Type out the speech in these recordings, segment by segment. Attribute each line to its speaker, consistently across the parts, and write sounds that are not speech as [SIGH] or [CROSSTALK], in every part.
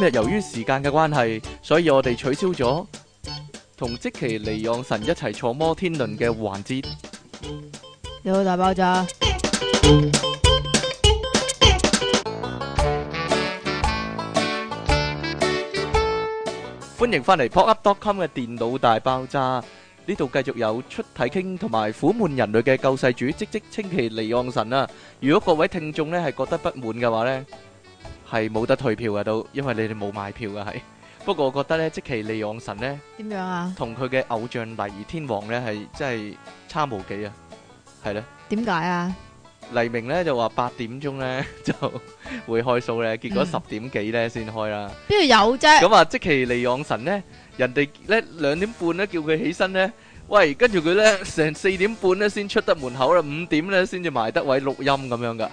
Speaker 1: 日由於時間嘅關係，所以我哋取消咗同即其離岸神一齊坐摩天輪嘅環節。
Speaker 2: 你好大爆炸，
Speaker 1: 歡迎翻嚟 p o p u p c o m 嘅電腦大爆炸，呢度繼續有出體傾同埋苦悶人類嘅救世主，即即稱其離岸神啊！如果各位聽眾呢係覺得不滿嘅話呢，係冇得退票嘅都，因為你哋冇買票嘅係。不過我覺得呢，即其離岸神呢，
Speaker 2: 點樣啊？
Speaker 1: 同佢嘅偶像黎天王呢係真係差無幾啊，係咧。
Speaker 2: 點解啊？
Speaker 1: 黎明咧就話八點鐘咧 [LAUGHS] 就會開 show 咧，結果
Speaker 2: 嗯
Speaker 1: 十點幾咧先開啦。
Speaker 2: 邊度有 [LAUGHS] 啫？
Speaker 1: 咁啊，即其利昂神咧，人哋咧兩點半咧叫佢起身咧，喂，跟住佢咧 [LAUGHS] 成四點半咧先出得門口啦，五點咧先至埋得位錄音咁樣噶。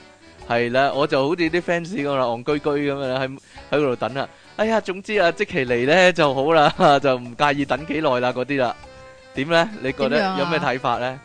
Speaker 1: 係啦，我就好似啲 fans 咁啦，戇居居咁樣啦，喺喺嗰度等啦。哎呀，總之啊，即其嚟咧就好啦， [LAUGHS] 就唔介意等幾耐啦嗰啲啦。點咧？你覺得
Speaker 2: 點樣啊
Speaker 1: 有咩睇法咧？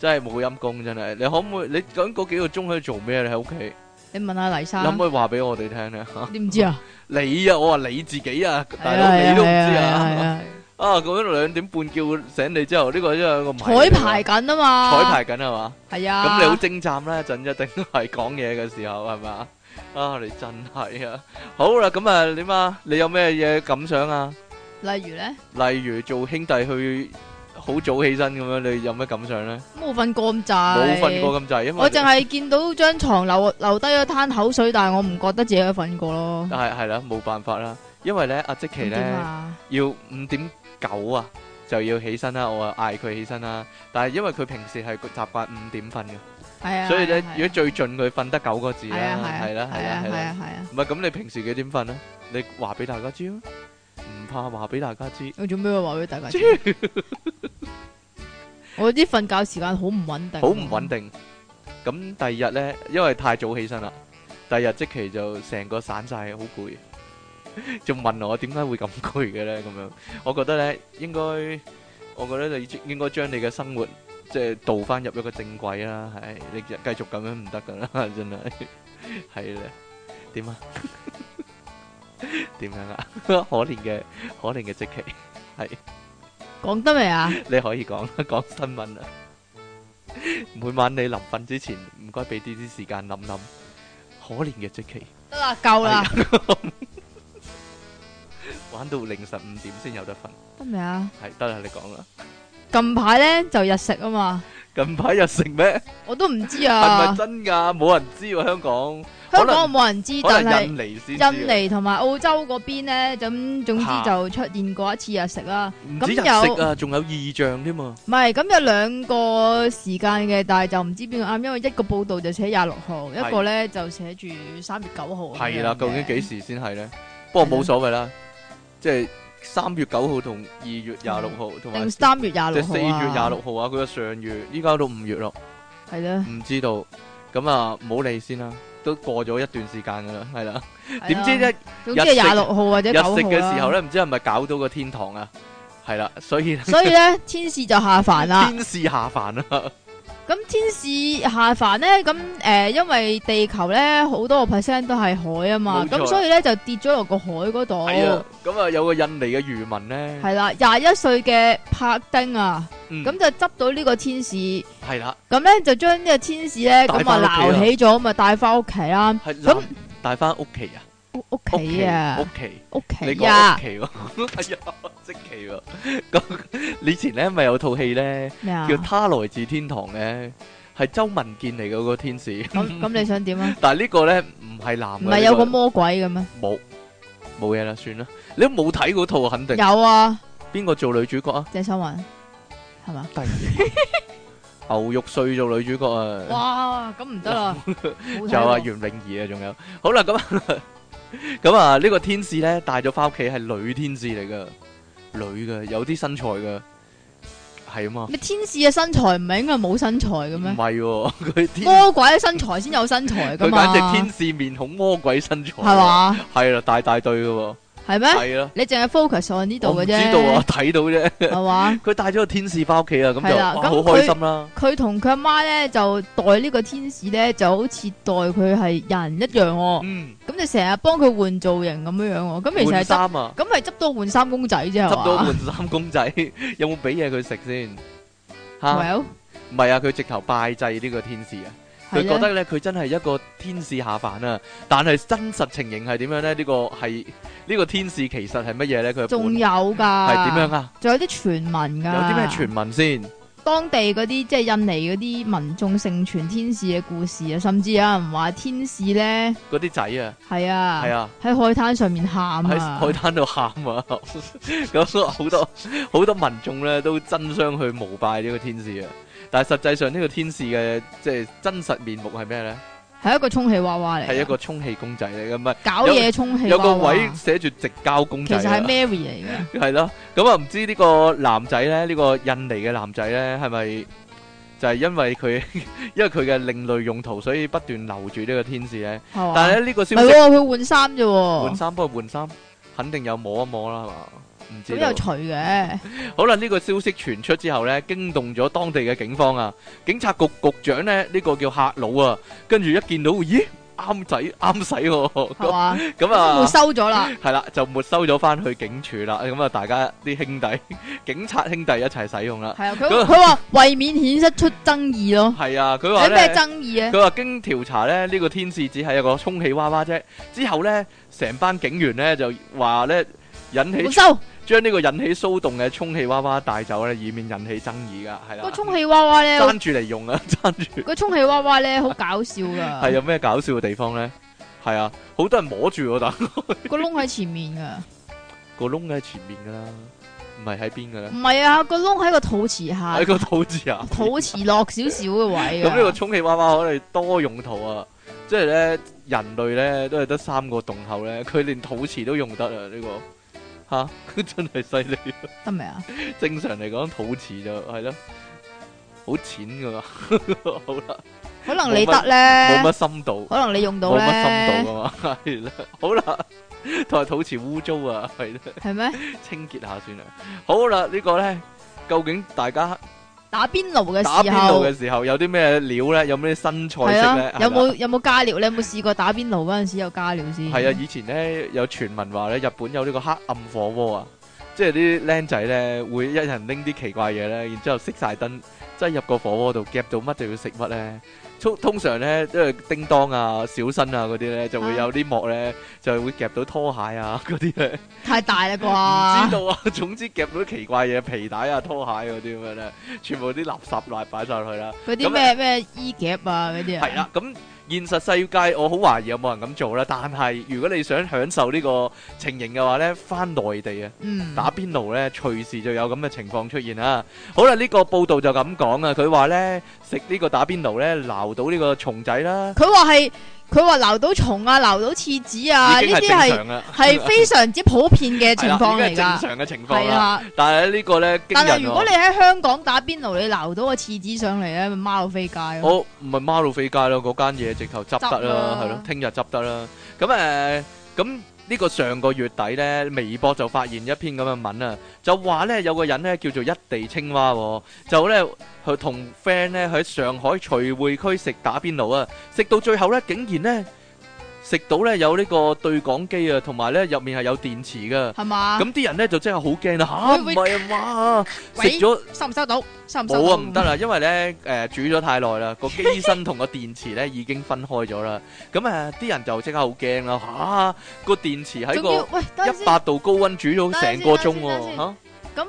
Speaker 1: 真係冇陰功，真係。你可唔可以？你咁嗰幾個鐘喺度做咩？你喺屋企，
Speaker 2: 你問下黎
Speaker 1: 你可唔
Speaker 2: 生，
Speaker 1: 可以話俾我哋聽咧？
Speaker 2: 你唔知啊？
Speaker 1: 你啊，我話你自己啊，
Speaker 2: 係
Speaker 1: 大
Speaker 2: 啊
Speaker 1: 佬你都唔知
Speaker 2: 係啊
Speaker 1: 啊
Speaker 2: 係。啊
Speaker 1: [LAUGHS] 啊，咁樣兩點半叫醒你之後，呢個真係一個謎嚟㗎
Speaker 2: 係啊彩排緊啊嘛，
Speaker 1: 彩排緊係嘛？
Speaker 2: 排係啊。
Speaker 1: 咁你好精湛啦，一陣一定係講嘢嘅時候係嘛？啊，你真係啊！好啦，咁啊點啊？你有咩嘢感想啊？
Speaker 2: 例如咧，
Speaker 1: 例如做兄弟去好早起身咁樣，你有咩感想咧？
Speaker 2: 冇瞓過咁滯，
Speaker 1: 冇瞓過咁滯，因為
Speaker 2: 我淨係見到張床流流低咗攤口水，但係我唔覺得自己有瞓過咯。
Speaker 1: 係係啦，冇辦法啦，因為咧阿即奇
Speaker 2: 咁點
Speaker 1: 咧。
Speaker 2: 啊？
Speaker 1: 要五點九啊就要起身啦，我啊嗌佢起身啦。但係因為佢平時係習慣五點瞓嘅，
Speaker 2: 係啊，
Speaker 1: 所以咧
Speaker 2: 係啊
Speaker 1: 如果最盡佢瞓得九個字
Speaker 2: 係
Speaker 1: 啦，
Speaker 2: 啊係啊
Speaker 1: 係啦係啦係
Speaker 2: 係啊係
Speaker 1: 啦。
Speaker 2: 啊係啊，
Speaker 1: 唔係咁，你平時幾點瞓啊？你話俾大家知啊，唔怕話俾大家知。
Speaker 2: 我做咩要話俾大家知？我啲瞓覺時間好唔穩定，
Speaker 1: 好唔穩。定。咁第二日呢，因為太早起身啦，第二日即期就成個散晒，好攰。 [LAUGHS] 仲問我點解會咁攰嘅呢？咁樣，我覺得呢應該，我覺得你應該將你嘅生活即係導翻入一個正軌啦。係你繼繼續咁樣唔得噶啦， [LAUGHS] 真係係啦。點啊？ [LAUGHS] 點樣啊？ [LAUGHS] 可憐嘅可憐嘅即期，
Speaker 2: 講得未啊？
Speaker 1: 你可以講啦， [LAUGHS] 講新聞啦。每晚你臨瞓之前，唔該俾啲啲時間諗諗。可憐嘅即期，
Speaker 2: 得啦，夠啦，
Speaker 1: [LAUGHS] 玩到凌晨五點先有得瞓，
Speaker 2: 得未啊？
Speaker 1: 係得啦，你講啦。
Speaker 2: 近排咧就日食啊嘛，
Speaker 1: 近排又食咩？
Speaker 2: 我都唔知
Speaker 1: [LAUGHS] 係
Speaker 2: 啊
Speaker 1: 咪。真㗎？冇人知喎，香港，
Speaker 2: 香
Speaker 1: 可能
Speaker 2: 港我冇人知，
Speaker 1: 可
Speaker 2: 但
Speaker 1: 能
Speaker 2: 係
Speaker 1: 印尼先知啊。
Speaker 2: 印尼同埋澳洲嗰邊咧，咁總
Speaker 1: 嚇
Speaker 2: 之就出現過一次日食啦。
Speaker 1: 唔止日
Speaker 2: 咁
Speaker 1: 食啊，仲有異象添啊！
Speaker 2: 唔係咁有兩個時間嘅，但係就唔知邊個啱，因為一個報道就寫廿六號，
Speaker 1: 係
Speaker 2: 一個咧就寫住三月九號咁樣嘅。
Speaker 1: 係啦，究竟幾時先係呢？不過冇所謂啦，即係三月九號同二月廿六號，同埋
Speaker 2: 定
Speaker 1: 即
Speaker 2: 三月廿六
Speaker 1: 係
Speaker 2: 號
Speaker 1: 四月廿六號啊！佢嘅上月，依家都五月咯。
Speaker 2: 係啦。
Speaker 1: 唔知道，咁啊唔好理先啦，都過咗一段時間噶啦，係啦。點知咧
Speaker 2: 總之係廿六號或者
Speaker 1: 日
Speaker 2: 九號啊
Speaker 1: 食嘅時候咧，
Speaker 2: 咧，
Speaker 1: 唔知係咪搞到個天堂啊？係啦，所以呢
Speaker 2: 所以咧天使就下凡
Speaker 1: [LAUGHS]
Speaker 2: 啦。
Speaker 1: 天使下凡啦，
Speaker 2: 咁天使下凡咧，咁誒、呃因為地球咧好多個 percent 都係海啊嘛，
Speaker 1: 冇錯
Speaker 2: 咁所以咧就跌咗落個海嗰度。
Speaker 1: 係啊，咁啊有個印尼嘅漁民咧，
Speaker 2: 係啦，廿一歲嘅帕丁啊，
Speaker 1: 嗯
Speaker 2: 咁、就執到呢個天使，咁
Speaker 1: 係啦，
Speaker 2: 咧就將呢個天使咧
Speaker 1: 帶
Speaker 2: 咁
Speaker 1: 返屋企啊
Speaker 2: 啊撈起咗，咁啊帶翻屋企啦，
Speaker 1: 係
Speaker 2: 咁
Speaker 1: 攬帶翻屋企啊，
Speaker 2: 屋屋
Speaker 1: 屋
Speaker 2: 企啊
Speaker 1: 屋，企。
Speaker 2: 屋
Speaker 1: 你
Speaker 2: 企
Speaker 1: 講屋
Speaker 2: 啊，
Speaker 1: 企喎， [LAUGHS] 哎呀，即奇喎。咁你以前咧咪有套戲咧
Speaker 2: 咩啊
Speaker 1: 叫？《他來自天堂》咧，係周文健嚟嘅個天使，
Speaker 2: 咁咁你想點啊？
Speaker 1: 但係呢個咧唔係男嘅。
Speaker 2: 唔係
Speaker 1: 呢
Speaker 2: 有
Speaker 1: 個
Speaker 2: 個魔鬼啊嘅咩？
Speaker 1: 冇冇嘢啦，算啦。你都冇睇嗰套，肯定
Speaker 2: 有啊，
Speaker 1: 邊個做女主角
Speaker 2: [LAUGHS]
Speaker 1: 啊？
Speaker 2: 鄭秀文
Speaker 1: [LAUGHS]
Speaker 2: 係嘛？
Speaker 1: 牛肉碎做女主角啊，
Speaker 2: 哇，咁唔
Speaker 1: [LAUGHS]
Speaker 2: 得啦，冇睇
Speaker 1: 仲有啊
Speaker 2: 過
Speaker 1: 袁詠儀啊，仲有。好啦，咁啊 [LAUGHS] 咁啊，呢個天使咧帶咗翻屋企係女天使嚟噶，女嘅有啲身材噶，係啊嘛，
Speaker 2: 咩天使嘅身材唔係應該冇身材
Speaker 1: 唔
Speaker 2: 嘅咩？
Speaker 1: 係喎， [LAUGHS] 佢天
Speaker 2: 魔鬼嘅身材先有身材噶
Speaker 1: 佢
Speaker 2: 嘛？
Speaker 1: 簡直天使面孔魔鬼身材，
Speaker 2: 係？嘛？
Speaker 1: 係啦，大大對嘅
Speaker 2: 係
Speaker 1: 喎，
Speaker 2: 咩？
Speaker 1: 係啦，
Speaker 2: 你淨係 focus on 呢度
Speaker 1: 我唔
Speaker 2: 嘅
Speaker 1: 知
Speaker 2: 啫，
Speaker 1: 道啊，睇到啫。
Speaker 2: 係嘛？
Speaker 1: 佢帶咗個天使翻屋企啊，咁
Speaker 2: 係
Speaker 1: 就
Speaker 2: 啦
Speaker 1: 哇
Speaker 2: 咁
Speaker 1: 好開心啦。
Speaker 2: 佢同佢阿媽咧就代呢個天使咧，就好似代佢係人一樣喎、
Speaker 1: 嗯，
Speaker 2: 咁咁你成日幫佢換造型咁樣样喎，咁其實
Speaker 1: 換
Speaker 2: 係執，啊
Speaker 1: 衫啊，
Speaker 2: 咁係執到換衫公仔啫
Speaker 1: 執
Speaker 2: 係
Speaker 1: 到
Speaker 2: 嘛
Speaker 1: 換衫公仔， [LAUGHS] 有冇俾嘢佢食先？吓，
Speaker 2: ？Well，
Speaker 1: 唔係啊，佢直頭拜祭呢個天使啊！
Speaker 2: 係
Speaker 1: 佢覺
Speaker 2: 咧，
Speaker 1: 得咧，佢真係一個天使下凡啊！但係真實情形係點樣咧？呢、個係呢個天使其實係乜嘢咧？佢本
Speaker 2: 仲有㗎，
Speaker 1: 係點樣啊？
Speaker 2: 仲有啲傳聞㗎，
Speaker 1: 有啲咩傳聞先？
Speaker 2: 當地嗰啲即係印尼嗰啲民眾盛傳天使嘅故事啊，甚至有人話天使咧
Speaker 1: 嗰啲仔啊，
Speaker 2: 係啊，
Speaker 1: 係啊，
Speaker 2: 喺海灘上面喊
Speaker 1: 喺
Speaker 2: 啊
Speaker 1: 海，灘度喊啊！ [LAUGHS] 咁好多好多民眾咧都爭相去膜拜呢個天使啊！但係實際上呢個天使嘅即係真實面目係咩咧？
Speaker 2: 係一個充氣娃娃嚟㗎，
Speaker 1: 係一個充氣公仔嚟嘅，唔係
Speaker 2: 搞嘢充氣
Speaker 1: 有
Speaker 2: 娃
Speaker 1: 個
Speaker 2: 娃，
Speaker 1: 位寫住直交公
Speaker 2: 其
Speaker 1: 仔
Speaker 2: 實
Speaker 1: 啊
Speaker 2: 係！Mary 嚟嘅，
Speaker 1: 系咯，咁啊唔知呢個男仔咧，呢、個印尼嘅男仔咧，係咪就係因為佢 [LAUGHS] 因為佢嘅另類用途，所以不斷留住呢個天使咧？
Speaker 2: 係嘛？
Speaker 1: 但係咧呢、個
Speaker 2: 唔
Speaker 1: 消
Speaker 2: 係
Speaker 1: 息
Speaker 2: 喎，佢換衫啫
Speaker 1: 換
Speaker 2: 喎，
Speaker 1: 衫，不過換衫肯定有摸一摸啦，係嘛？唔知
Speaker 2: 咁
Speaker 1: 道
Speaker 2: 又。除嘅，
Speaker 1: 好啦，呢、個消息傳出之後咧，驚動咗當地嘅警方啊！警察局局長咧，呢、個叫客佬啊，跟住一見到，咦，啱仔啱使喎，
Speaker 2: 係
Speaker 1: 咁
Speaker 2: 嘛？
Speaker 1: 咁啊
Speaker 2: 咁。收咗啦，
Speaker 1: 系啦，就没收咗翻去警署啦。咁啊，大家啲兄弟、 [LAUGHS] 警察兄弟一齊使用啦。
Speaker 2: 係啊，佢
Speaker 1: 咁
Speaker 2: 佢話為免顯示出爭議咯，
Speaker 1: 係啊，佢話
Speaker 2: 有咩
Speaker 1: 咧，
Speaker 2: 爭議啊咧？
Speaker 1: 佢話經調查咧，呢、個天使只係一個充氣娃娃啫。之後咧，成班警員咧就話咧引
Speaker 2: 冇
Speaker 1: 起
Speaker 2: 收
Speaker 1: 將呢個引起騷動嘅充氣娃娃帶走咧，以免引起爭議噶。係
Speaker 2: 個
Speaker 1: 啦，
Speaker 2: 充氣娃娃咧，
Speaker 1: 爭住嚟用啊， [LAUGHS] 爭住
Speaker 2: 個充氣娃娃咧好搞笑
Speaker 1: 係啊
Speaker 2: 㗎，
Speaker 1: 有咩搞笑嘅地方咧？係啊，好多人摸住我， [LAUGHS] 但
Speaker 2: 個窿喺前面㗎。
Speaker 1: 個窿喺前面噶啦，唔係喺邊噶啦，
Speaker 2: 唔係啊，個窿喺個肚臍下
Speaker 1: 喺，個 [LAUGHS] 肚字啊。
Speaker 2: 肚臍落少少嘅位
Speaker 1: 咁呢個
Speaker 2: 啊。
Speaker 1: 充氣娃娃可能多用途啊，即係咧人類咧都係得三個洞口咧，佢連肚臍都用得啊！呢、個吓 [LAUGHS] 真係犀利。
Speaker 2: 得未啊？
Speaker 1: 正常嚟講，肚臍就係咯，好淺噶嘛， [LAUGHS] 好啦，
Speaker 2: 可能你
Speaker 1: 冇乜
Speaker 2: 得
Speaker 1: 冇乜
Speaker 2: 咧，
Speaker 1: 深度，
Speaker 2: 可能你用到
Speaker 1: 冇乜深
Speaker 2: 咧，
Speaker 1: 度啊噶嘛， [LAUGHS] 係啦，好啦，同埋肚臍污糟啊，係啦，
Speaker 2: 係咩？
Speaker 1: 清潔下算啦。好啦，呢、個咧究竟大家
Speaker 2: 打邊爐嘅
Speaker 1: 打
Speaker 2: 時
Speaker 1: 邊
Speaker 2: 候
Speaker 1: 爐嘅時候有啲咩料咧？有咩新菜
Speaker 2: 係
Speaker 1: 式咧？
Speaker 2: 啊，有
Speaker 1: 係啦
Speaker 2: 冇有冇加料？你有冇試過打邊爐嗰陣時有加料先？
Speaker 1: 係啊，以前咧有傳聞話咧，日本有呢個黑暗火鍋啊，即係啲僆仔咧會一人拎啲奇怪嘢咧，然之後熄晒燈，擠入個火鍋度夾到乜就要食乜咧。通通常咧，即係叮當啊、小新啊嗰啲咧，就會
Speaker 2: 啊
Speaker 1: 有啲幕咧，就係會夾到拖鞋啊嗰啲咧，
Speaker 2: 太大啦
Speaker 1: 唔知
Speaker 2: 啩，
Speaker 1: 道啊。總之夾到奇怪嘢，皮帶啊、拖鞋嗰啲咁樣咧，全部啲垃圾賴擺晒落去啦。
Speaker 2: 嗰啲咩咩衣夾啊嗰啲
Speaker 1: 啊
Speaker 2: 啊。
Speaker 1: 係啦，咁現實世界我好懷疑有冇人咁做啦。但係如果你想享受呢個情形嘅話呢，翻內地啊，
Speaker 2: 嗯，
Speaker 1: 打邊爐呢，隨時就有咁嘅情況出現啦。好啦，呢、個報道就咁講啊，佢話呢，食呢個打邊爐呢，鬧到呢個蟲仔啦，
Speaker 2: 佢話係佢話撈到蟲啊，撈到廁紙啊，
Speaker 1: 已
Speaker 2: 呢
Speaker 1: 經係
Speaker 2: 啲
Speaker 1: 正
Speaker 2: 係
Speaker 1: 常啦，
Speaker 2: 係非常之普遍嘅
Speaker 1: 係
Speaker 2: 情
Speaker 1: 啦
Speaker 2: 況
Speaker 1: 已
Speaker 2: 嚟
Speaker 1: 經係
Speaker 2: 㗎。
Speaker 1: 正常嘅情況
Speaker 2: 係
Speaker 1: 啦。
Speaker 2: 啊。
Speaker 1: 但係呢個呢，驚
Speaker 2: 但
Speaker 1: 人哦
Speaker 2: 係如果
Speaker 1: 喎
Speaker 2: 你，喺香港打邊爐，你撈到個廁紙上嚟咧，咪貓到飛街咯。
Speaker 1: 我唔係孖路飛街咯，嗰間嘢直頭執得
Speaker 2: 執
Speaker 1: 啦
Speaker 2: 啦，
Speaker 1: 係咯，聽日執得啦。咁誒，呃咁、呢個上個月底呢，微博就發現一篇咁嘅文啊，就話呢，有個人呢叫做一地青蛙、喎，就呢，佢同 friend 呢喺上海徐匯區食打邊爐啊，食到最後呢，竟然呢，食到呢有呢個對講機啊，同埋呢入面係有電池噶。
Speaker 2: 係嘛？
Speaker 1: 咁啲人呢就真係好驚啦吓，唔
Speaker 2: 會
Speaker 1: 係啊嘛，食
Speaker 2: 喂
Speaker 1: 咗。
Speaker 2: 收唔收到？收唔收到？
Speaker 1: 冇啊，唔得啦，因為咧誒、煮咗太耐啦，個機身同個電池咧已經分開咗啦。咁誒啲人就即刻好驚啦嚇，個電池喺
Speaker 2: 仲要
Speaker 1: 個
Speaker 2: 喂，等陣
Speaker 1: 一
Speaker 2: 先
Speaker 1: 百度高温煮咗成個鐘
Speaker 2: 等陣先等陣
Speaker 1: 喎
Speaker 2: 先
Speaker 1: 嚇，
Speaker 2: 咁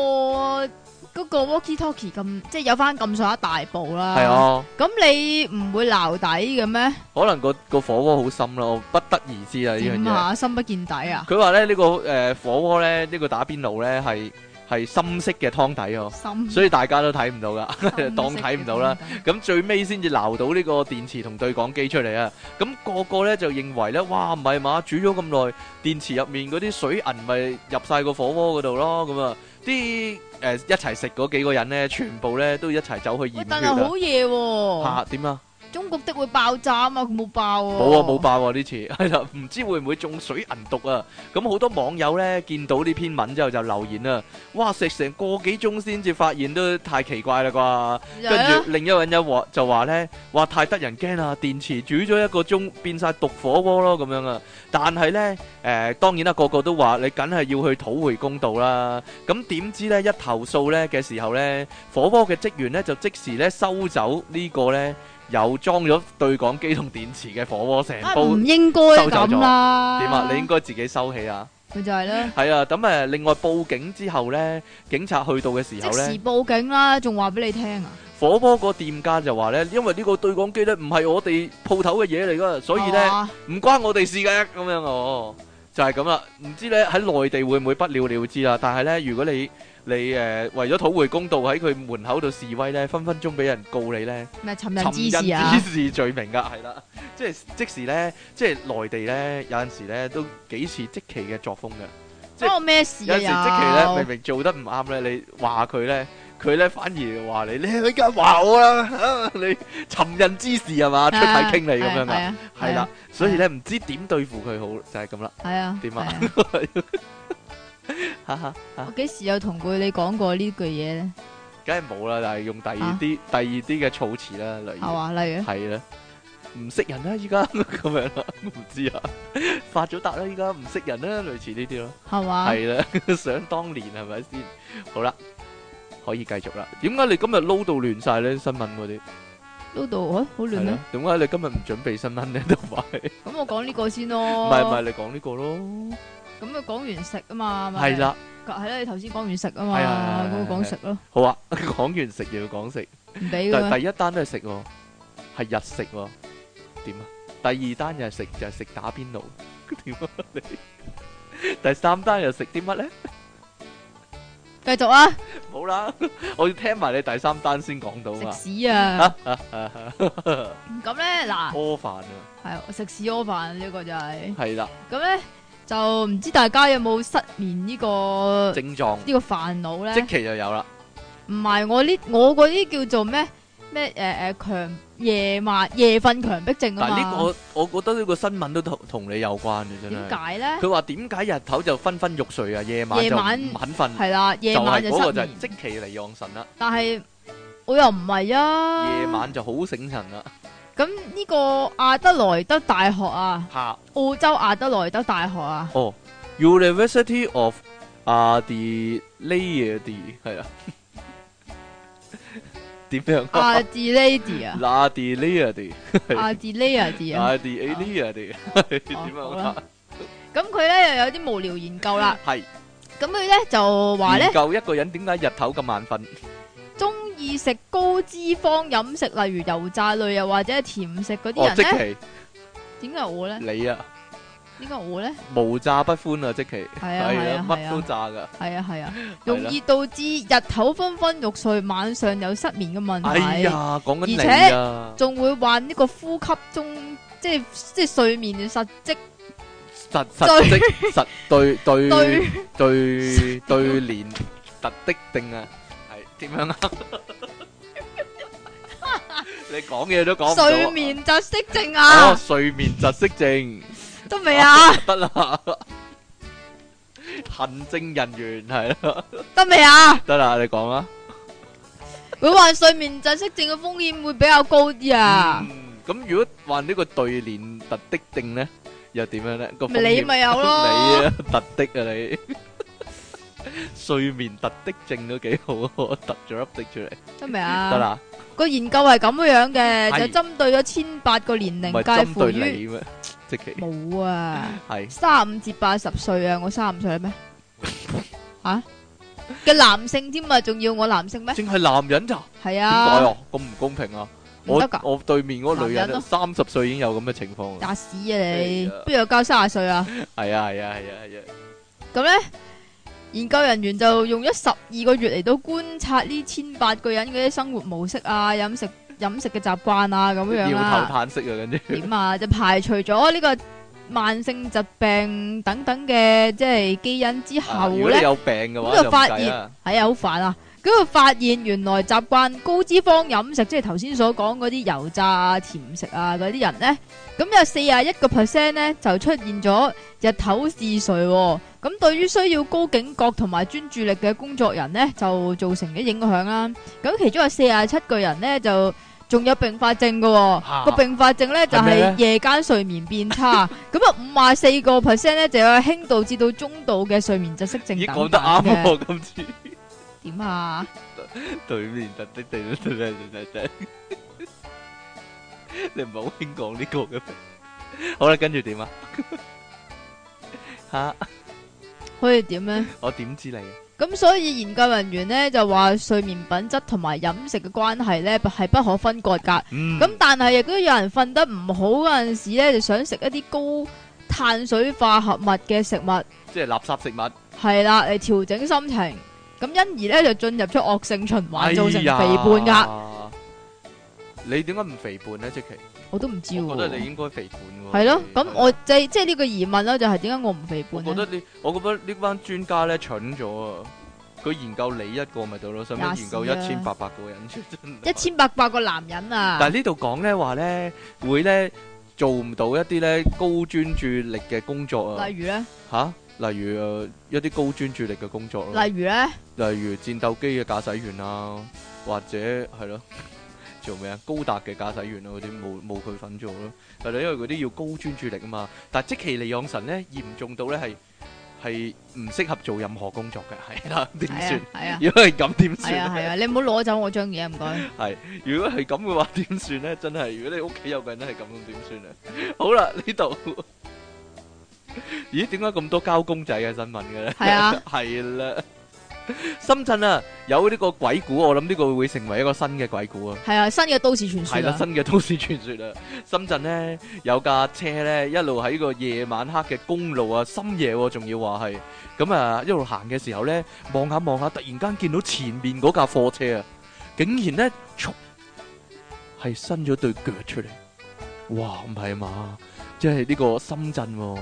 Speaker 2: 個嗰個 walkie talkie 咁，即係有翻咁上下大步啦。
Speaker 1: 係。啊，
Speaker 2: 咁你唔會撈底嘅咩？
Speaker 1: 可能個個火鍋好深啦，我不得而知啊呢樣
Speaker 2: 點
Speaker 1: 嘢。
Speaker 2: 下深不見底啊？
Speaker 1: 佢話咧呢、呢個誒、火鍋咧呢、呢個打邊爐咧係係深色嘅湯底喎，
Speaker 2: 深
Speaker 1: 所以大家都睇唔到噶。
Speaker 2: 深
Speaker 1: 當睇唔到啦
Speaker 2: 色嘅
Speaker 1: 咁最尾先至鬧到呢個電池同對講機出嚟啊！咁、個個咧就認為咧，哇唔係嘛，煮咗咁耐，電池入面嗰啲水銀咪入晒個火鍋嗰度咯，咁啊啲呃誒一齊食嗰幾個人咧，全部咧都一齊走去
Speaker 2: 東西。喂
Speaker 1: 驗，
Speaker 2: 但
Speaker 1: 血
Speaker 2: 係
Speaker 1: 啊！
Speaker 2: 好嘢喎，
Speaker 1: 嚇點啊？
Speaker 2: 中國的會爆炸啊嘛，佢冇爆喎。
Speaker 1: 冇啊，冇爆喎呢次， [LAUGHS] 係啦，唔知會唔會中水銀毒啊？咁好多網友呢，見到呢篇文之後就留言啦，哇，食成個幾鐘先至發現都太奇怪啦啩。
Speaker 2: 就係
Speaker 1: 跟
Speaker 2: 啊
Speaker 1: 住另一個人一話就話呢，話太得人驚啦，電池煮咗一個鐘變晒毒火鍋咯咁樣啊！但係呢，誒、當然啦，個個都話你梗係要去討回公道啦。咁點知呢，一投訴呢嘅時候呢，火鍋嘅職員呢就即時呢收走呢個呢有裝咗對講機同電池嘅火鍋成
Speaker 2: 啊
Speaker 1: 煲。
Speaker 2: 唔應該咁啦。
Speaker 1: 點啊？你應該自己收起啊！
Speaker 2: 咪就係啦，
Speaker 1: 係啊，咁誒，另外報警之後呢，警察去到嘅時
Speaker 2: 即
Speaker 1: 候呢。
Speaker 2: 時報警啦，仲話俾你聽啊。
Speaker 1: 火鍋個店家就話呢，因為呢個對講機呢唔係我哋鋪頭嘅嘢嚟噶，所以
Speaker 2: 係
Speaker 1: 呢
Speaker 2: 嘛
Speaker 1: 唔關我哋事嘅咁樣哦，就係咁啦。唔知呢喺內地會唔會不了了之啦？但係呢，如果你你誒、呃、為咗討回公道喺佢門口度示威呢，分分鐘俾人告你呢，
Speaker 2: 咪尋人
Speaker 1: 尋
Speaker 2: 滋事啊
Speaker 1: 人！之事罪名噶，係啦，即係即時呢，即係內地呢，有陣時呢都幾似即期嘅作風嘅。即係
Speaker 2: 關我咩事
Speaker 1: 有
Speaker 2: 啊？
Speaker 1: 陣時即期咧，
Speaker 2: 又
Speaker 1: 明明做得唔啱咧，你話佢咧，佢咧反而話你，你你梗係話我啦， [LAUGHS] 你尋人之事係嘛，出體
Speaker 2: 啊
Speaker 1: 傾你咁樣
Speaker 2: 係
Speaker 1: 啊，
Speaker 2: 啊
Speaker 1: 係啦，，所以咧唔知點對付佢好，就係咁啦，
Speaker 2: 係啊，
Speaker 1: 點啊
Speaker 2: 係
Speaker 1: 哈哈，
Speaker 2: 我幾時有同過你講過呢句嘢咧？
Speaker 1: 梗係冇啦，但係用第二啲
Speaker 2: 啊
Speaker 1: 第二啲嘅措辭啦，例
Speaker 2: 係
Speaker 1: 如
Speaker 2: 嘛？例如
Speaker 1: 係啦，唔識人啦依家咁樣啦，唔知啊，發咗達啦依家唔識人啦，類似呢啲咯。
Speaker 2: 係嘛？
Speaker 1: 系啦， [LAUGHS] 想當年係咪先？好啦，可以繼續啦。點解你今日撈到亂晒咧？新聞嗰啲
Speaker 2: 呢度哎好亂
Speaker 1: 係
Speaker 2: 咩
Speaker 1: 啦？，點解你今日唔準備新聞 [LAUGHS] 咧？同埋
Speaker 2: 咁我講呢個
Speaker 1: 唔
Speaker 2: 先咯。
Speaker 1: 係唔係，你講呢個咯？
Speaker 2: 咁佢講完食啊嘛，咪
Speaker 1: 係，啦，
Speaker 2: 係啦，你頭先講完食啊
Speaker 1: 係
Speaker 2: 嘛，
Speaker 1: 係係
Speaker 2: 咁
Speaker 1: 係
Speaker 2: 我講食咯，
Speaker 1: 好啊。 [LAUGHS] 講完食又要講食，
Speaker 2: 唔俾
Speaker 1: 但
Speaker 2: 噶
Speaker 1: 係第一單都係食喎，係日食喎。點啊？第二單又係食，就係食打邊爐。 [LAUGHS] 點啊你？第三單又食啲乜咧？
Speaker 2: 繼續啊，
Speaker 1: 冇啦， [LAUGHS] 我要聽埋你第三單先講到
Speaker 2: 食
Speaker 1: 嘛。 [LAUGHS]
Speaker 2: 屎啊！
Speaker 1: 屙
Speaker 2: 咁咧嗱，
Speaker 1: 飯啊，
Speaker 2: 係食屎屙飯呢個就係，
Speaker 1: 係啦，
Speaker 2: 咁咧就唔知大家有冇失眠呢個
Speaker 1: 症狀。
Speaker 2: 呢個煩惱咧？
Speaker 1: 即期就有啦，
Speaker 2: 唔係我呢，我嗰啲叫做咩咩誒誒強夜晚夜瞓強迫症啊
Speaker 1: 但係呢
Speaker 2: 嘛。
Speaker 1: 個我我覺得呢個新聞都同同你有關嘅真
Speaker 2: 點
Speaker 1: 係。
Speaker 2: 解咧？
Speaker 1: 佢話點解日頭就昏昏欲睡啊，夜晚
Speaker 2: 夜
Speaker 1: 就
Speaker 2: 晚
Speaker 1: 唔肯瞓，
Speaker 2: 係啦，夜
Speaker 1: 就
Speaker 2: 晚
Speaker 1: 係
Speaker 2: 就
Speaker 1: 嗰
Speaker 2: 失
Speaker 1: 個就
Speaker 2: 眠
Speaker 1: 係，即期嚟養神啦，
Speaker 2: 但係我又唔係啊。
Speaker 1: 夜晚就好醒神啦。
Speaker 2: 咁呢個亞德萊德大學啊，
Speaker 1: 嚇
Speaker 2: 澳洲亞德萊德大學
Speaker 1: [LAUGHS]
Speaker 2: 啊，
Speaker 1: 哦，University of uh, Adelaide 係啊， [LAUGHS] 點樣
Speaker 2: 阿
Speaker 1: [LAUGHS] 啊
Speaker 2: 德 lady 啊，
Speaker 1: ？Adelaide，Adelaide，
Speaker 2: 阿德 lady 啊，
Speaker 1: [LAUGHS] 點樣
Speaker 2: 好
Speaker 1: 啊
Speaker 2: 啦？咁佢咧又有啲無聊研究啦。
Speaker 1: 係
Speaker 2: 咁佢咧就話咧
Speaker 1: 研，究一個人點解日頭咁眼瞓，
Speaker 2: 中意食高脂肪飲食，例如油炸類又或者甜食嗰啲
Speaker 1: 哦，
Speaker 2: 人
Speaker 1: 即
Speaker 2: 咧，
Speaker 1: 期
Speaker 2: 點解我咧？
Speaker 1: 你啊！
Speaker 2: 點解我咧？
Speaker 1: 無炸不歡啊！即其
Speaker 2: 係啊係啊係
Speaker 1: 乜
Speaker 2: 啊
Speaker 1: 都炸噶。
Speaker 2: 係啊係啊，
Speaker 1: 係啦
Speaker 2: 容易導致日頭昏昏欲睡，晚上有失眠嘅問
Speaker 1: 哎
Speaker 2: 題，
Speaker 1: 呀，講緊
Speaker 2: 而
Speaker 1: 你
Speaker 2: 且
Speaker 1: 啊，
Speaker 2: 仲會患呢個呼吸中即係即係睡眠嘅實質
Speaker 1: 實實的實
Speaker 2: [LAUGHS]
Speaker 1: 對對
Speaker 2: 對
Speaker 1: 對對連特的定啊，係點樣啊？ [LAUGHS] 你講嘢都講唔到啊
Speaker 2: 睡眠窒息症
Speaker 1: 哦，
Speaker 2: 啊，
Speaker 1: 睡眠窒息症
Speaker 2: 得未啊？
Speaker 1: 得啦， [LAUGHS] 行政人員係啦，
Speaker 2: 得未啊？
Speaker 1: 得啦，你講啦。
Speaker 2: 會患睡眠窒息症嘅風險會比較高啲啊，
Speaker 1: 嗯，咁如果患呢個對聯特的定咧，又點樣咧？個
Speaker 2: 咪
Speaker 1: 風險
Speaker 2: 你咪
Speaker 1: [LAUGHS]
Speaker 2: 有
Speaker 1: 你
Speaker 2: 咯，
Speaker 1: 啊，特的啊你， [LAUGHS] 睡眠特的症都幾好啊，突咗粒的出嚟，
Speaker 2: 得
Speaker 1: 嗯
Speaker 2: 未
Speaker 1: 得
Speaker 2: 啊？
Speaker 1: 啦，
Speaker 2: 個研究係咁樣
Speaker 1: 係
Speaker 2: 嘅，就針對咗千八個年
Speaker 1: 唔
Speaker 2: 齡
Speaker 1: 係
Speaker 2: 介
Speaker 1: 針
Speaker 2: 乎
Speaker 1: 對
Speaker 2: 於
Speaker 1: 你咩？即其
Speaker 2: 冇啊。
Speaker 1: 係
Speaker 2: 三五至八十歲啊，我三五歲咩？吓嘅男性添啊，仲要我男性咩？
Speaker 1: 淨係男人咋？
Speaker 2: 係
Speaker 1: 點解
Speaker 2: 啊，
Speaker 1: 啊？咁唔公平啊！
Speaker 2: 唔
Speaker 1: 我
Speaker 2: 得噶，
Speaker 1: 我對面嗰個女
Speaker 2: 男人
Speaker 1: 人
Speaker 2: 咯
Speaker 1: 三十歲已經有咁嘅情況啦，
Speaker 2: 打屎啊你
Speaker 1: 哎呀，
Speaker 2: 不如交卅歲啊？
Speaker 1: 係啊係啊係啊係啊，
Speaker 2: 咁咧，研究人員就用咗十二個月嚟到觀察呢千八個人嗰啲生活模式啊、飲食飲食嘅習慣啊咁樣
Speaker 1: 搖頭
Speaker 2: 啦。
Speaker 1: 嘆息啊，跟住
Speaker 2: 點啊？就排除咗呢個慢性疾病等等嘅即係基因之
Speaker 1: 啊
Speaker 2: 後
Speaker 1: 如果
Speaker 2: 咧
Speaker 1: 你。有病嘅話
Speaker 2: 咁就
Speaker 1: 就唔
Speaker 2: 發
Speaker 1: 計
Speaker 2: 現
Speaker 1: 啦，
Speaker 2: 系啊，好煩啊！跟住發現原來習慣高脂肪飲食，即係頭先所講嗰啲油炸啊、甜食啊嗰啲人呢，咁有四啊一個 percent 呢就出現咗日頭嗜睡、喎。咁對於需要高警覺同埋專注力嘅工作人呢，就造成咗影響啦。咁其中有四啊七個人呢，就仲有併發症嘅、
Speaker 1: 嚇
Speaker 2: 喎，個併發症呢，就
Speaker 1: 係咩呢
Speaker 2: 係夜間睡眠變
Speaker 1: [LAUGHS]
Speaker 2: 差。咁啊五啊四個 percent 呢，就有輕度至到中度嘅睡眠窒息症
Speaker 1: 咦，
Speaker 2: 等
Speaker 1: 講得
Speaker 2: 等
Speaker 1: 啱
Speaker 2: 嘅。
Speaker 1: 喎，今次。
Speaker 2: 點啊？
Speaker 1: 對面突的地突突突突，你唔好興講呢個嘅咩？好啦，跟住點啊？吓，
Speaker 2: 可以點咧？
Speaker 1: 我點知你啊？
Speaker 2: [LAUGHS] 咁所以研究人員呢就話睡眠品質同埋飲食嘅關係呢係不可分割㗎。
Speaker 1: 嗯，
Speaker 2: 咁但係亦都有人瞓得唔好嗰陣時呢，就想食一啲高碳水化合物嘅食物，
Speaker 1: 即係垃圾食物，
Speaker 2: 係啦嚟調整心情。咁因而呢就進入咗惡性循
Speaker 1: 哎
Speaker 2: 環，造成肥
Speaker 1: 呀
Speaker 2: 胖㗎。
Speaker 1: 你點解唔肥胖咧？即其，
Speaker 2: 我都唔知
Speaker 1: 我覺得你
Speaker 2: 喎。
Speaker 1: 應該肥胖喎。
Speaker 2: 係咯，咁我
Speaker 1: 係
Speaker 2: 即係即係呢個疑問啦，就係點解我唔肥
Speaker 1: 我
Speaker 2: 胖
Speaker 1: 覺
Speaker 2: 呢
Speaker 1: 得？你，我覺得呢班專家咧蠢咗啊！佢研究你一個咪到咯，使唔使研究一
Speaker 2: 吔屎啊
Speaker 1: 千八百個人？真係
Speaker 2: 一千八百個男人啊
Speaker 1: 但，係呢度講咧話咧，會咧做唔到一啲咧高專注力嘅工作啊，
Speaker 2: 例如呢，
Speaker 1: 吓，例如誒一啲高專注力嘅工作咯，
Speaker 2: 例
Speaker 1: 例
Speaker 2: 如呢，
Speaker 1: 如戰鬥機嘅駕駛員啊，或者係咯， [LAUGHS] 做咩啊？高達嘅駕駛員啊，嗰啲冇冇佢份做咯，係啦，因為嗰啲要高專注力啊嘛。但係即其利養神咧，嚴重到咧係係唔適合做任何工作嘅，係啦，點
Speaker 2: 係啊
Speaker 1: 算？， [LAUGHS]
Speaker 2: 係啊。
Speaker 1: 如果係咁點算
Speaker 2: 系啊
Speaker 1: 啊？
Speaker 2: 系啊，你唔好攞走我張嘢，唔該。
Speaker 1: 如果係咁嘅話，點算咧？真係，如果你屋企有個人係咁，咁點算咧？好啦，呢 [LAUGHS] 度，咦？點解咁多交公仔嘅新聞嘅咧？
Speaker 2: 係啊，
Speaker 1: [LAUGHS] 係啦。深圳啊，有呢個鬼故，我諗呢個會成為一個新嘅鬼故啊！
Speaker 2: 係啊，新嘅都市
Speaker 1: 係
Speaker 2: 傳說
Speaker 1: 啦，
Speaker 2: 啊， [LAUGHS]
Speaker 1: 新嘅都市傳說啦。深圳呢，有架車呢，一路喺個夜晚黑嘅公路啊，深夜喎、仲要話係咁啊，一路行嘅時候呢，望下望下，突然間見到前面嗰架貨車啊，竟然呢，唰係伸咗對腳出嚟，哇唔係嘛，即係呢個深圳、喎，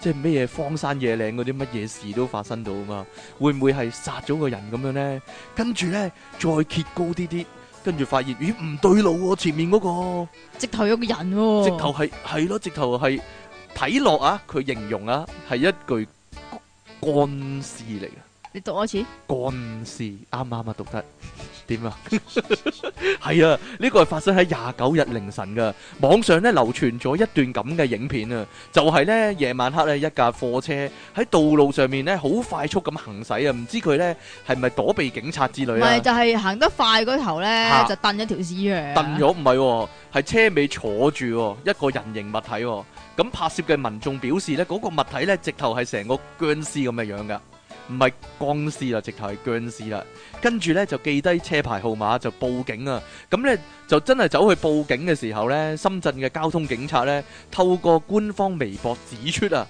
Speaker 1: 即係咩嘢荒山野嶺嗰啲乜嘢事都發生到啊嘛，會唔會係殺咗個人咁樣呢？跟住呢，再揭高啲啲。跟住發現，咦唔對路喎、前面嗰、個
Speaker 2: 直頭有個人喎，
Speaker 1: 直頭係係咯，直頭係睇落啊，佢形容啊係一句乾屍嚟嘅， [LAUGHS]
Speaker 2: 你讀我一次，
Speaker 1: 乾屍啱唔啱啊？讀得點啊？係啊， [LAUGHS] 呢個係發生喺廿九日凌晨噶，網上咧流傳咗一段咁嘅影片啊，就係咧夜晚黑咧一架貨車喺道路上面咧好快速咁行駛啊，唔知佢咧係咪躲避警察之
Speaker 2: 唔
Speaker 1: 類啊
Speaker 2: 係？就係行得快嗰頭
Speaker 1: 嚇
Speaker 2: 咧，就蹬一條屎出嚟啊，
Speaker 1: 蹬咗唔係喎，係車尾坐住喎一個人形物體喎。咁拍攝嘅民眾表示呢嗰、個物體呢，直頭係成個僵屍咁嘅樣噶，唔係僵屍啊啦，直頭係僵屍啦。跟住呢，就記低車牌號碼就報警啊。咁呢，就真係走去報警嘅時候呢，深圳嘅交通警察呢，透過官方微博指出啊，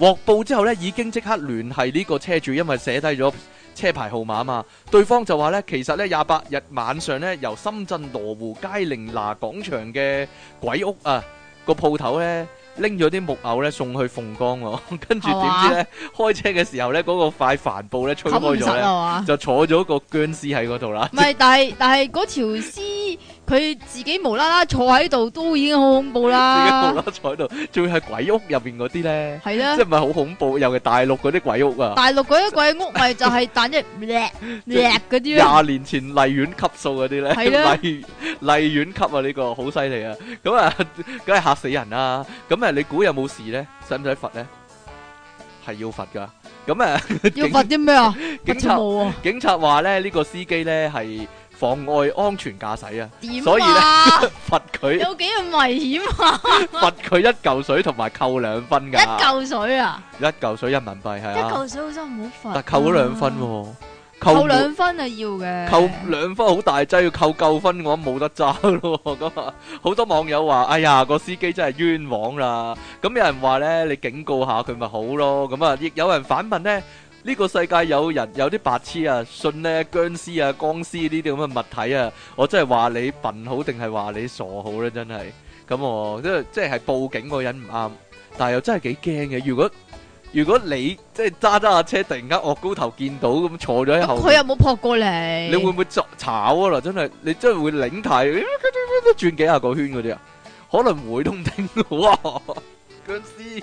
Speaker 1: 獲報之後呢，已經即刻聯繫呢個車主，因為寫低咗車牌號碼嘛。對方就話呢，其實呢，廿八日晚上呢，由深圳羅湖佳寧拿廣場嘅鬼屋啊個鋪頭呢，拎咗啲木偶呢送去鳳崗喎， [LAUGHS] 跟住點知呢，開車嘅時候呢，嗰、個塊帆布呢吹
Speaker 2: 冚
Speaker 1: 開
Speaker 2: 唔
Speaker 1: 咗
Speaker 2: 實
Speaker 1: 呢，
Speaker 2: 啊嘛。
Speaker 1: 就坐咗個僵屍喺嗰度啦
Speaker 2: 唔。係，但係但係嗰條屍佢自己無啦啦坐喺度都已經好恐
Speaker 1: 自己
Speaker 2: 怖
Speaker 1: 無
Speaker 2: 啦
Speaker 1: 啦，啦坐喺度，仲要係鬼屋入邊嗰啲呢，
Speaker 2: 啊係
Speaker 1: 即
Speaker 2: 啦
Speaker 1: 係。唔係好恐怖？尤其大陸嗰啲鬼屋啊，
Speaker 2: 大陸嗰啲鬼屋咪就係彈一 [LAUGHS] 叻叻嗰啲
Speaker 1: [LAUGHS]
Speaker 2: 咯，
Speaker 1: 廿年前麗苑級數嗰啲呢，
Speaker 2: 係
Speaker 1: [LAUGHS]
Speaker 2: 啦
Speaker 1: 麗麗苑級啊呢個好犀利啊！咁啊， [LAUGHS] 梗係嚇死人啦！咁啊，你估有冇事呢？使唔使罰呢？係要罰噶。咁啊， [LAUGHS]
Speaker 2: 要罰啲咩啊？罰
Speaker 1: 警
Speaker 2: 跳
Speaker 1: 察
Speaker 2: 舞啊？
Speaker 1: 警察話呢，呢個司機呢係妨礙安全駕駛啊，
Speaker 2: 點
Speaker 1: 所以呢
Speaker 2: 啊？
Speaker 1: 罰佢
Speaker 2: 有幾咁危險啊？
Speaker 1: [LAUGHS] 罰佢一嚿水同埋扣兩分
Speaker 2: 一
Speaker 1: 㗎。
Speaker 2: 嚿水啊！
Speaker 1: 一嚿水人民幣係
Speaker 2: 一
Speaker 1: 啊，
Speaker 2: 嚿水好真唔好罰啊，
Speaker 1: 但扣咗兩分喎，
Speaker 2: 扣
Speaker 1: 滿
Speaker 2: 兩分啊要 [LAUGHS] 嘅，
Speaker 1: 扣兩分好大劑，要扣夠分我諗冇得揸咯咁啊！好多網友話：哎呀，個司機真係冤枉啦！咁有人話呢，你警告下佢咪好咯？咁啊，亦有人反問呢，呢個世界有人有啲白痴啊，信呢僵屍啊、僵屍呢啲咁嘅物體啊，我真係話你笨好定係話你傻好呢？真係咁我即係即係係報警嗰個人唔啱，但係又真係幾驚嘅。如果如果你即係揸揸下車，突然間惡高頭見到咁坐咗喺後面
Speaker 2: 咁佢又冇撲過嚟，
Speaker 1: 你會唔會作炒啊啦？真係你真係會領題，轉幾下個圈嗰啲啊？可能會都唔定嘅喎，僵屍。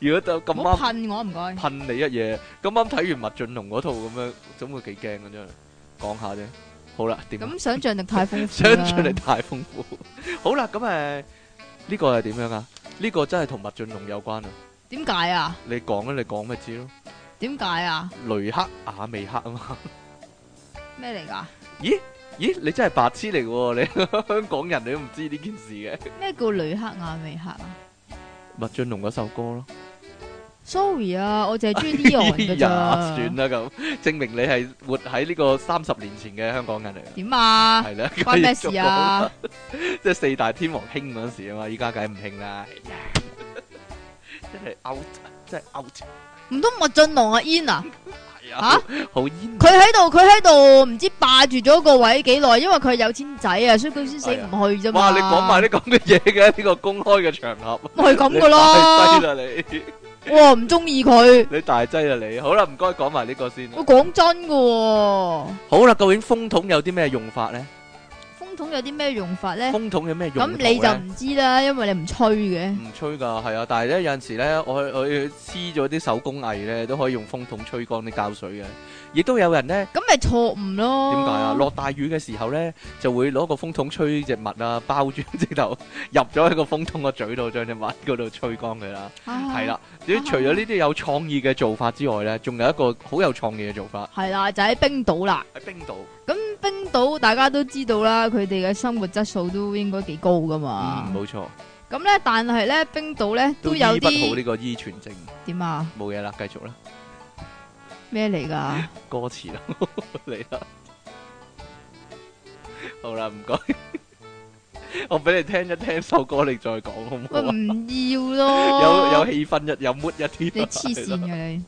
Speaker 1: 如果就咁
Speaker 2: 唔好
Speaker 1: 啱
Speaker 2: 噴我唔該。
Speaker 1: 噴你一嘢，咁啱睇完麥浚龍嗰套咁樣，總會幾驚嘅真係。講下啫，好啦，點啊？ [LAUGHS]
Speaker 2: 咁想像力太豐富啦
Speaker 1: 想像力太豐富。好啦，咁誒呢個係點樣啊？呢個真係同麥浚龍有關啊！
Speaker 2: 點解啊？
Speaker 1: 你講啊，你 [LAUGHS] 講咪知咯。
Speaker 2: 點解啊？
Speaker 1: 雷克雅未克啊嘛。
Speaker 2: 咩嚟㗎？
Speaker 1: 咦，你真係白痴嚟喎！你香港人你都唔知呢件事嘅。
Speaker 2: 咩叫雷克雅未克啊
Speaker 1: 麥浚龍嗰首歌咯，
Speaker 2: ？Sorry 啊，我淨係中意
Speaker 1: [LAUGHS]
Speaker 2: Leon 㗎
Speaker 1: Dạ,
Speaker 2: 咋。
Speaker 1: 哎算啦咁，證明你係活喺呢個三十年前嘅香港人嚟嘅，[LAUGHS]
Speaker 2: 點啊？
Speaker 1: 係啦。
Speaker 2: 關咩事啊？
Speaker 1: 即係四大天王興嗰陣時啊嘛，依家梗係唔興啦。真係 out，真係 out，
Speaker 2: 唔通麥浚龍啊 In 啊？
Speaker 1: 係
Speaker 2: 嚇
Speaker 1: 啊，好煙
Speaker 2: 佢喺度，佢喺度唔知霸住咗個位幾耐，因為佢係有錢仔啊，所以佢先死唔去啫嘛。
Speaker 1: 哎哇！你講埋啲咁嘅嘢嘅呢個公開嘅場合，
Speaker 2: 咪係咁噶
Speaker 1: 你
Speaker 2: 咯，
Speaker 1: 大劑啦你，
Speaker 2: 我唔中意佢。
Speaker 1: 你大劑啦你。好啦，唔該講埋呢個先啦。
Speaker 2: 我講真噶、喎，
Speaker 1: 好啦，究竟風筒有啲咩用法咧？
Speaker 2: 風筒有啲咩用法咧？
Speaker 1: 風筒有咩用
Speaker 2: 咁
Speaker 1: 途
Speaker 2: 你就
Speaker 1: 咧？
Speaker 2: 唔知啦，因為你唔吹嘅。
Speaker 1: 唔吹噶，係啊！但係咧有陣時咧，我去我去黐咗啲手工藝咧，都可以用風筒吹乾啲膠水嘅。亦都有人咧，
Speaker 2: 咁咪錯誤咯。
Speaker 1: 點解啊？落大雨嘅時候咧，就會攞個風筒吹只襪啊，包住 [LAUGHS] 直頭入咗喺個風筒個嘴度，將只襪嗰度吹乾佢啦。
Speaker 2: 啊
Speaker 1: 係啦，你除咗呢啲有創意嘅做法之外咧，仲有一個好有創意嘅做法
Speaker 2: 係啦，就喺冰島啦。
Speaker 1: 喺冰島。
Speaker 2: 咁冰島大家都知道啦，佢哋嘅生活質素都應該幾高噶嘛
Speaker 1: 嗯，。冇錯，
Speaker 2: 咁咧、但係咧，冰島咧
Speaker 1: 都
Speaker 2: 啊都
Speaker 1: 醫
Speaker 2: 有
Speaker 1: 不好呢
Speaker 2: 啲
Speaker 1: 個依存症，
Speaker 2: 點啊？
Speaker 1: 冇嘢啦，繼續啦，
Speaker 2: 咩
Speaker 1: [LAUGHS]
Speaker 2: 嚟噶？
Speaker 1: 歌詞啦，嚟啦，好啦，唔該， [LAUGHS] 我俾你聽一聽首歌，你再講好唔好
Speaker 2: 喂，
Speaker 1: 啊？
Speaker 2: 唔要
Speaker 1: 有
Speaker 2: 咯。
Speaker 1: 有氣氛一有 mood 一啲啦，
Speaker 2: 你黐線
Speaker 1: 係啦
Speaker 2: 嘅
Speaker 1: [LAUGHS]
Speaker 2: 你。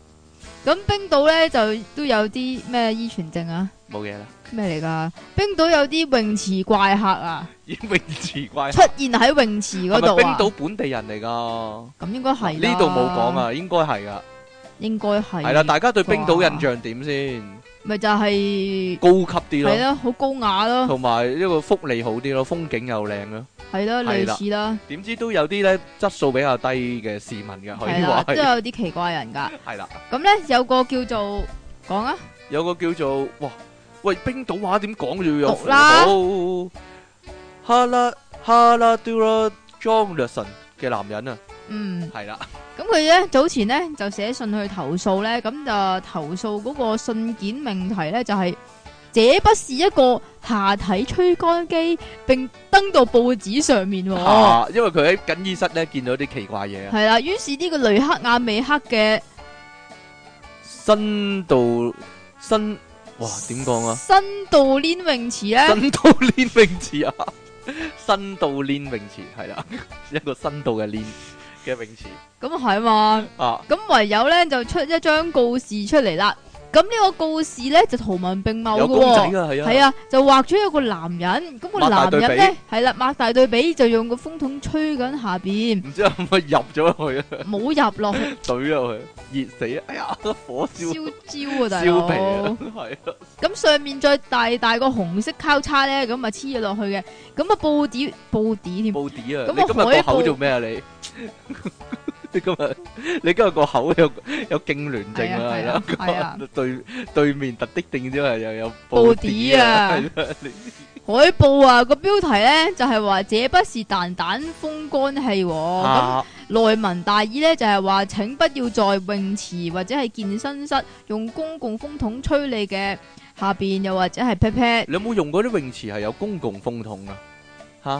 Speaker 2: 咁冰島咧就都有啲咩依存症啊？
Speaker 1: 冇
Speaker 2: [LAUGHS]
Speaker 1: 嘢啦，
Speaker 2: 咩嚟噶？冰島有啲泳池怪客啊，
Speaker 1: 已經永持怪
Speaker 2: 出現喺泳池嗰
Speaker 1: 係
Speaker 2: 度
Speaker 1: 咪冰
Speaker 2: 啊。
Speaker 1: 島本地人嚟噶？
Speaker 2: 咁應該係啦
Speaker 1: 呢度冇講，啊，應該係噶，
Speaker 2: 應該係
Speaker 1: 係啦，大家對
Speaker 2: 啩
Speaker 1: 冰島印象點先？
Speaker 2: 咪就係
Speaker 1: 高級啲咯，
Speaker 2: 係咯，好高雅咯，
Speaker 1: 同埋呢個福利好啲咯，風景又靚咯。
Speaker 2: 係咯，
Speaker 1: 係啦
Speaker 2: 類似啦，
Speaker 1: 點知都有啲咧質素比較低嘅市民嘅，可以
Speaker 2: 係
Speaker 1: 話
Speaker 2: 啦，都
Speaker 1: 係
Speaker 2: 有啲奇怪人㗎。
Speaker 1: 係啦。
Speaker 2: 咁咧有個叫做講啊，
Speaker 1: 有個叫做哇喂冰島話點講要有
Speaker 2: 讀啦
Speaker 1: 符號，哈啦哈啦嘟啦 Johnson 嘅男人啊，
Speaker 2: 嗯，
Speaker 1: 係啦，
Speaker 2: 咁佢咧早前咧就寫信去投訴咧，咁就投訴嗰個信件命題咧就係、這不是一個下體吹乾機，並登到報紙上面、喎。
Speaker 1: [LAUGHS] 啊因為佢喺更衣室咧見到啲奇怪嘢啊，
Speaker 2: 係啦，於是呢個雷克雅未克嘅
Speaker 1: 伸到伸哇點講啊，
Speaker 2: 新道連泳池咧，
Speaker 1: 伸到連泳池啊，伸到連泳池係啦， [LAUGHS] 一個伸到嘅連嘅泳池
Speaker 2: 咁係嘛？
Speaker 1: 啊，
Speaker 2: 咁唯有咧就出一張告示出嚟啦。咁呢個告示咧就圖文並茂
Speaker 1: 有
Speaker 2: 嘅
Speaker 1: 公仔
Speaker 2: 喎，
Speaker 1: 㗎係啊，
Speaker 2: 係啊，就畫咗一個男人，咁、個
Speaker 1: 擘大
Speaker 2: 男
Speaker 1: 對比
Speaker 2: 人咧係啦，擘大對比就用個風筒吹緊
Speaker 1: [LAUGHS]
Speaker 2: 下邊，
Speaker 1: 唔知係咪入咗去啊，
Speaker 2: 冇入落去
Speaker 1: 懟咗去，熱死啊，哎呀火燒。
Speaker 2: 燒焦啊大
Speaker 1: 燒皮
Speaker 2: 佬
Speaker 1: 啊！，係啊，
Speaker 2: 咁上面再大大個紅色交叉咧，咁啊黐咗落去嘅，咁啊報紙報紙添，
Speaker 1: 報紙啊！
Speaker 2: 咁
Speaker 1: 你今
Speaker 2: 我海
Speaker 1: 日個口
Speaker 2: 報
Speaker 1: 做咩啊？你 [LAUGHS] 你今日你今日個口有有痙攣症啊，係
Speaker 2: 係啊係啊
Speaker 1: 啦， [LAUGHS] 對對面突的定之外又有
Speaker 2: 報
Speaker 1: 報
Speaker 2: 紙
Speaker 1: 紙
Speaker 2: 啊
Speaker 1: 啊，係啦你
Speaker 2: 海報啊個標題咧就係話這不是蛋蛋風乾氣喎，哦咁。
Speaker 1: 啊
Speaker 2: 內文大意咧就係話，請不要在泳池或者係健身室用公共風筒吹你嘅下邊，又或者係 pat pat，
Speaker 1: 你有冇用過啲泳池係有公共風筒啊？吓，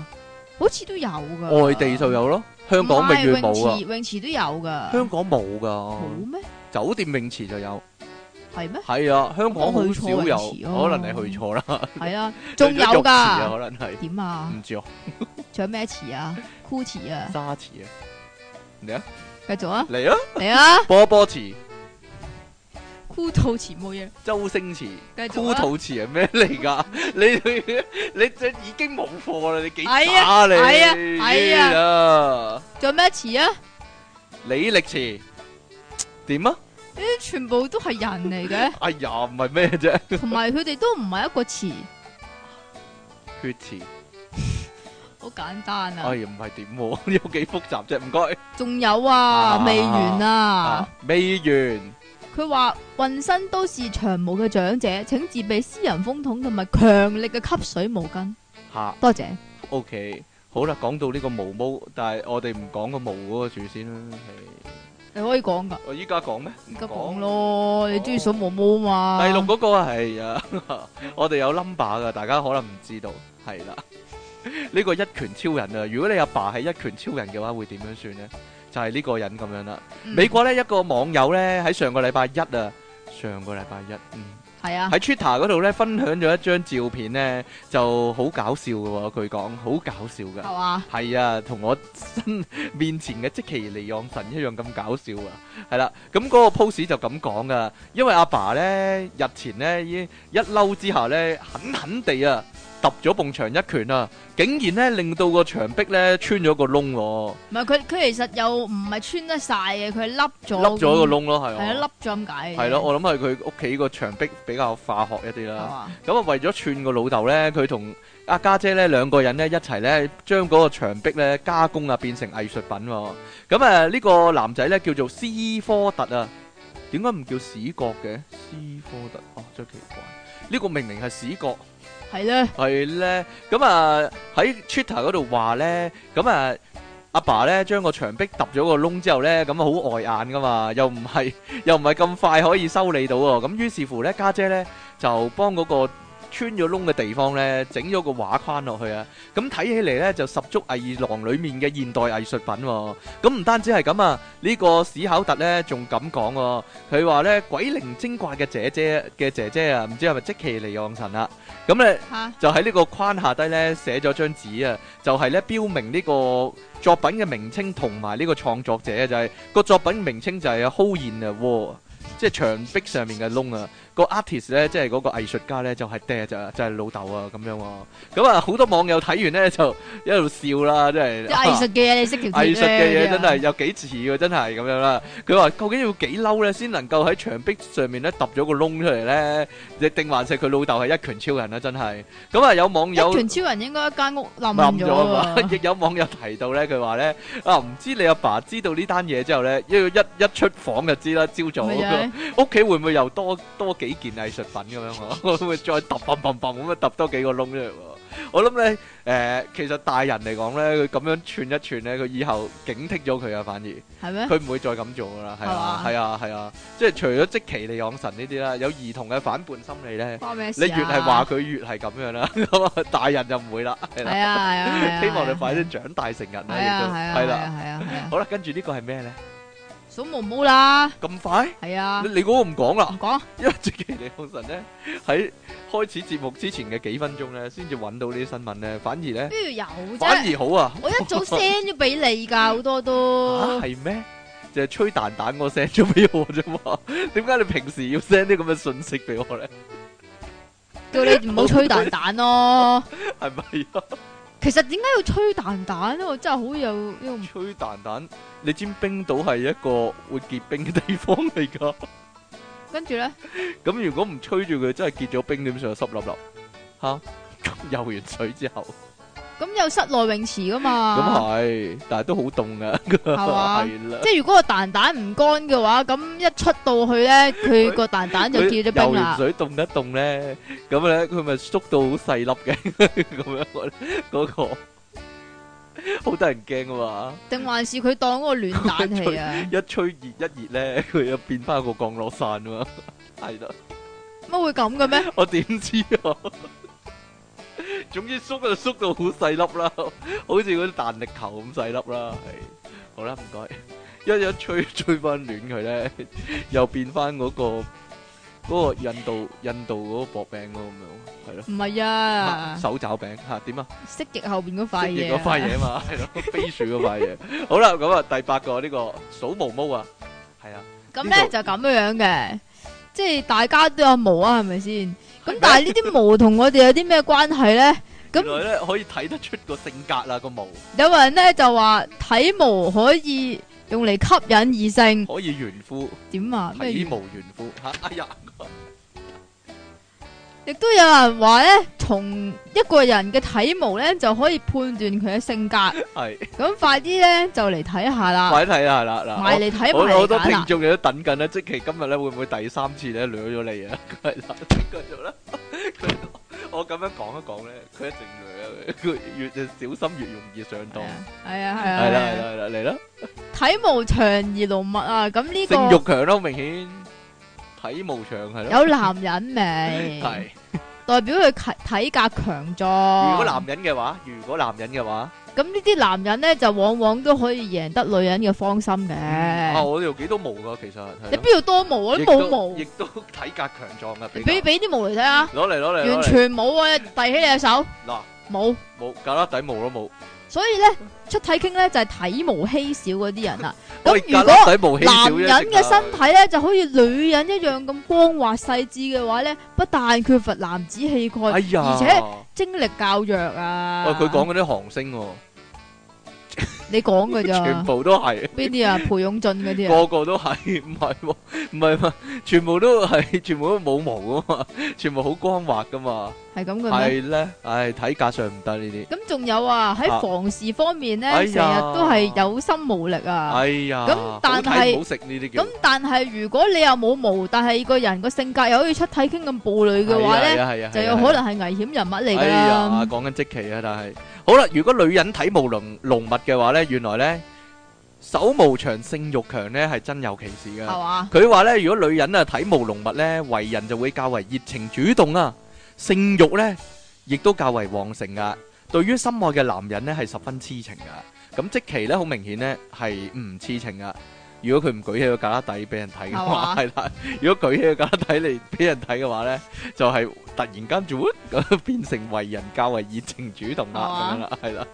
Speaker 2: 好似都有噶。
Speaker 1: 外地就有咯，香港永
Speaker 2: 唔
Speaker 1: 遠
Speaker 2: 係，
Speaker 1: 冇
Speaker 2: 泳
Speaker 1: 啊
Speaker 2: 池，泳池都有噶。
Speaker 1: 香港冇噶，
Speaker 2: 冇咩？
Speaker 1: 酒店泳池就有，？
Speaker 2: 係咩
Speaker 1: [LAUGHS] 係啊，香港好
Speaker 2: 我去
Speaker 1: 少
Speaker 2: 錯
Speaker 1: 有
Speaker 2: 泳池，咯
Speaker 1: 可能你去錯啦，
Speaker 2: 係啊，
Speaker 1: [LAUGHS]
Speaker 2: 仲有
Speaker 1: 去咗浴池啊
Speaker 2: 噶。
Speaker 1: 可能係
Speaker 2: 點啊？
Speaker 1: 唔知啊，
Speaker 2: 仲有咩池啊？酷池啊？
Speaker 1: 沙池啊，
Speaker 2: 繼續啊，
Speaker 1: 嚟啊，
Speaker 2: 嚟啊！
Speaker 1: 波波池。
Speaker 2: 酷肚池冇嘢，
Speaker 1: 周星馳
Speaker 2: 繼續啊
Speaker 1: 枯肚詞係咩嚟㗎？
Speaker 2: [LAUGHS]
Speaker 1: 你你你即已經冇貨啦！你幾
Speaker 2: 哎呀
Speaker 1: 渣你？
Speaker 2: 哎呀哎呀
Speaker 1: 呀！
Speaker 2: 仲有咩池啊？
Speaker 1: 李力詞點啊？
Speaker 2: 啲全部都係人嚟
Speaker 1: [LAUGHS]
Speaker 2: 嘅，
Speaker 1: 哎呀，唔係咩啫？ [LAUGHS]
Speaker 2: 同埋佢哋都唔係一個詞，
Speaker 1: 血池，
Speaker 2: 好簡單啊
Speaker 1: 哎。呀，唔係點喎？有幾複雜啫？唔該。
Speaker 2: 仲有啊，
Speaker 1: 啊
Speaker 2: 未完啊
Speaker 1: 啊。，未完。
Speaker 2: 佢話渾身都是長毛嘅長者，請自備私人風筒同埋強力嘅吸水毛巾。
Speaker 1: 吓
Speaker 2: 多謝。
Speaker 1: ，OK，好啦，講到呢個毛毛，但係我哋唔講個毛嗰個住先啦。係
Speaker 2: 你可以講噶，
Speaker 1: 我依家講咩？唔
Speaker 2: 而家講
Speaker 1: 講。
Speaker 2: 咯，你中意數毛毛嘛？
Speaker 1: 第六嗰個係啊， [LAUGHS] 我哋有 number 噶，大家可能唔知道，係啦。呢個一拳超人啊，如果你阿爸係一拳超人嘅話，會點樣算呢？就係呢個人咁樣啦。
Speaker 2: 嗯
Speaker 1: 美國呢一個網友呢，喺上個禮拜一啊，上個禮拜一，嗯，
Speaker 2: 係啊，
Speaker 1: 喺 Twitter 嗰度呢，分享咗一張照片呢，就好搞笑嘅喎，佢講好搞笑㗎。
Speaker 2: 係嘛？
Speaker 1: 係啊，同我身面前嘅即其尼昂神一樣咁搞笑啊！係啦，咁嗰個 pose 就咁講噶，因為阿爸呢，日前呢已經一嬲之下呢，狠狠地啊揼咗埲牆一拳啊，竟然呢令到個牆壁呢穿咗個窿喎，
Speaker 2: 唔係佢佢其實又唔係穿得晒嘅，佢係凹咗，
Speaker 1: 凹咗個，窿咯，係
Speaker 2: 係啊，
Speaker 1: 啊，
Speaker 2: 凹咗咁解嘅。
Speaker 1: 係咯，我諗係佢屋企個牆壁比較化學一啲
Speaker 2: 係
Speaker 1: 啦。
Speaker 2: 嘛？
Speaker 1: 咁啊，為咗串個老豆呢，佢同阿家姐呢兩個人呢一齊呢，將嗰個牆壁呢加工啊，變成藝術品喎、咁啊，呢個男仔呢叫做斯科特啊，點解唔叫史國嘅？斯科特哦，真奇怪。呢個明明係史國，
Speaker 2: 係咧，
Speaker 1: 係 [LAUGHS] 呢。咁啊喺 Twitter 嗰度話呢，咁啊阿爸呢將個牆壁揼咗個窿之後呢，咁啊好礙眼噶嘛，又唔係又唔係咁快可以修理到喎。咁於是乎呢，家姐呢就幫嗰個穿咗窿嘅地方呢整咗個畫框落去啊。咁睇起嚟呢，就十足藝廊裡面嘅現代藝術品喎、咁唔單止係咁啊，呢、個史考特呢仲咁講喎，佢話呢鬼靈精怪嘅姐姐嘅姐姐啊，唔知係咪即其尼昂神啊？咁呢。
Speaker 2: 吓
Speaker 1: 就喺呢個框下低呢寫咗張紙啊，就係、呢標明呢個作品嘅名稱同埋呢個創作者啊就係、個作品名稱就係《蒿燕啊 Wall》，即係牆壁上面嘅窿啊。個 artist 呢，即係嗰個藝術家呢，就係爹就就係老豆啊咁樣喎。咁啊，好多網友睇完呢，就一路笑啦，真
Speaker 2: 即
Speaker 1: 係。
Speaker 2: 係藝術嘅嘢，你識
Speaker 1: [LAUGHS]
Speaker 2: 條
Speaker 1: 藝術嘅嘢真係
Speaker 2: 係
Speaker 1: 有幾似喎，真係咁樣啦。佢話究竟要幾嬲咧，先能夠喺牆壁上面咧揼咗個窿出嚟咧？你定還是佢老豆係一拳超人啦？真係咁啊！有網友
Speaker 2: 一拳超人應該一間屋冧
Speaker 1: 冧咗
Speaker 2: 咗
Speaker 1: 啊
Speaker 2: 啊
Speaker 1: 嘛， [LAUGHS] 亦有網友提到咧，佢話咧啊，唔知你阿爸知道呢單嘢之後咧，一一一出房就知啦，朝早
Speaker 2: 咪就係
Speaker 1: 屋企會唔會又多多幾件藝術品咁樣喎？ [LAUGHS] 會唔會再揼揼揼揼咁啊揼多幾個窿出嚟喎？我諗咧，誒、其實大人嚟講咧，佢咁樣串一串咧，佢以後警惕咗佢啊，反
Speaker 2: [LAUGHS]
Speaker 1: 而
Speaker 2: 係咩？
Speaker 1: 佢唔會再咁做噶啦，係啊，
Speaker 2: 係嘛
Speaker 1: 係啊，係啊，即係除咗即其利養神呢啲啦，有兒童嘅反叛心
Speaker 2: [LAUGHS]
Speaker 1: 理咧，
Speaker 2: 關咩
Speaker 1: 你
Speaker 2: 事啊
Speaker 1: 越係話佢越係咁樣啦， [LAUGHS] 咁啊大人就唔會啦，係
Speaker 2: 係
Speaker 1: 啦，
Speaker 2: 啊係啊係啊，
Speaker 1: 希望你快啲長大成人
Speaker 2: 係
Speaker 1: 啦，亦
Speaker 2: 啊
Speaker 1: 都
Speaker 2: 係啊
Speaker 1: 係
Speaker 2: 係啊
Speaker 1: 啦，
Speaker 2: 係啊係啊，
Speaker 1: 好啦，跟住呢個係咩咧？
Speaker 2: 數毛毛啦，
Speaker 1: 咁快？
Speaker 2: 係啊
Speaker 1: 你，你嗰個唔講啦
Speaker 2: 唔。講
Speaker 1: 因為最近李浩神咧喺開始節目之前嘅幾分鐘咧，先至揾到呢啲新聞咧，反而咧
Speaker 2: 邊度有
Speaker 1: 反
Speaker 2: 啫？
Speaker 1: 而好啊！
Speaker 2: 我一早 send 咗俾你㗎，好多
Speaker 1: [LAUGHS] 啊
Speaker 2: 都
Speaker 1: 係咩？就係吹蛋蛋我 send 咗俾我啫嘛， [LAUGHS] 點解你平時要 send 啲咁嘅信息俾我咧？
Speaker 2: 叫你唔好吹蛋蛋咯。
Speaker 1: 係咪啊？
Speaker 2: 其實點解要吹蛋蛋咧？我真係好有呢個唔
Speaker 1: 吹蛋蛋，你知唔知冰島係一個會結冰嘅地方嚟㗎？ [LAUGHS]
Speaker 2: 跟住咧，
Speaker 1: 咁如果唔吹住佢，真係結咗冰點算啊？濕立立嚇！ [LAUGHS] 游完水之後，
Speaker 2: 咁有室內泳池噶
Speaker 1: 咁
Speaker 2: 嘛？
Speaker 1: 係，但係都好凍啊，
Speaker 2: 啊係
Speaker 1: [LAUGHS]
Speaker 2: 嘛
Speaker 1: 係啦
Speaker 2: 即。係如果個蛋蛋唔乾嘅話，咁一出到去咧，佢個蛋蛋就
Speaker 1: 佢
Speaker 2: 結咗
Speaker 1: [LAUGHS] 游
Speaker 2: 冰
Speaker 1: 完
Speaker 2: 啦。
Speaker 1: 水凍一凍咧，咁咧佢咪縮到好細粒嘅， [LAUGHS] 咁樣嗰、嗰個好得人驚啊嘛！
Speaker 2: 定還是佢當嗰個暖蛋
Speaker 1: [LAUGHS]
Speaker 2: 器啊？
Speaker 1: 一吹熱一熱咧， [LAUGHS] 佢又變翻個降落傘啊嘛， [LAUGHS] 係啦，
Speaker 2: 乜會咁嘅
Speaker 1: [LAUGHS]
Speaker 2: 咩？
Speaker 1: 我點知啊？ [LAUGHS] 總之縮就啊縮到好細粒啦， [LAUGHS] 好似嗰啲彈力球咁細粒啦，係好啦，唔該，一一吹 [LAUGHS] 吹翻暖佢咧， [LAUGHS] 又變翻嗰、個嗰、個印度印度嗰個薄餅嗰個咁樣，係咯。
Speaker 2: 唔係啊，
Speaker 1: 手爪餅嚇點啊？
Speaker 2: 蜥蜴後邊嗰塊
Speaker 1: 即
Speaker 2: 嘢
Speaker 1: 係
Speaker 2: 啊，
Speaker 1: 嗰塊嘢
Speaker 2: [LAUGHS]
Speaker 1: 嘛，係咯，飛鼠嗰塊嘢。好啦，咁啊，第八個呢個數毛毛啊，係啊，
Speaker 2: 咁
Speaker 1: 呢
Speaker 2: 咧
Speaker 1: 度
Speaker 2: 就咁樣樣嘅，即係大家都有毛啊，係咪先？咁
Speaker 1: 咩
Speaker 2: 但係呢啲毛同我哋有啲咩關係咧？咁
Speaker 1: 原來咧可以睇得出個性格啦，個毛
Speaker 2: 有人咧就話體毛可以用嚟吸引異性，
Speaker 1: 可以炫夫，
Speaker 2: 點啊？咩
Speaker 1: 體
Speaker 2: 原
Speaker 1: 無炫夫吓，哎
Speaker 2: [LAUGHS]
Speaker 1: 呀，
Speaker 2: 亦都有人話咧，從一個人嘅體毛咧就可以判斷佢嘅性
Speaker 1: [LAUGHS]
Speaker 2: 格。
Speaker 1: 係
Speaker 2: 咁快啲咧就嚟睇下啦，
Speaker 1: 快睇下啦嗱，
Speaker 2: 埋嚟睇
Speaker 1: 我
Speaker 2: 埋
Speaker 1: 好
Speaker 2: 嚟
Speaker 1: 多
Speaker 2: 揀啊
Speaker 1: 聽
Speaker 2: 啦。
Speaker 1: 眾亦都等緊咧，即其今日咧會唔會第三次咧掠咗你啊？係啦，繼續啦。佢我咁樣講一講咧，佢一定掠啊！佢越小心越容易上當。
Speaker 2: 係啊係啊，
Speaker 1: 係啦係啦係啦，嚟啦！
Speaker 2: 體毛長而濃密啊，咁呢
Speaker 1: 性慾
Speaker 2: 個
Speaker 1: 強咯，明顯體無長係咯。
Speaker 2: 有男人味，
Speaker 1: 係，
Speaker 2: 代表佢體體格強壯。
Speaker 1: 如果男人嘅話，如果男人嘅話，
Speaker 2: 咁呢啲男人咧就往往都可以贏得女人嘅芳心嘅。
Speaker 1: 啊，我哋幾多毛噶，其實係
Speaker 2: 你
Speaker 1: 咯。
Speaker 2: 邊度多毛啊？
Speaker 1: 亦
Speaker 2: 都
Speaker 1: 都
Speaker 2: 冇毛
Speaker 1: 亦，啊都體格強壯嘅，比
Speaker 2: 俾
Speaker 1: 較
Speaker 2: 俾啲毛嚟睇下，
Speaker 1: 攞嚟攞嚟，攞嚟
Speaker 2: 完全冇啊！遞起你隻手
Speaker 1: 嗱
Speaker 2: 冇。
Speaker 1: 冇格拉底毛都冇，
Speaker 2: 所以咧，出體傾咧就係體毛稀少嗰啲人啦。咁
Speaker 1: 喂
Speaker 2: 如
Speaker 1: 格
Speaker 2: 果
Speaker 1: 拉底毛稀少
Speaker 2: [LAUGHS] 男
Speaker 1: 啫
Speaker 2: 人嘅
Speaker 1: 直頭
Speaker 2: 身體咧就好似女人一樣咁光滑細緻嘅話咧，不但缺乏男子氣概，
Speaker 1: 哎呀，
Speaker 2: 而且精力較弱啊。
Speaker 1: 喂佢講嗰啲韓星喎，
Speaker 2: 你講噶
Speaker 1: 全
Speaker 2: 咋？
Speaker 1: 部都係，
Speaker 2: 邊
Speaker 1: [LAUGHS]
Speaker 2: 啲啊？裴勇俊嗰啲啊？
Speaker 1: 個個都 [LAUGHS] 係，唔係喎，唔係嘛，全部都係，全部都冇毛噶嘛，全部好光滑噶嘛，
Speaker 2: 係咁嘅咩？
Speaker 1: 係咧，唉，體格上唔得呢啲，
Speaker 2: 咁仲有啊，喺
Speaker 1: 啊
Speaker 2: 房事方面咧，
Speaker 1: 哎
Speaker 2: 成日
Speaker 1: 呀
Speaker 2: 都係有心無力啊。
Speaker 1: 哎呀，
Speaker 2: 咁但係
Speaker 1: 好睇唔好食呢啲叫
Speaker 2: 咁但係如果你又冇毛，但係個人個性格又好似出體傾咁暴戾嘅話
Speaker 1: 係
Speaker 2: 咧，
Speaker 1: 啊，係啊，係啊
Speaker 2: 就
Speaker 1: 係啊
Speaker 2: 有可能係危險人物嚟噶
Speaker 1: 哎呀，
Speaker 2: 啦。
Speaker 1: 講緊即期啊，但係好啦，如果女人體毛濃濃密嘅話咧，原來咧手毛長性慾強咧係真有其事
Speaker 2: 係
Speaker 1: 噶。
Speaker 2: 嘛？
Speaker 1: 佢話咧，如果女人啊體毛濃密咧，為人就會較為熱情主動啊，性慾咧亦都較為旺盛噶。對於心愛嘅男人咧係十分痴情噶。咁即期咧好明顯咧係唔痴情噶。如果佢唔舉起個架底俾人睇嘅話，係啦。如果舉起個架底嚟俾人睇嘅話咧，就係、突然間做咁變成為人較為熱情主動啦，咁樣啦，係啦。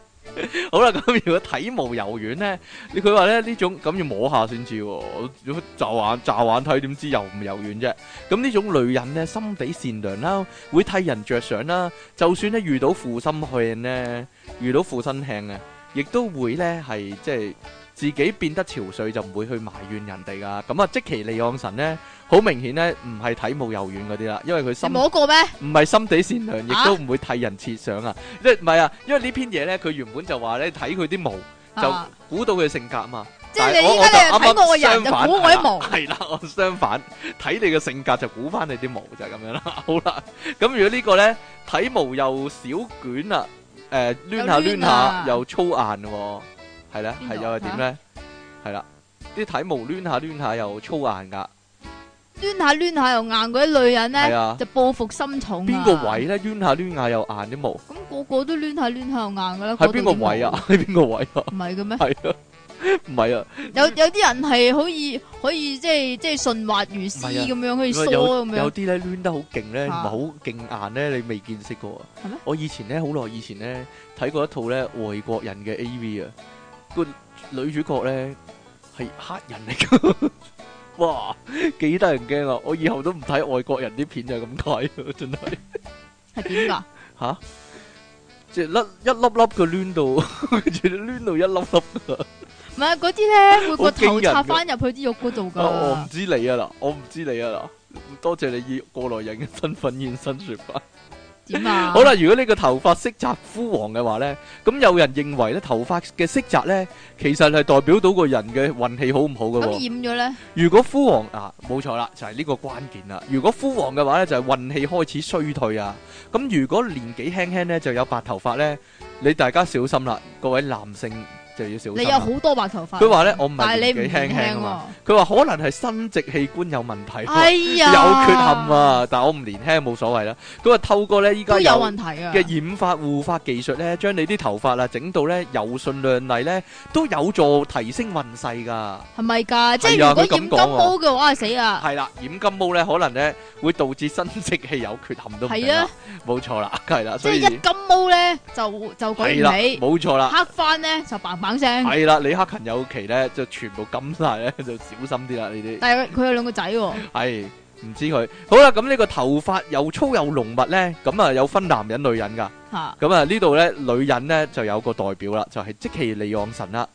Speaker 1: 好啦，咁如果體毛柔軟咧，你佢話咧呢種咁要摸下先知喎，我如果驟眼驟眼睇點知柔唔柔軟啫？咁呢種女人咧心地善良啦，會替人着想啦，就算咧遇到負心漢咧，遇到負身輕啊，亦都會咧係即係自己變得憔悴就唔會去埋怨人哋噶。咁啊，即其利昂神咧，好明顯咧唔係體毛柔軟嗰啲啦，因為佢
Speaker 2: 你
Speaker 1: 心。
Speaker 2: 摸過咩？
Speaker 1: 唔係心地善良，
Speaker 2: 啊
Speaker 1: 亦都唔會替人設想啊！即係唔係啊？因為呢篇嘢咧，佢原本就話咧睇佢啲毛，
Speaker 2: 啊
Speaker 1: 就估到佢性格嘛。
Speaker 2: 即係
Speaker 1: 但
Speaker 2: 你
Speaker 1: 我
Speaker 2: 依家你係
Speaker 1: 我就啱
Speaker 2: 睇
Speaker 1: 啱
Speaker 2: 我個人就
Speaker 1: 相反
Speaker 2: 估我啲毛，
Speaker 1: 係啦，係啦我相反睇你嘅性格就估翻你啲毛就係咁樣啦。 [LAUGHS] 好啦，咁如果呢個咧睇毛又小卷啦，誒攣下
Speaker 2: 又攣
Speaker 1: 攣
Speaker 2: 啊
Speaker 1: 下又粗硬喎，係咧
Speaker 2: 邊度
Speaker 1: 係又係點咧？係啦，啲睇毛攣下攣下又粗硬噶，
Speaker 2: 攣下攣下又硬嗰啲女人
Speaker 1: 係
Speaker 2: 咧，
Speaker 1: 啊，
Speaker 2: 就報復心重啊。
Speaker 1: 邊個位咧攣下攣下又硬啲毛？
Speaker 2: 咁個個都攣下攣下又硬噶啦。
Speaker 1: 喺
Speaker 2: 嗰度
Speaker 1: 邊個
Speaker 2: 點
Speaker 1: 位
Speaker 2: 冇
Speaker 1: 啊？？ [LAUGHS] 喺邊個位啊？
Speaker 2: 唔係嘅咩？
Speaker 1: 系啊，唔系啊，
Speaker 2: 有有啲人係可以可以即係即係順滑如絲
Speaker 1: 唔係啊
Speaker 2: 咁樣，可以梳
Speaker 1: 有
Speaker 2: 咁樣
Speaker 1: 有。啲咧挛得好勁咧，唔係
Speaker 2: 啊
Speaker 1: 好勁硬咧，你未見識過啊
Speaker 2: 係咩？
Speaker 1: 我以前咧好耐以前咧睇過一套咧外國人嘅 A V 啊，個女主角咧係黑人嚟噶， [LAUGHS] 哇，幾得人驚啊！我以後都唔睇外國人啲片就係咁解啊，真係
Speaker 2: 係點㗎？
Speaker 1: 吓，即係粒一粒粒佢挛到，跟住挛到一粒粒
Speaker 2: 唔係嗰啲咧，會個
Speaker 1: 好
Speaker 2: 頭
Speaker 1: 驚人
Speaker 2: 插
Speaker 1: 㗎
Speaker 2: 翻入去啲肉嗰度
Speaker 1: 啊！我唔。
Speaker 2: 㗎
Speaker 1: 知你啊嗱，我唔知你啊嗱，多謝你以過來人嘅身份現身說法。
Speaker 2: 點啊？
Speaker 1: 好啦，如果呢個頭髮色澤枯黃嘅話呢，咁有人認為咧頭髮嘅色澤呢，其實係代表到個人嘅運氣好唔好啊嘅喎。
Speaker 2: 咁染咗咧，
Speaker 1: 如果枯黃啊，冇錯啦，就係、呢個關鍵啦。如果枯黃嘅話呢，就係、運氣開始衰退啊。咁如果年紀輕輕呢，就有白頭髮呢，你大家小心啦，各位男性就要小
Speaker 2: 你
Speaker 1: 心
Speaker 2: 有
Speaker 1: 啦。
Speaker 2: 好多白頭髮。
Speaker 1: 佢話呢，我唔
Speaker 2: 但
Speaker 1: 係
Speaker 2: 係
Speaker 1: 年
Speaker 2: 你唔
Speaker 1: 紀輕輕啊
Speaker 2: 輕
Speaker 1: 嘛。
Speaker 2: 喎。
Speaker 1: 佢話可能係生殖器官有問題喎，
Speaker 2: 哎
Speaker 1: 有缺陷！
Speaker 2: 呀，
Speaker 1: 啊。但我唔年輕冇所謂啦。佢話透過呢，依家
Speaker 2: 都有
Speaker 1: 有
Speaker 2: 問題啊。
Speaker 1: 嘅染髮護髮技術咧，將你啲頭髮啊整到咧柔順亮麗咧，都有助提升運勢㗎。
Speaker 2: 係咪㗎？即係
Speaker 1: 係啊
Speaker 2: 如果
Speaker 1: 佢咁
Speaker 2: 染金毛嘅話，死啊！
Speaker 1: 係啦，染金毛咧，可能咧會導致生殖器有缺陷都唔定
Speaker 2: 係啊
Speaker 1: 啦。冇錯啦， [LAUGHS] 係啦，
Speaker 2: 即
Speaker 1: [LAUGHS] 所
Speaker 2: 係
Speaker 1: 以
Speaker 2: 一金毛咧就就舉唔
Speaker 1: 係啦，
Speaker 2: 起，
Speaker 1: 冇錯
Speaker 2: [LAUGHS]
Speaker 1: 啦。
Speaker 2: 黑翻咧就嘭嘭聲。
Speaker 1: 係啦，李克勤有期咧就全部金晒咧， [LAUGHS] 就小心啲啦呢啲。
Speaker 2: 但係佢有兩個仔喎，
Speaker 1: 係唔知佢好啦，咁呢個頭髮又粗又濃密咧，咁啊有分男人女人㗎。
Speaker 2: 嚇
Speaker 1: 咁啊，呢度咧女人咧就有個代表啦，就係即其利昂神啦。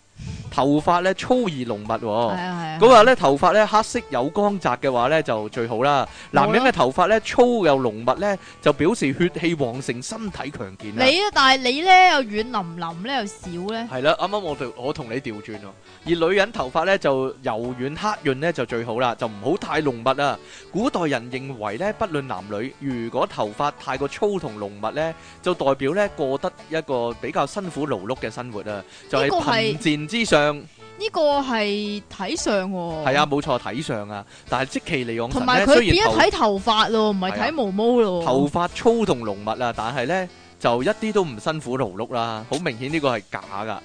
Speaker 1: 頭髮咧粗而濃密喎。
Speaker 2: 係啊係
Speaker 1: 嗰
Speaker 2: 啊，
Speaker 1: 話咧頭髮咧黑色有光澤嘅話咧就最好啦。男人嘅頭髮咧粗又濃密咧，就表示血氣旺盛、身體強健啦。
Speaker 2: 你啊，但係你咧又軟淋淋咧又少咧，
Speaker 1: 係啦，啱啱我同我同你調轉喎。而女人頭髮咧就柔軟黑潤咧就最好啦，就唔好太濃密啊。古代人認為咧，不論男女，如果頭髮太過粗同濃密咧，就代表咧過得一個比較辛苦勞碌嘅生活啊，就係
Speaker 2: 呢個係
Speaker 1: 貧賤之上。
Speaker 2: 呢個係睇相喎。
Speaker 1: 係啊，冇錯，睇上啊。但係即其利昂
Speaker 2: 同
Speaker 1: 神
Speaker 2: 埋
Speaker 1: 咧，
Speaker 2: 佢
Speaker 1: 雖
Speaker 2: 變
Speaker 1: 然
Speaker 2: 咗
Speaker 1: 頭
Speaker 2: 睇頭髮咯，唔係
Speaker 1: 係啊
Speaker 2: 睇毛毛咯。
Speaker 1: 頭髮粗同濃密啊，但係咧就一啲都唔辛苦勞碌啦，好明顯呢個係假噶，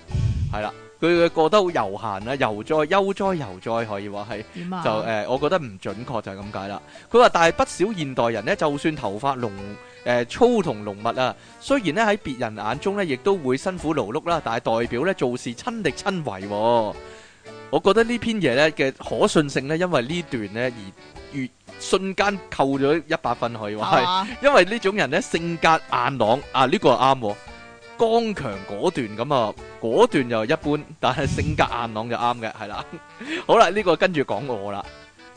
Speaker 1: 係啦，佢佢過得好悠閒啦，悠哉悠哉悠哉可以話係。
Speaker 2: 點啊？
Speaker 1: 就誒、呃我覺得唔準確就係咁解啦。佢話，但係不少現代人呢，就算頭髮濃誒、呃粗同濃密啊，雖然呢喺別人眼中呢，亦都會辛苦勞碌啦，但係代表呢做事親力親為、喎。我覺得呢篇嘢呢嘅可信性呢，因為呢段呢而越瞬間扣咗一百分可以話係。
Speaker 2: 係嘛
Speaker 1: 因為呢種人咧性格硬朗啊，呢、個啱喎，剛強果斷咁啊，果斷就一般，但係性格硬朗就啱嘅，係啦。 [LAUGHS] 好啦，呢、個跟住講我啦，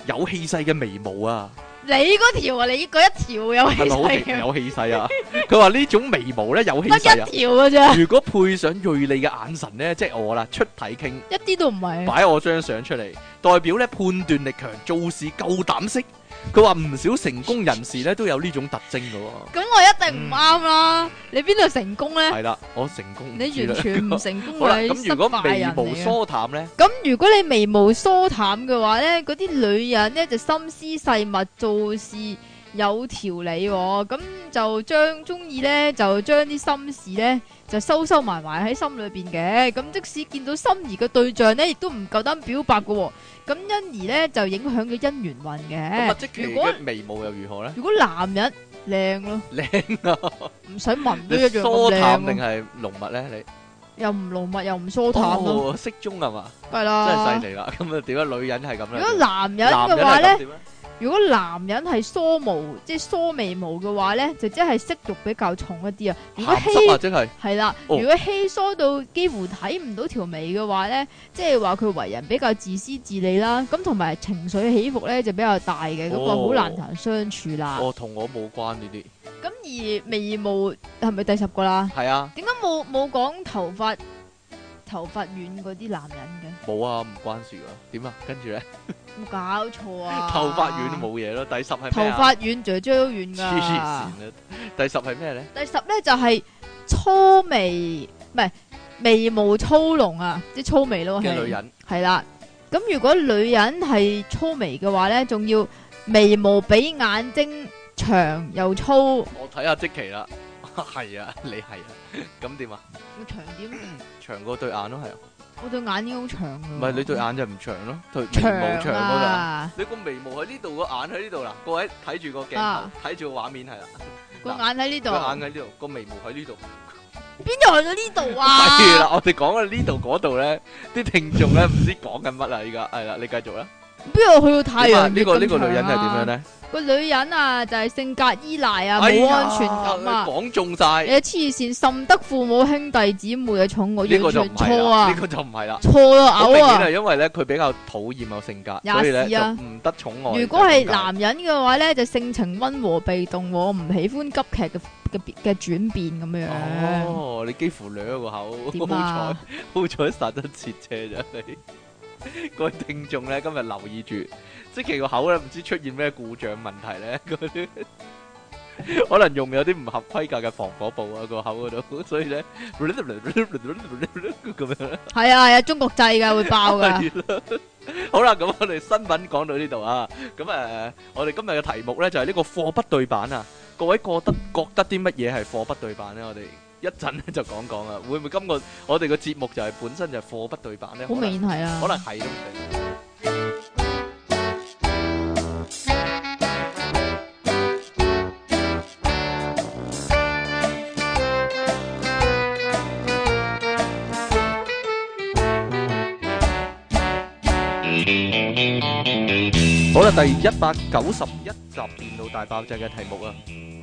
Speaker 1: 有氣勢嘅眉毛啊，
Speaker 2: 你嗰條啊，你嗰一條 [LAUGHS] 有氣
Speaker 1: 係咪好
Speaker 2: 勢
Speaker 1: 氣
Speaker 2: 嘅，
Speaker 1: 有氣勢啊？佢話呢種眉毛咧有氣
Speaker 2: 得
Speaker 1: 勢啊，
Speaker 2: 一條
Speaker 1: [LAUGHS]
Speaker 2: 嘅啫，
Speaker 1: 如果配上鋭利嘅眼神咧，即係我啦，出體傾。
Speaker 2: 一啲都唔係。
Speaker 1: 擺我張相出嚟，代表咧判斷力強，做事夠膽識。佢話唔少成功人士咧都有呢種特徵嘅
Speaker 2: [LAUGHS]
Speaker 1: 喎。
Speaker 2: 咁我一定唔啱啦！你邊度成功咧？
Speaker 1: 係啦，我成功唔知
Speaker 2: 你
Speaker 1: 啦。
Speaker 2: 完全唔成功，
Speaker 1: [LAUGHS] 好啦，
Speaker 2: 你
Speaker 1: 咁
Speaker 2: 失
Speaker 1: 如果
Speaker 2: 敗
Speaker 1: 眉
Speaker 2: 人
Speaker 1: 毛
Speaker 2: 嚟嘅。
Speaker 1: 疏淡咧，
Speaker 2: 咁如果你眉毛疏淡嘅話咧，嗰啲女人咧就心思細密，做事有條理、喎。咁就將中意咧就將啲心事咧就收收埋埋喺心裏邊嘅。咁即使見到心儀嘅對象咧，亦都唔夠膽表白嘅、喎。咁因而咧就影響咗姻緣運
Speaker 1: [LAUGHS] 咁啊
Speaker 2: 嘅。
Speaker 1: 即期
Speaker 2: 如果
Speaker 1: 嘅眉毛又如何咧？
Speaker 2: 如果男人靚咯，
Speaker 1: 靚啊！
Speaker 2: 唔使聞都一
Speaker 1: 你
Speaker 2: 樣
Speaker 1: 疏
Speaker 2: 咁
Speaker 1: 淡定啊
Speaker 2: 靚咯，
Speaker 1: 係濃密咧？你
Speaker 2: 又唔濃密又唔疏淡咯，
Speaker 1: 哦，適中係嘛？
Speaker 2: 梗係
Speaker 1: 真係
Speaker 2: 啦。
Speaker 1: 犀利啦！咁啊，點解女人係咁
Speaker 2: 如果
Speaker 1: 咧？
Speaker 2: 男人
Speaker 1: 男
Speaker 2: 嘅
Speaker 1: 人
Speaker 2: 話
Speaker 1: 係
Speaker 2: 咧
Speaker 1: 咁。點咧？
Speaker 2: 如果男人係梳毛，即係梳眉毛嘅話咧，就即係色欲比較重一啲啊。如果
Speaker 1: 鹹
Speaker 2: 稀
Speaker 1: 濕啊，即係
Speaker 2: 係啦，
Speaker 1: 哦
Speaker 2: 如果稀疏到幾乎睇唔到條眉嘅話咧，即係話佢為人比較自私自利啦。咁同埋情緒起伏咧就比較大嘅，咁
Speaker 1: 哦
Speaker 2: 個好難同人相處啦。
Speaker 1: 哦，同我冇關呢啲。
Speaker 2: 咁而眉毛係咪第十個啦？
Speaker 1: 係啊，
Speaker 2: 點解冇冇講頭髮頭髮軟嗰啲男人嘅？
Speaker 1: 冇啊，唔關事噶。點啊？跟住咧，
Speaker 2: 冇搞錯
Speaker 1: [LAUGHS]
Speaker 2: 啊！
Speaker 1: 頭髮軟冇嘢咯。第十係
Speaker 2: 頭
Speaker 1: 咩啊？
Speaker 2: 髮軟，雀雀都
Speaker 1: 黐
Speaker 2: 軟㗎。
Speaker 1: 線啊！第十係咩咧？
Speaker 2: 第十咧就係、粗眉，唔係眉毛粗濃啊，即係粗眉咯，
Speaker 1: 嘅
Speaker 2: 係
Speaker 1: 女人
Speaker 2: 係啦。咁如果女人係粗眉嘅話咧，仲要眉毛比眼睛長又粗，
Speaker 1: 我睇下即期啦。 [LAUGHS] 係啊，你係啊。咁點啊？
Speaker 2: 要長點？
Speaker 1: 長過對眼咯，係啊。
Speaker 2: 我對眼已經好長噶。
Speaker 1: 唔係你對眼就唔長咯，對眉
Speaker 2: 長
Speaker 1: 毛長嗰度啊。
Speaker 2: 啊，
Speaker 1: 你個眉毛喺呢度，個眼喺呢度啦。各位睇住個鏡頭
Speaker 2: 啊，
Speaker 1: 睇住個畫面係啦。
Speaker 2: 個眼喺呢度啊
Speaker 1: 個，眼喺呢度，個眉毛喺呢度。
Speaker 2: 邊度去到呢度
Speaker 1: [LAUGHS]
Speaker 2: 啊？
Speaker 1: 係啦，我哋講到呢度嗰度咧，啲聽眾咧唔知講緊乜啦，而家係啦，你繼續啦。
Speaker 2: 邊度去到太
Speaker 1: 點啊
Speaker 2: 陽？
Speaker 1: 呢個呢個女人係
Speaker 2: à.
Speaker 1: 點樣？咧？
Speaker 2: 個女人啊，就係性格依賴啊，
Speaker 1: 哎
Speaker 2: 冇
Speaker 1: 呀
Speaker 2: 安全感啊。
Speaker 1: 講中晒，
Speaker 2: 你黐線，甚得父母兄弟姊妹嘅寵愛，
Speaker 1: 呢個
Speaker 2: 完
Speaker 1: 就唔
Speaker 2: 全
Speaker 1: 係
Speaker 2: 錯
Speaker 1: 啦，呢
Speaker 2: 啊，
Speaker 1: 個就唔係啦。
Speaker 2: 錯到
Speaker 1: 好明
Speaker 2: 嘔
Speaker 1: 顯係
Speaker 2: 啊！
Speaker 1: 因為咧，佢比較討厭我性格，
Speaker 2: 也
Speaker 1: 所以咧
Speaker 2: 是
Speaker 1: 就
Speaker 2: 啊
Speaker 1: 唔得寵愛。
Speaker 2: 如果係男人嘅話咧，就性情温和被動喎，我唔喜歡急劇嘅嘅嘅轉變咁樣。
Speaker 1: 哦，你幾乎掠個口，
Speaker 2: 點
Speaker 1: 好彩
Speaker 2: 啊。？
Speaker 1: 好彩殺得切車啫你。 [LAUGHS] 各位聽眾咧，今日留意住，即其個口咧唔知出現咩故障問題咧， [LAUGHS] 嗰啲可能用有啲唔合規格嘅防火布啊個口嗰度，所以咧咁樣啦
Speaker 2: 係啊係啊，中國製㗎會爆㗎。
Speaker 1: [LAUGHS] 係啊啦。好啦，咁我哋新聞講到呢度啊，咁誒，我哋今日嘅題目咧就係呢個貨不對版啊。各位覺得覺得啲乜嘢係貨不對版咧？我哋一陣咧就講講啊，會唔會今個我哋個節目就係本身就係貨不對版咧？
Speaker 2: 好
Speaker 1: 可能
Speaker 2: 明顯係啊
Speaker 1: 可
Speaker 2: 啦。
Speaker 1: 能係都唔定。好啦，第一百九十一集電腦大爆炸嘅題目啊，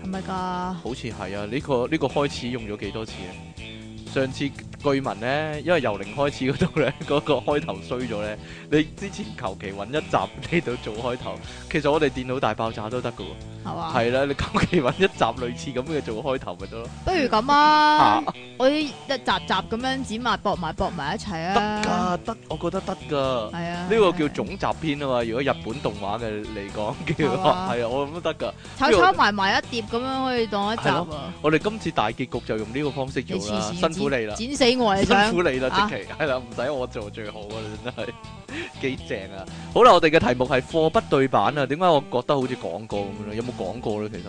Speaker 2: 係咪㗎？
Speaker 1: 啊好似係啊，呢、個呢、個開始用咗幾多次咧？上次據聞咧，因為由零開始嗰度咧，嗰個開頭衰咗咧，你之前求其揾一集嚟到做開頭，其實我哋電腦大爆炸都得噶喎，
Speaker 2: 係嘛？
Speaker 1: 係啦，你求其揾一集類似咁嘅做開頭咪得咯，
Speaker 2: 不如咁啊，我一集集咁樣剪埋搏埋搏埋一齊
Speaker 1: 得
Speaker 2: 啊！
Speaker 1: 㗎，得，我覺得得㗎。
Speaker 2: 係啊，
Speaker 1: 呢個叫總集篇啊嘛，如果日本動畫嘅嚟講叫
Speaker 2: 係嘛
Speaker 1: 係啊，我諗都得噶。
Speaker 2: 炒炒埋埋一碟咁樣可以當一集
Speaker 1: 係
Speaker 2: 啊！
Speaker 1: 我哋今次大結局就用呢個方式做
Speaker 2: 你
Speaker 1: 啦，
Speaker 2: 黐
Speaker 1: 辛苦你啦，
Speaker 2: 線，剪死我你
Speaker 1: 辛
Speaker 2: 想
Speaker 1: 苦你啦，
Speaker 2: 啊
Speaker 1: 即期 [LAUGHS] 係啦，唔使我做最好啊，真係幾正啊！好啦，我哋嘅題目係貨不對版啊，點解我覺得好似講過咁樣咧？有冇講過咧？其實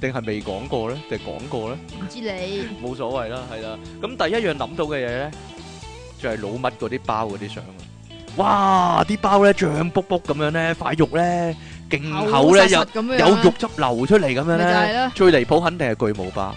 Speaker 1: 定係未講過咧？定係講過咧？
Speaker 2: 唔知你
Speaker 1: 冇所謂啦，係啦。咁第一樣諗到嘅嘢咧，就係老麥嗰啲包嗰啲相啊。哇！啲包咧脹卜卜咁樣咧，塊肉咧勁厚咧，又
Speaker 2: 實實咁樣
Speaker 1: 有肉汁流出嚟咁樣
Speaker 2: 咪就係
Speaker 1: 咧
Speaker 2: 啦，
Speaker 1: 最離譜肯定係巨無霸，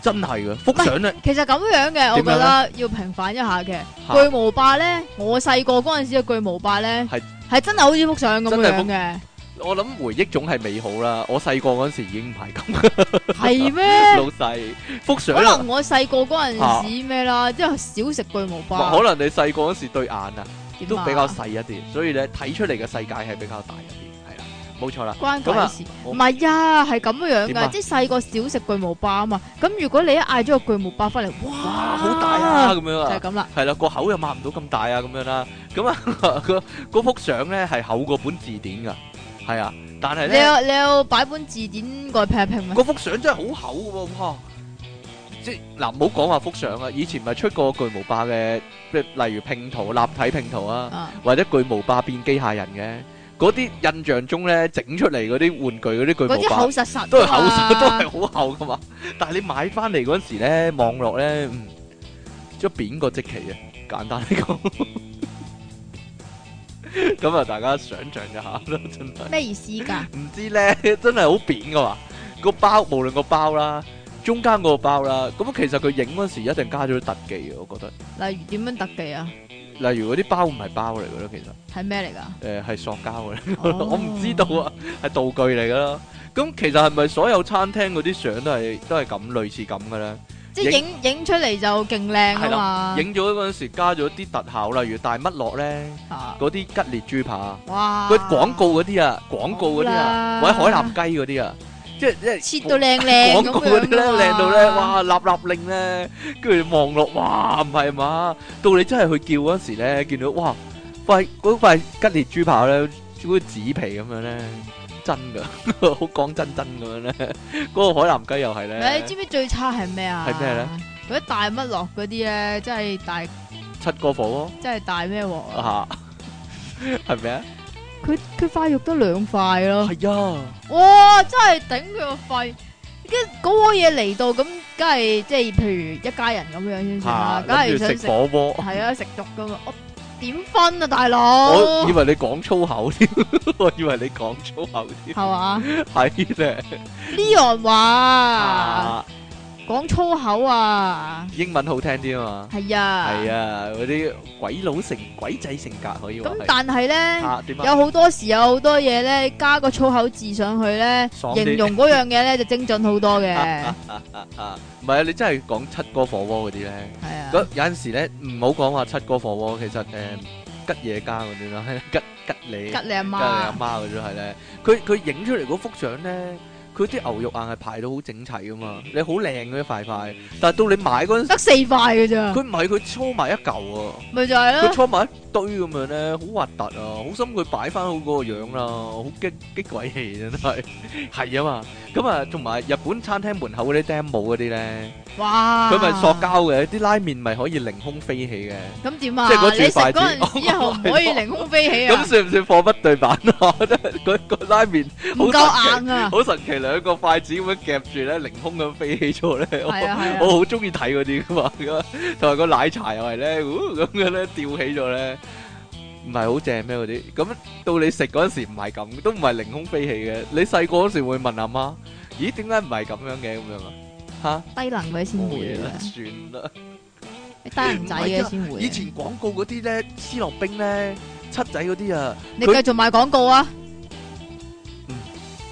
Speaker 1: 真係嘅。幅相咧，
Speaker 2: 其實咁樣嘅，我
Speaker 1: 點
Speaker 2: 覺
Speaker 1: 樣
Speaker 2: 得要平反一下嘅。
Speaker 1: 嚇
Speaker 2: 巨無霸咧，我細個嗰陣時嘅巨無霸咧，
Speaker 1: 係
Speaker 2: 係真係好似幅相咁
Speaker 1: 真係幅
Speaker 2: 樣嘅，
Speaker 1: 我諗回憶總係美好啦。我細個嗰陣時已經唔係
Speaker 2: [LAUGHS]
Speaker 1: 咁，
Speaker 2: 係咩？
Speaker 1: [LAUGHS] 老細幅相
Speaker 2: 可
Speaker 1: 啊
Speaker 2: 能我細個嗰陣時咩啦，即係少食巨無霸，
Speaker 1: 可能你細個嗰時對眼啊
Speaker 2: 點啊
Speaker 1: 都比較細一啲，所以咧睇出嚟嘅世界係比較大一啲，係啦，冇錯啦。
Speaker 2: 關
Speaker 1: 咁啊
Speaker 2: 鬼事。
Speaker 1: 我
Speaker 2: 唔係啊，係咁樣
Speaker 1: 點
Speaker 2: 噶，
Speaker 1: 啊
Speaker 2: 即係細個少食巨無霸啊嘛。咁如果你一嗌咗個巨無霸翻嚟，哇，
Speaker 1: 哇，好大啊，咁樣
Speaker 2: 就
Speaker 1: 啊
Speaker 2: 係。咁啦。
Speaker 1: 係啦，個口又擘唔到咁大啊，咁樣啦。咁啊， [LAUGHS] 個嗰幅相咧係厚過本字典噶，係啊。但係
Speaker 2: 你
Speaker 1: 咧，
Speaker 2: 有你有擺本字典過去劈一劈咩？
Speaker 1: 嗰幅相真係好厚嘅喎，哇！即係嗱，唔好講話幅相啊，以前咪出過巨無霸嘅，即係例如拼圖、立體拼圖啊，
Speaker 2: 啊，
Speaker 1: 或者巨無霸變機械人嘅，嗰啲印象中咧整出嚟嗰啲玩具嗰啲
Speaker 2: 嗰
Speaker 1: 巨無
Speaker 2: 啲厚
Speaker 1: 霸
Speaker 2: 實啊實㗎嘛，
Speaker 1: 都係厚實， [LAUGHS] 都係好厚噶嘛。但係你買翻嚟嗰陣時咧，望落咧，嗯，即係扁過即期啊，簡單嚟講。 [LAUGHS] 咁啊，大家想象一下啦，真係。
Speaker 2: 咩意思㗎？
Speaker 1: 唔知咧，真係好扁噶嘛。個包無論個包啦，中間嗰個包啦，咁其實佢影嗰時一定加咗啲特技嘅，我覺
Speaker 2: 例如點樣特技啊？
Speaker 1: 得。例如嗰啲包唔係包嚟嘅咯，其實誒
Speaker 2: 係咩嚟㗎？
Speaker 1: 係、塑膠嘅，
Speaker 2: 哦
Speaker 1: [LAUGHS] 我唔知道啊，係道具嚟噶啦。咁其實係咪所有餐廳嗰啲相都係都係咁類似咁嘅咧？
Speaker 2: 即係影影出嚟就勁靚啊嘛。
Speaker 1: 影咗嗰陣時加咗啲特效，例如大乜落咧，
Speaker 2: 啊
Speaker 1: 嗰啲吉列豬扒，
Speaker 2: 哇！
Speaker 1: 嗰啲廣告嗰啲啊，廣告嗰啲啊，
Speaker 2: 好
Speaker 1: 或
Speaker 2: 啦
Speaker 1: 者海南雞嗰啲啊，即係即係
Speaker 2: 切到靚靚
Speaker 1: 廣
Speaker 2: 咁
Speaker 1: 告嗰
Speaker 2: 樣啊
Speaker 1: 啲咧
Speaker 2: 㗎嘛
Speaker 1: 靚到咧，！哇立立令咧，跟住望落，哇唔係嘛？到你真係去叫嗰時咧，見到哇塊嗰塊吉列豬扒咧，好似紙皮咁樣咧，真噶， [LAUGHS] 好講真真咁樣咧。 [LAUGHS] 嗰個海南雞又係
Speaker 2: 你
Speaker 1: 咧
Speaker 2: 知，唔知最差係咩啊？
Speaker 1: 係咩咧？
Speaker 2: 嗰啲大乜落嗰啲咧，真係大真
Speaker 1: 七個火
Speaker 2: 係大咩鑊
Speaker 1: 鍋
Speaker 2: 啊！
Speaker 1: 嚇，係咪啊？
Speaker 2: 佢佢塊肉得兩塊咯，
Speaker 1: 係啊，
Speaker 2: 哇！真係頂佢個肺，跟住嗰個嘢嚟到咁，梗係即係譬如一家人咁樣先算
Speaker 1: 嚇，，
Speaker 2: 啦啊梗係
Speaker 1: 啊諗
Speaker 2: 想
Speaker 1: 住食
Speaker 2: 食
Speaker 1: 火鍋。
Speaker 2: 係啊食肉噶嘛，我點分啊大佬
Speaker 1: 我以？為你講粗口添， [LAUGHS] 我以為你講粗口添，
Speaker 2: 係嘛
Speaker 1: 係咧，
Speaker 2: ？Leon 話
Speaker 1: 啊
Speaker 2: 講粗口啊，
Speaker 1: 英文好聽啲啊
Speaker 2: 係
Speaker 1: 嘛，
Speaker 2: 啊，
Speaker 1: 係啊，嗰啲鬼佬性鬼仔性格可以話
Speaker 2: 咁
Speaker 1: 係，
Speaker 2: 但係咧。
Speaker 1: 啊點啊，
Speaker 2: 有好多時有好多嘢咧，加個粗口字上去咧，
Speaker 1: 爽啲
Speaker 2: 形容嗰樣嘢咧就精準好多嘅，係
Speaker 1: 唔係啊，你真係講七哥火鍋嗰啲咧，
Speaker 2: 啊
Speaker 1: 嗰，有陣時咧唔好講話七哥火鍋，其實誒吉野家嗰啲啦， [LAUGHS] 吉吉你
Speaker 2: 吉你阿
Speaker 1: 吉你阿
Speaker 2: 媽，
Speaker 1: 媽嗰啲係咧，佢佢影出嚟嗰幅相咧。佢啲牛肉硬係排到好整齊噶嘛，你好靚嗰一塊塊，但係到你買嗰陣時，
Speaker 2: 得四塊嘅咋，
Speaker 1: 佢唔係佢搓埋一嚿喎。
Speaker 2: 咪就係咯
Speaker 1: 佢。搓埋一堆咁樣咧，好核突啊！好心佢擺翻好嗰個樣啦，好激激鬼氣真 [LAUGHS] 係，係啊嘛。咁啊，同埋日本餐廳門口嗰啲釘帽嗰啲咧，
Speaker 2: 哇！
Speaker 1: 佢咪塑膠嘅，啲拉麵咪可以凌空飛起嘅。
Speaker 2: 咁點啊？
Speaker 1: 即係嗰
Speaker 2: 你
Speaker 1: 條
Speaker 2: 食
Speaker 1: 筷
Speaker 2: 嗰
Speaker 1: 子
Speaker 2: 陣時以後唔可以凌空
Speaker 1: [LAUGHS]
Speaker 2: 飛起啊
Speaker 1: 咁？算唔算貨不對 [LAUGHS] 版啊？真係嗰個拉麵
Speaker 2: 唔夠硬
Speaker 1: [LAUGHS]
Speaker 2: 啊！
Speaker 1: 好神奇，兩個筷子咁樣夾住咧，凌空咁飛起咗咧。我
Speaker 2: 係啊係啊
Speaker 1: 我好中意睇嗰啲噶嘛， [LAUGHS] 咁啊同埋個奶茶又係咧，嗚咁嘅咧吊起咗咧，唔係好正咩嗰啲？咁到你食嗰陣時唔係咁，都唔係凌空飛起嘅。你細個嗰時會問阿媽：咦，點解唔係咁樣嘅？咁樣啊？嚇，
Speaker 2: 低能嘅先
Speaker 1: 冇
Speaker 2: 會
Speaker 1: 嘢啦，
Speaker 2: 啊，
Speaker 1: 算啦。
Speaker 2: 低能仔嘅先會啊。
Speaker 1: 以前廣告嗰啲咧，思樂冰咧，七仔嗰啲啊。
Speaker 2: 你繼續賣廣告啊！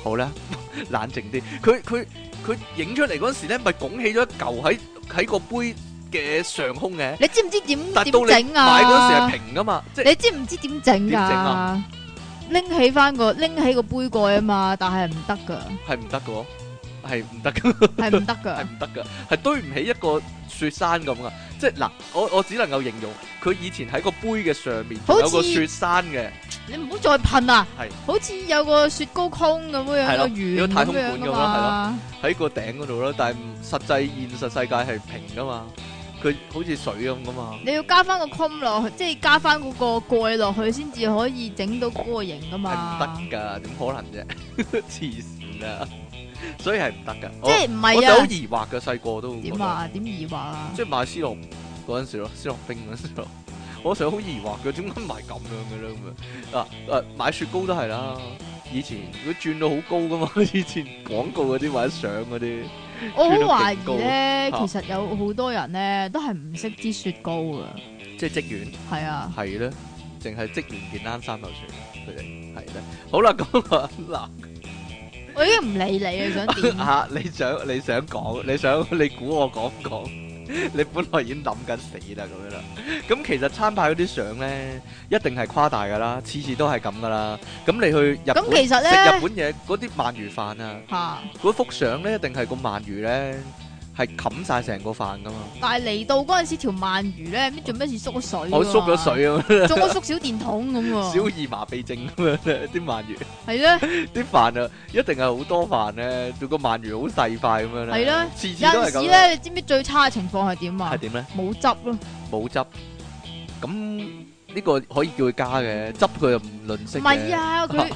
Speaker 1: 好啦， [LAUGHS] 冷靜啲。佢佢佢影出嚟嗰時咧，咪拱起咗一嚿喺喺個杯嘅上空嘅，
Speaker 2: 你知唔知點
Speaker 1: 但
Speaker 2: 點
Speaker 1: 到你
Speaker 2: 整
Speaker 1: 買嗰時
Speaker 2: 啊
Speaker 1: 係？平噶嘛，即係
Speaker 2: 你知唔知點整
Speaker 1: 點整
Speaker 2: 噶
Speaker 1: 啊？
Speaker 2: 拎起翻個拎起個杯蓋啊嘛，但係唔得噶，
Speaker 1: [LAUGHS] 係唔得嘅喎，係唔得嘅。
Speaker 2: 係唔
Speaker 1: [LAUGHS]
Speaker 2: 得
Speaker 1: 係
Speaker 2: 噶，
Speaker 1: 唔得噶，係堆唔起一個雪山咁噶。即係嗱，我我只能夠形容佢以前喺個杯嘅上面
Speaker 2: 好似
Speaker 1: 有個雪山嘅，
Speaker 2: 你唔好再噴啊！
Speaker 1: 係
Speaker 2: 好似有個雪糕空咁
Speaker 1: 係
Speaker 2: 樣樣
Speaker 1: 咯
Speaker 2: 個圓
Speaker 1: 有個太空
Speaker 2: 咁樣
Speaker 1: 館咁
Speaker 2: 噶
Speaker 1: 咯
Speaker 2: 嘛，
Speaker 1: 喺個頂嗰度咯。但係唔實際現實世界係平噶嘛，佢好似水咁噶嘛。
Speaker 2: 你要加翻個空落去，即係加翻嗰個蓋落去先至可以整到嗰個形噶
Speaker 1: 係唔
Speaker 2: 嘛，
Speaker 1: 得噶，點可能啫？ [LAUGHS] 黐線啊！所以係唔得噶。
Speaker 2: 即係唔
Speaker 1: 我我
Speaker 2: 係
Speaker 1: 就好
Speaker 2: 啊？
Speaker 1: 疑惑嘅，細個都覺
Speaker 2: 點
Speaker 1: 得，
Speaker 2: 啊？點疑惑啊？
Speaker 1: 即係買思樂嗰陣時咯，思樂冰嗰陣時咯。 [LAUGHS] 我成日好疑惑嘅，點解買咁樣嘅咧咁樣啊？誒買雪糕都係啦，以前佢轉到好高噶嘛， [LAUGHS] 以前廣告嗰啲或者相嗰啲
Speaker 2: 我好
Speaker 1: 轉到
Speaker 2: 懷
Speaker 1: 勁高
Speaker 2: 疑咧，
Speaker 1: 嚇
Speaker 2: 其實有好多人咧都係唔識支雪糕啊噶，
Speaker 1: 即係職員
Speaker 2: 係啊，
Speaker 1: 係咧，淨係職員件冷衫就算，佢哋係咧。好啦，咁啊嗱。
Speaker 2: 我已經唔理你你想
Speaker 1: [LAUGHS]
Speaker 2: 點啊？
Speaker 1: 啊！你想你想講，你想 [LAUGHS] 你估我講 [LAUGHS] 唔講？你本來已經諗緊死啦咁樣啦。咁其實餐牌嗰啲相咧，一定係誇大噶啦，次次都係咁噶啦。咁你去日本
Speaker 2: 咁其實
Speaker 1: 食
Speaker 2: 咧
Speaker 1: 日本嘢嗰啲鰻魚飯啊，
Speaker 2: 嚇！
Speaker 1: 嗰幅相咧一定係個鰻魚咧係冚晒成個飯噶嘛，
Speaker 2: 但係嚟到嗰陣時，條鰻魚咧，唔知做咩事縮咗水，
Speaker 1: 我哦縮咗，水 [LAUGHS] 咁樣，
Speaker 2: 仲縮小電筒咁
Speaker 1: [LAUGHS] 小
Speaker 2: 喎，
Speaker 1: 兒麻痹症咁樣咧，啲鰻魚
Speaker 2: 係
Speaker 1: [LAUGHS]
Speaker 2: 咧，
Speaker 1: 啲飯啊，一定係好多飯咧，個鰻魚好細塊咁樣咧，
Speaker 2: 係啦
Speaker 1: 次次
Speaker 2: 有
Speaker 1: 都係
Speaker 2: 陣時
Speaker 1: 咁樣，
Speaker 2: 咧，你知唔知最差嘅情況係點
Speaker 1: 係
Speaker 2: 啊？
Speaker 1: 點咧？
Speaker 2: 冇汁咯，
Speaker 1: 冇汁，咁呢個可以叫佢加嘅，汁佢又唔吝
Speaker 2: 唔
Speaker 1: 嗇
Speaker 2: 係
Speaker 1: 嘅。
Speaker 2: 啊，佢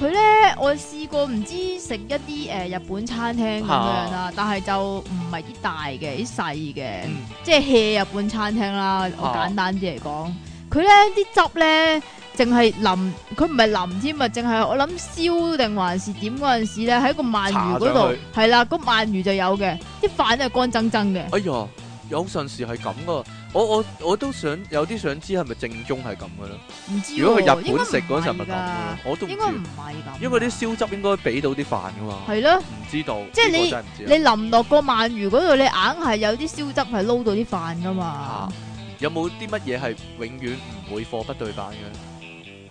Speaker 2: 佢咧，我試過唔知食一啲誒日本餐廳咁樣啦，但係就唔係啲大嘅，啲細嘅，
Speaker 1: 嗯
Speaker 2: 即係 hea 日本餐廳啦。我
Speaker 1: 啊
Speaker 2: 簡單啲嚟講，佢咧啲汁咧。淨係淋，佢唔係淋添啊！淨係我諗燒定還是點嗰陣時咧，喺個鰻魚嗰
Speaker 1: 搽上
Speaker 2: 度
Speaker 1: 去，
Speaker 2: 係啦，個鰻魚就有嘅，啲飯都係乾爭爭嘅。
Speaker 1: 哎呀，有陣時係咁噶，我我我都想有啲想知係咪正宗係咁嘅咧？
Speaker 2: 唔知喎
Speaker 1: 如果去日本
Speaker 2: 應該唔
Speaker 1: 食嗰陣時係咪咁嘅
Speaker 2: 係㗎
Speaker 1: 咧？我都唔
Speaker 2: 應該唔
Speaker 1: 知，
Speaker 2: 係咁㗎。
Speaker 1: 因為啲燒汁應該俾到啲飯噶嘛，
Speaker 2: 係咯，
Speaker 1: 唔知道，
Speaker 2: 即係
Speaker 1: 呢個真係唔知
Speaker 2: 你
Speaker 1: 啊。
Speaker 2: 淋落個鰻魚嗰度，你硬係有啲燒汁係撈到啲飯噶嘛
Speaker 1: 啊。有冇啲乜嘢係永遠唔會貨不對版嘅？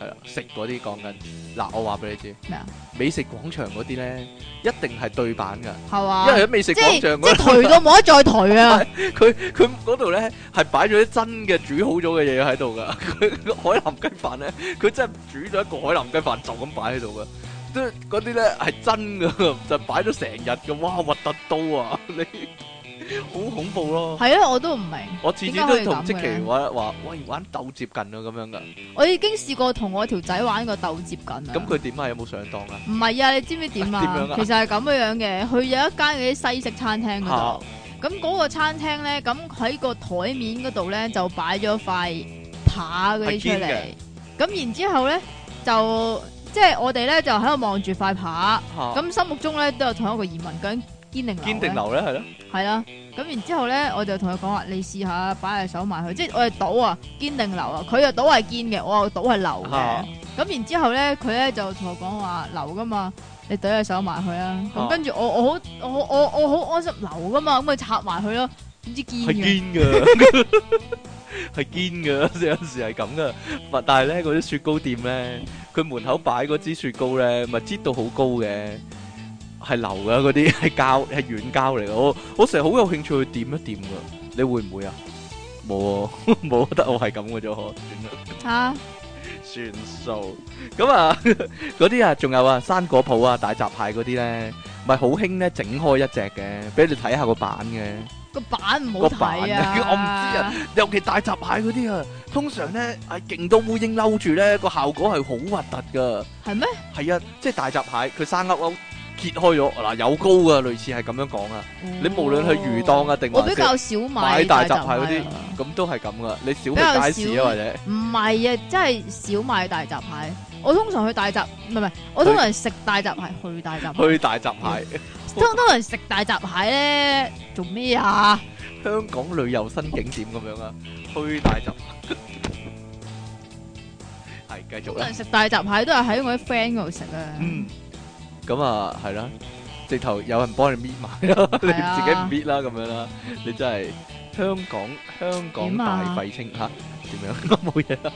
Speaker 1: 係啦，食嗰啲講緊嗱，我話俾你知
Speaker 2: 咩啊，
Speaker 1: 美食廣場嗰啲咧一定係對版噶，
Speaker 2: 係嘛？
Speaker 1: 因為喺美食
Speaker 2: 即
Speaker 1: 廣
Speaker 2: 係即
Speaker 1: 場嗰
Speaker 2: 係頹到冇得再
Speaker 1: [LAUGHS]
Speaker 2: 頹啊！
Speaker 1: 佢佢嗰度咧係擺咗啲真嘅煮好咗嘅嘢喺度噶，佢海南雞飯咧，佢真係煮咗一個海南雞飯就咁擺喺度噶，即係嗰啲咧係真噶，就擺咗成日嘅，哇核突到啊！ [LAUGHS] 你好恐怖咯！
Speaker 2: 係啊，我都唔明。
Speaker 1: 我次次
Speaker 2: 點解可
Speaker 1: 都
Speaker 2: 以
Speaker 1: 同即
Speaker 2: 咁嘅
Speaker 1: 奇
Speaker 2: 咧
Speaker 1: 話話，喂玩鬥接近啊咁樣噶，
Speaker 2: 我已經試過同我條仔玩個鬥接緊啊。
Speaker 1: 咁佢點啊？有冇上當啊？
Speaker 2: 唔係啊，你知唔知
Speaker 1: [LAUGHS]
Speaker 2: 點
Speaker 1: 點
Speaker 2: 啊
Speaker 1: 樣啊？
Speaker 2: 其實係咁樣嘅，佢有一間嗰啲西式餐廳嗰
Speaker 1: 嚇
Speaker 2: 度，咁嗰個餐廳咧，咁喺個台面嗰度咧就擺咗塊扒嗰啲出
Speaker 1: 係堅
Speaker 2: 嚟
Speaker 1: 嘅，
Speaker 2: 咁然之後咧就即係我哋咧就喺度望住塊扒，
Speaker 1: 嚇
Speaker 2: 咁心目中咧都有同一個疑問，究竟堅定
Speaker 1: 堅
Speaker 2: 堅
Speaker 1: 定
Speaker 2: 流
Speaker 1: 流
Speaker 2: 啊
Speaker 1: 啊咧係咯，
Speaker 2: 係啦。咁然之後咧，我就同佢講話，你試下擺隻手埋去，即係我哋賭啊，堅定流啊，佢又賭係堅嘅，我又賭係流嘅。
Speaker 1: 嚇
Speaker 2: 咁然之後咧，佢咧就同我講話流噶嘛，你懟隻手埋去啦。
Speaker 1: 啊
Speaker 2: 咁跟住我我好我我我我好安心流噶嘛，咁咪插埋佢咯。點知堅
Speaker 1: 係
Speaker 2: 嘅，
Speaker 1: 堅 [LAUGHS] 噶，係堅 [LAUGHS] 噶，有陣時係咁噶。但係咧，嗰啲雪糕店咧，佢門口擺嗰支雪糕咧，咪擠到好高嘅，係流噶嗰 [LAUGHS] 啲，係膠係軟膠嚟噶。我我成日好有興趣去掂一掂噶，你會唔會啊？ [LAUGHS] 冇啊，冇得我係咁嘅啫，算啦，
Speaker 2: 吓
Speaker 1: 算數。咁 [LAUGHS] 啊，嗰啲啊，仲有啊，生果鋪啊，大閘蟹嗰啲咧，咪好興咧，整開一隻嘅，俾你睇下個版嘅。
Speaker 2: 個板唔好
Speaker 1: [LAUGHS]
Speaker 2: 睇啊！
Speaker 1: 個板啊
Speaker 2: 知啊，
Speaker 1: 尤其大閘蟹嗰啲啊，通常咧係勁到烏蠅嬲住咧，個效果係好核突噶。
Speaker 2: 係咩？
Speaker 1: 係啊，即係大閘蟹佢生勾勾揭開咗，嗱有高噶，類似係咁樣講啊。你無論去魚檔啊定
Speaker 2: 我
Speaker 1: 還
Speaker 2: 比
Speaker 1: 是
Speaker 2: 較少買
Speaker 1: 買大閘蟹嗰
Speaker 2: 大啊
Speaker 1: 啲，咁都係咁噶。你少
Speaker 2: 比較
Speaker 1: 去街市
Speaker 2: 少
Speaker 1: 啊，或者
Speaker 2: 唔係啊，真係少買大閘蟹。我通常去大閘，唔係唔係，我通常食大閘蟹，去大閘蟹，
Speaker 1: 去大閘蟹。 [LAUGHS]
Speaker 2: 通通常食大閘蟹咧做咩啊？
Speaker 1: 香港旅遊新景點咁樣啊，去大閘蟹。 [LAUGHS] 係繼續
Speaker 2: 通
Speaker 1: 啦
Speaker 2: 常。食大閘蟹都係喺我啲 friend 嗰度食啊。
Speaker 1: 嗯，咁啊，係啦，直頭有人幫你搣埋啦，你
Speaker 2: 係啊
Speaker 1: 自己唔搣啦，咁樣啦，你真係香港香港
Speaker 2: 點啊
Speaker 1: 大廢青吓，點樣？ [LAUGHS] 我冇嘢啦。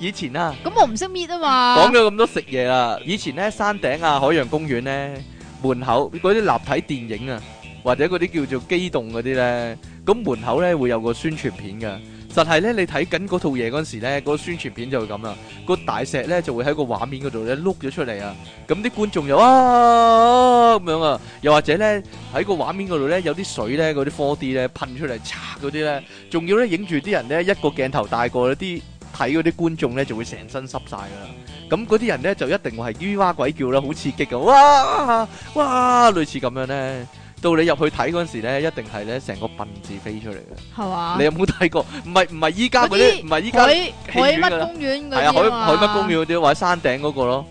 Speaker 1: 以前啊，
Speaker 2: 咁我唔識搣啊嘛
Speaker 1: 講，咗咁多食嘢啦，以前咧山頂啊、海洋公園咧門口嗰啲立體電影啊，或者嗰啲叫做機動嗰啲咧，咁門口咧會有個宣傳片噶。實係咧，你睇緊嗰套嘢嗰陣時咧，嗰、個宣傳片就會咁啦，個大石咧就會喺個畫面嗰度咧碌咗出嚟啊！咁啲觀眾又啊咁樣啊，又或者咧喺個畫面嗰度咧有啲水咧嗰啲 four D 咧噴出嚟，嚓嗰啲咧，仲要咧影住啲人咧一個鏡頭大過啲睇嗰啲觀眾咧就會成身濕晒噶啦。咁嗰啲人咧就一定係咿哇鬼叫啦，好刺激噶，哇哇，類似咁樣咧。到你入去睇嗰陣時咧，一定係咧成個笨字飛出嚟嘅。
Speaker 2: 係嘛
Speaker 1: 你？有冇睇過？唔係唔係依家嗰
Speaker 2: 嗰啲
Speaker 1: 啲，唔係依家
Speaker 2: 海
Speaker 1: 戲
Speaker 2: 海
Speaker 1: 院㗎
Speaker 2: 乜
Speaker 1: 啦
Speaker 2: 公園嗰
Speaker 1: 係啊，
Speaker 2: 啲
Speaker 1: 海海乜公
Speaker 2: 園
Speaker 1: 園嗰啲或者山頂嗰個咯，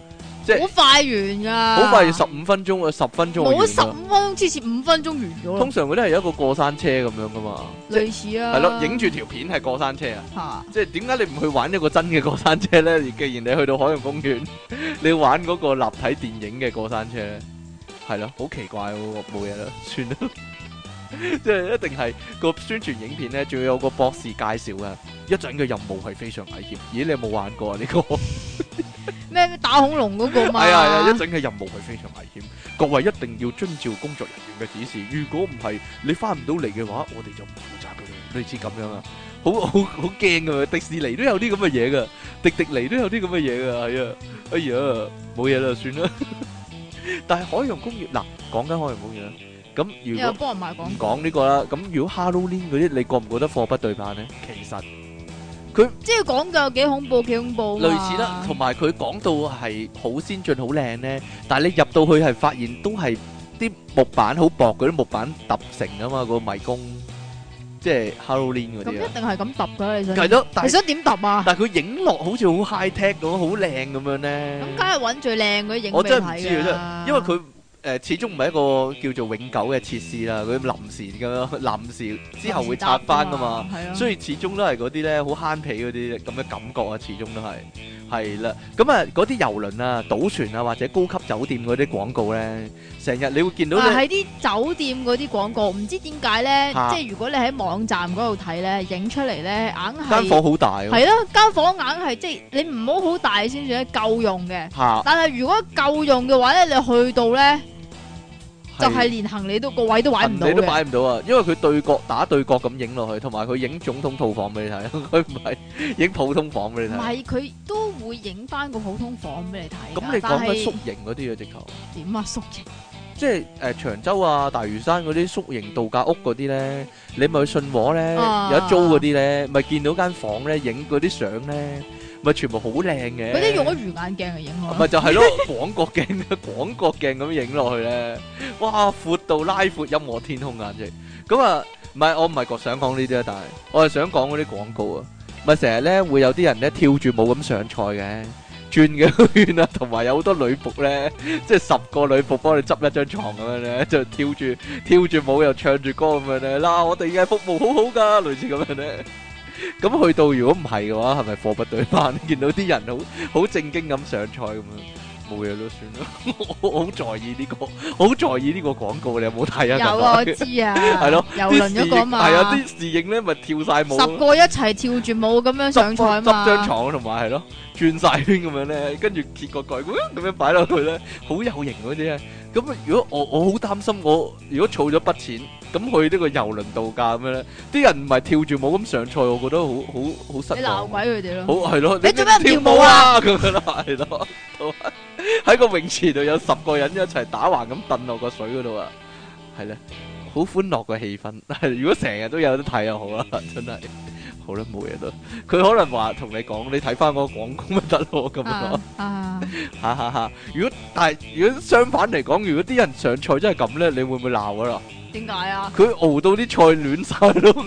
Speaker 1: 即係
Speaker 2: 好快完噶，
Speaker 1: 好快要十五分鐘啊，十分鐘就
Speaker 2: 冇
Speaker 1: 完
Speaker 2: 十
Speaker 1: 㗎
Speaker 2: 五分鐘，之前五分鐘完咗
Speaker 1: 通
Speaker 2: 咯，
Speaker 1: 常嗰啲係有一個過山車咁樣噶嘛，
Speaker 2: 類似啊，
Speaker 1: 係咯，影住條片係過山車啊。
Speaker 2: 嚇
Speaker 1: 即係點解你唔去玩一個真嘅過山車咧？既然你去到海洋公園， [LAUGHS] 你玩嗰個立體電影嘅過山車咧，係咯，好奇怪喎，冇嘢啦，算啦。 [LAUGHS] 即係一定係個宣傳影片咧，仲要有個博士介紹啊。一陣嘅任務係非常危險。咦，你有冇玩過啊？呢、個
Speaker 2: 咩咩打恐龍嗰個嘛，
Speaker 1: 係啊係啊，一陣嘅任務係非常危險。各位一定要遵照工作人員嘅指示，如果唔係你翻唔到嚟嘅話，我哋就唔負責嘅啦。類似咁樣啊，好好好驚噶，迪士尼都有啲咁嘅嘢噶，迪迪尼都有啲咁嘅嘢噶，係啊，哎呀，冇嘢啦， [LAUGHS] 算啦。但係海洋公園嗱，講緊海洋公園啦，咁如
Speaker 2: 你
Speaker 1: 果
Speaker 2: 又幫人賣廣
Speaker 1: 唔
Speaker 2: 告，
Speaker 1: 講呢個啦，咁如果 Halloween 嗰啲，你覺唔覺得貨不對版呢？其實。
Speaker 2: 即係講嘅有幾恐怖，幾恐怖啊嘛，
Speaker 1: 類似啦，同埋佢講到係好先進、好靚咧，但係你入到去係發現都係啲木板好薄嗰啲木板揼成啊嘛，個迷宮即係 Halloween 嗰
Speaker 2: 咁
Speaker 1: 啲啊
Speaker 2: 一，定係咁揼噶，你想
Speaker 1: 係咯，但
Speaker 2: 你
Speaker 1: 係
Speaker 2: 想點揼啊？
Speaker 1: 但係佢影落好似好 high tech 咁，好靚咁樣咧
Speaker 2: 咁，梗係揾最靚嗰啲影
Speaker 1: 我
Speaker 2: 俾你
Speaker 1: 真係唔
Speaker 2: 睇
Speaker 1: 知啊
Speaker 2: 㗎啦，
Speaker 1: 因為佢。誒，始終唔係一個叫做永久嘅設施啦，佢臨時咁樣，臨時之後會拆翻噶嘛。，
Speaker 2: 係啊，
Speaker 1: 所以始終都係嗰啲咧好慳皮嗰啲咁嘅感覺啊，始終都係係啦。咁啊，嗰啲遊輪啊、賭船啊或者高級酒店嗰啲廣告咧，成日你會見到
Speaker 2: 啊
Speaker 1: 咧
Speaker 2: 喺啲酒店嗰啲廣告，唔知點解咧，
Speaker 1: 嚇
Speaker 2: 即係如果你喺網站嗰度睇咧，影出嚟咧，硬
Speaker 1: 間
Speaker 2: 係
Speaker 1: 房好大
Speaker 2: 係咯，間房硬係即係你唔好好大先算夠用嘅。
Speaker 1: 啊，
Speaker 2: 但係如果夠用嘅話咧，你去到咧
Speaker 1: 嚇
Speaker 2: 就係連行李都個位都擺唔到
Speaker 1: 你都
Speaker 2: 嘅。
Speaker 1: 買唔到啊，因為佢對角打對角咁影落去，同埋佢影總統套房俾你睇， [LAUGHS] 佢唔係影普通房俾
Speaker 2: 唔
Speaker 1: 你睇。
Speaker 2: 係佢都會影翻個普通房俾你睇㗎。
Speaker 1: 咁你
Speaker 2: 但
Speaker 1: 講緊
Speaker 2: 係
Speaker 1: 宿營嗰啲啊，直頭。
Speaker 2: 點啊，縮型
Speaker 1: 即係誒、呃、長洲啊、大嶼山嗰啲宿營度假屋嗰啲咧，你咪去信和咧、
Speaker 2: 啊
Speaker 1: 有得租嗰啲咧，咪見到間房咧影嗰啲相咧，咪全部好靚嘅。
Speaker 2: 嗰啲用咗魚眼鏡嚟影
Speaker 1: 咪
Speaker 2: 我。
Speaker 1: 就係咯，廣角鏡、廣角鏡咁影落去咧，哇，闊到拉闊音樂天空簡直。咁啊，唔係我唔係想講呢啲啊，但係我係想講嗰啲廣告啊，咪成日咧會有啲人咧跳住舞咁上菜嘅。轉嘅圈啊，同埋有好多女仆 [LAUGHS] 咧，即係十個女仆幫你執一張床咁樣咧， [LAUGHS] 就跳住跳住舞又唱住歌咁樣咧，嗱我哋嘅服務好好噶，類似咁樣咧。 [LAUGHS] 咁去到如果唔係嘅話，係咪貨不對版？ [LAUGHS] 見到啲人好好正經咁上菜咁
Speaker 2: 啊
Speaker 1: 樣，冇嘢咯，算啦。 [LAUGHS] 我我好在意呢、個，好在意呢個廣告，你有冇睇啊？
Speaker 2: 有啊，我知啊，
Speaker 1: [LAUGHS] 係咯，
Speaker 2: 遊輪嗰個嘛，
Speaker 1: 係啊，啲侍應咧咪跳晒舞咯
Speaker 2: 十。個一齊跳住舞咁樣上菜啊
Speaker 1: 執
Speaker 2: 嘛，
Speaker 1: 張床同埋係咯，轉晒圈咁樣咧，跟住揭個蓋咁樣咁樣擺落去咧，好有型嗰啲咧。咁如果我我好擔心我如果儲咗筆錢，咁去呢個遊輪度假咁樣咧，啲人唔係跳住舞咁上菜，我覺得好好好
Speaker 2: 你
Speaker 1: 失
Speaker 2: 鬧
Speaker 1: 望。
Speaker 2: 鬼佢哋
Speaker 1: 好
Speaker 2: 咯，
Speaker 1: 係咯，
Speaker 2: 你做咩唔跳舞
Speaker 1: 舞 [LAUGHS] 啊？咁樣啦，係咯，喺個泳池度有十個人一齊打橫咁蹬落個水嗰度啊，係咧，好歡樂嘅氣 [LAUGHS] 氛。如果成日都有得睇就好啦，真係好啦，冇嘢啦。佢可能話同你講，你睇翻嗰個廣告咪得咯，咁樣咯
Speaker 2: 啊，啊，
Speaker 1: 哈哈哈。如果但係如果相反嚟講，如果啲人上菜真係咁咧，你會唔會鬧噶啦？
Speaker 2: 點解啊？
Speaker 1: 佢熬到啲菜亂晒咯，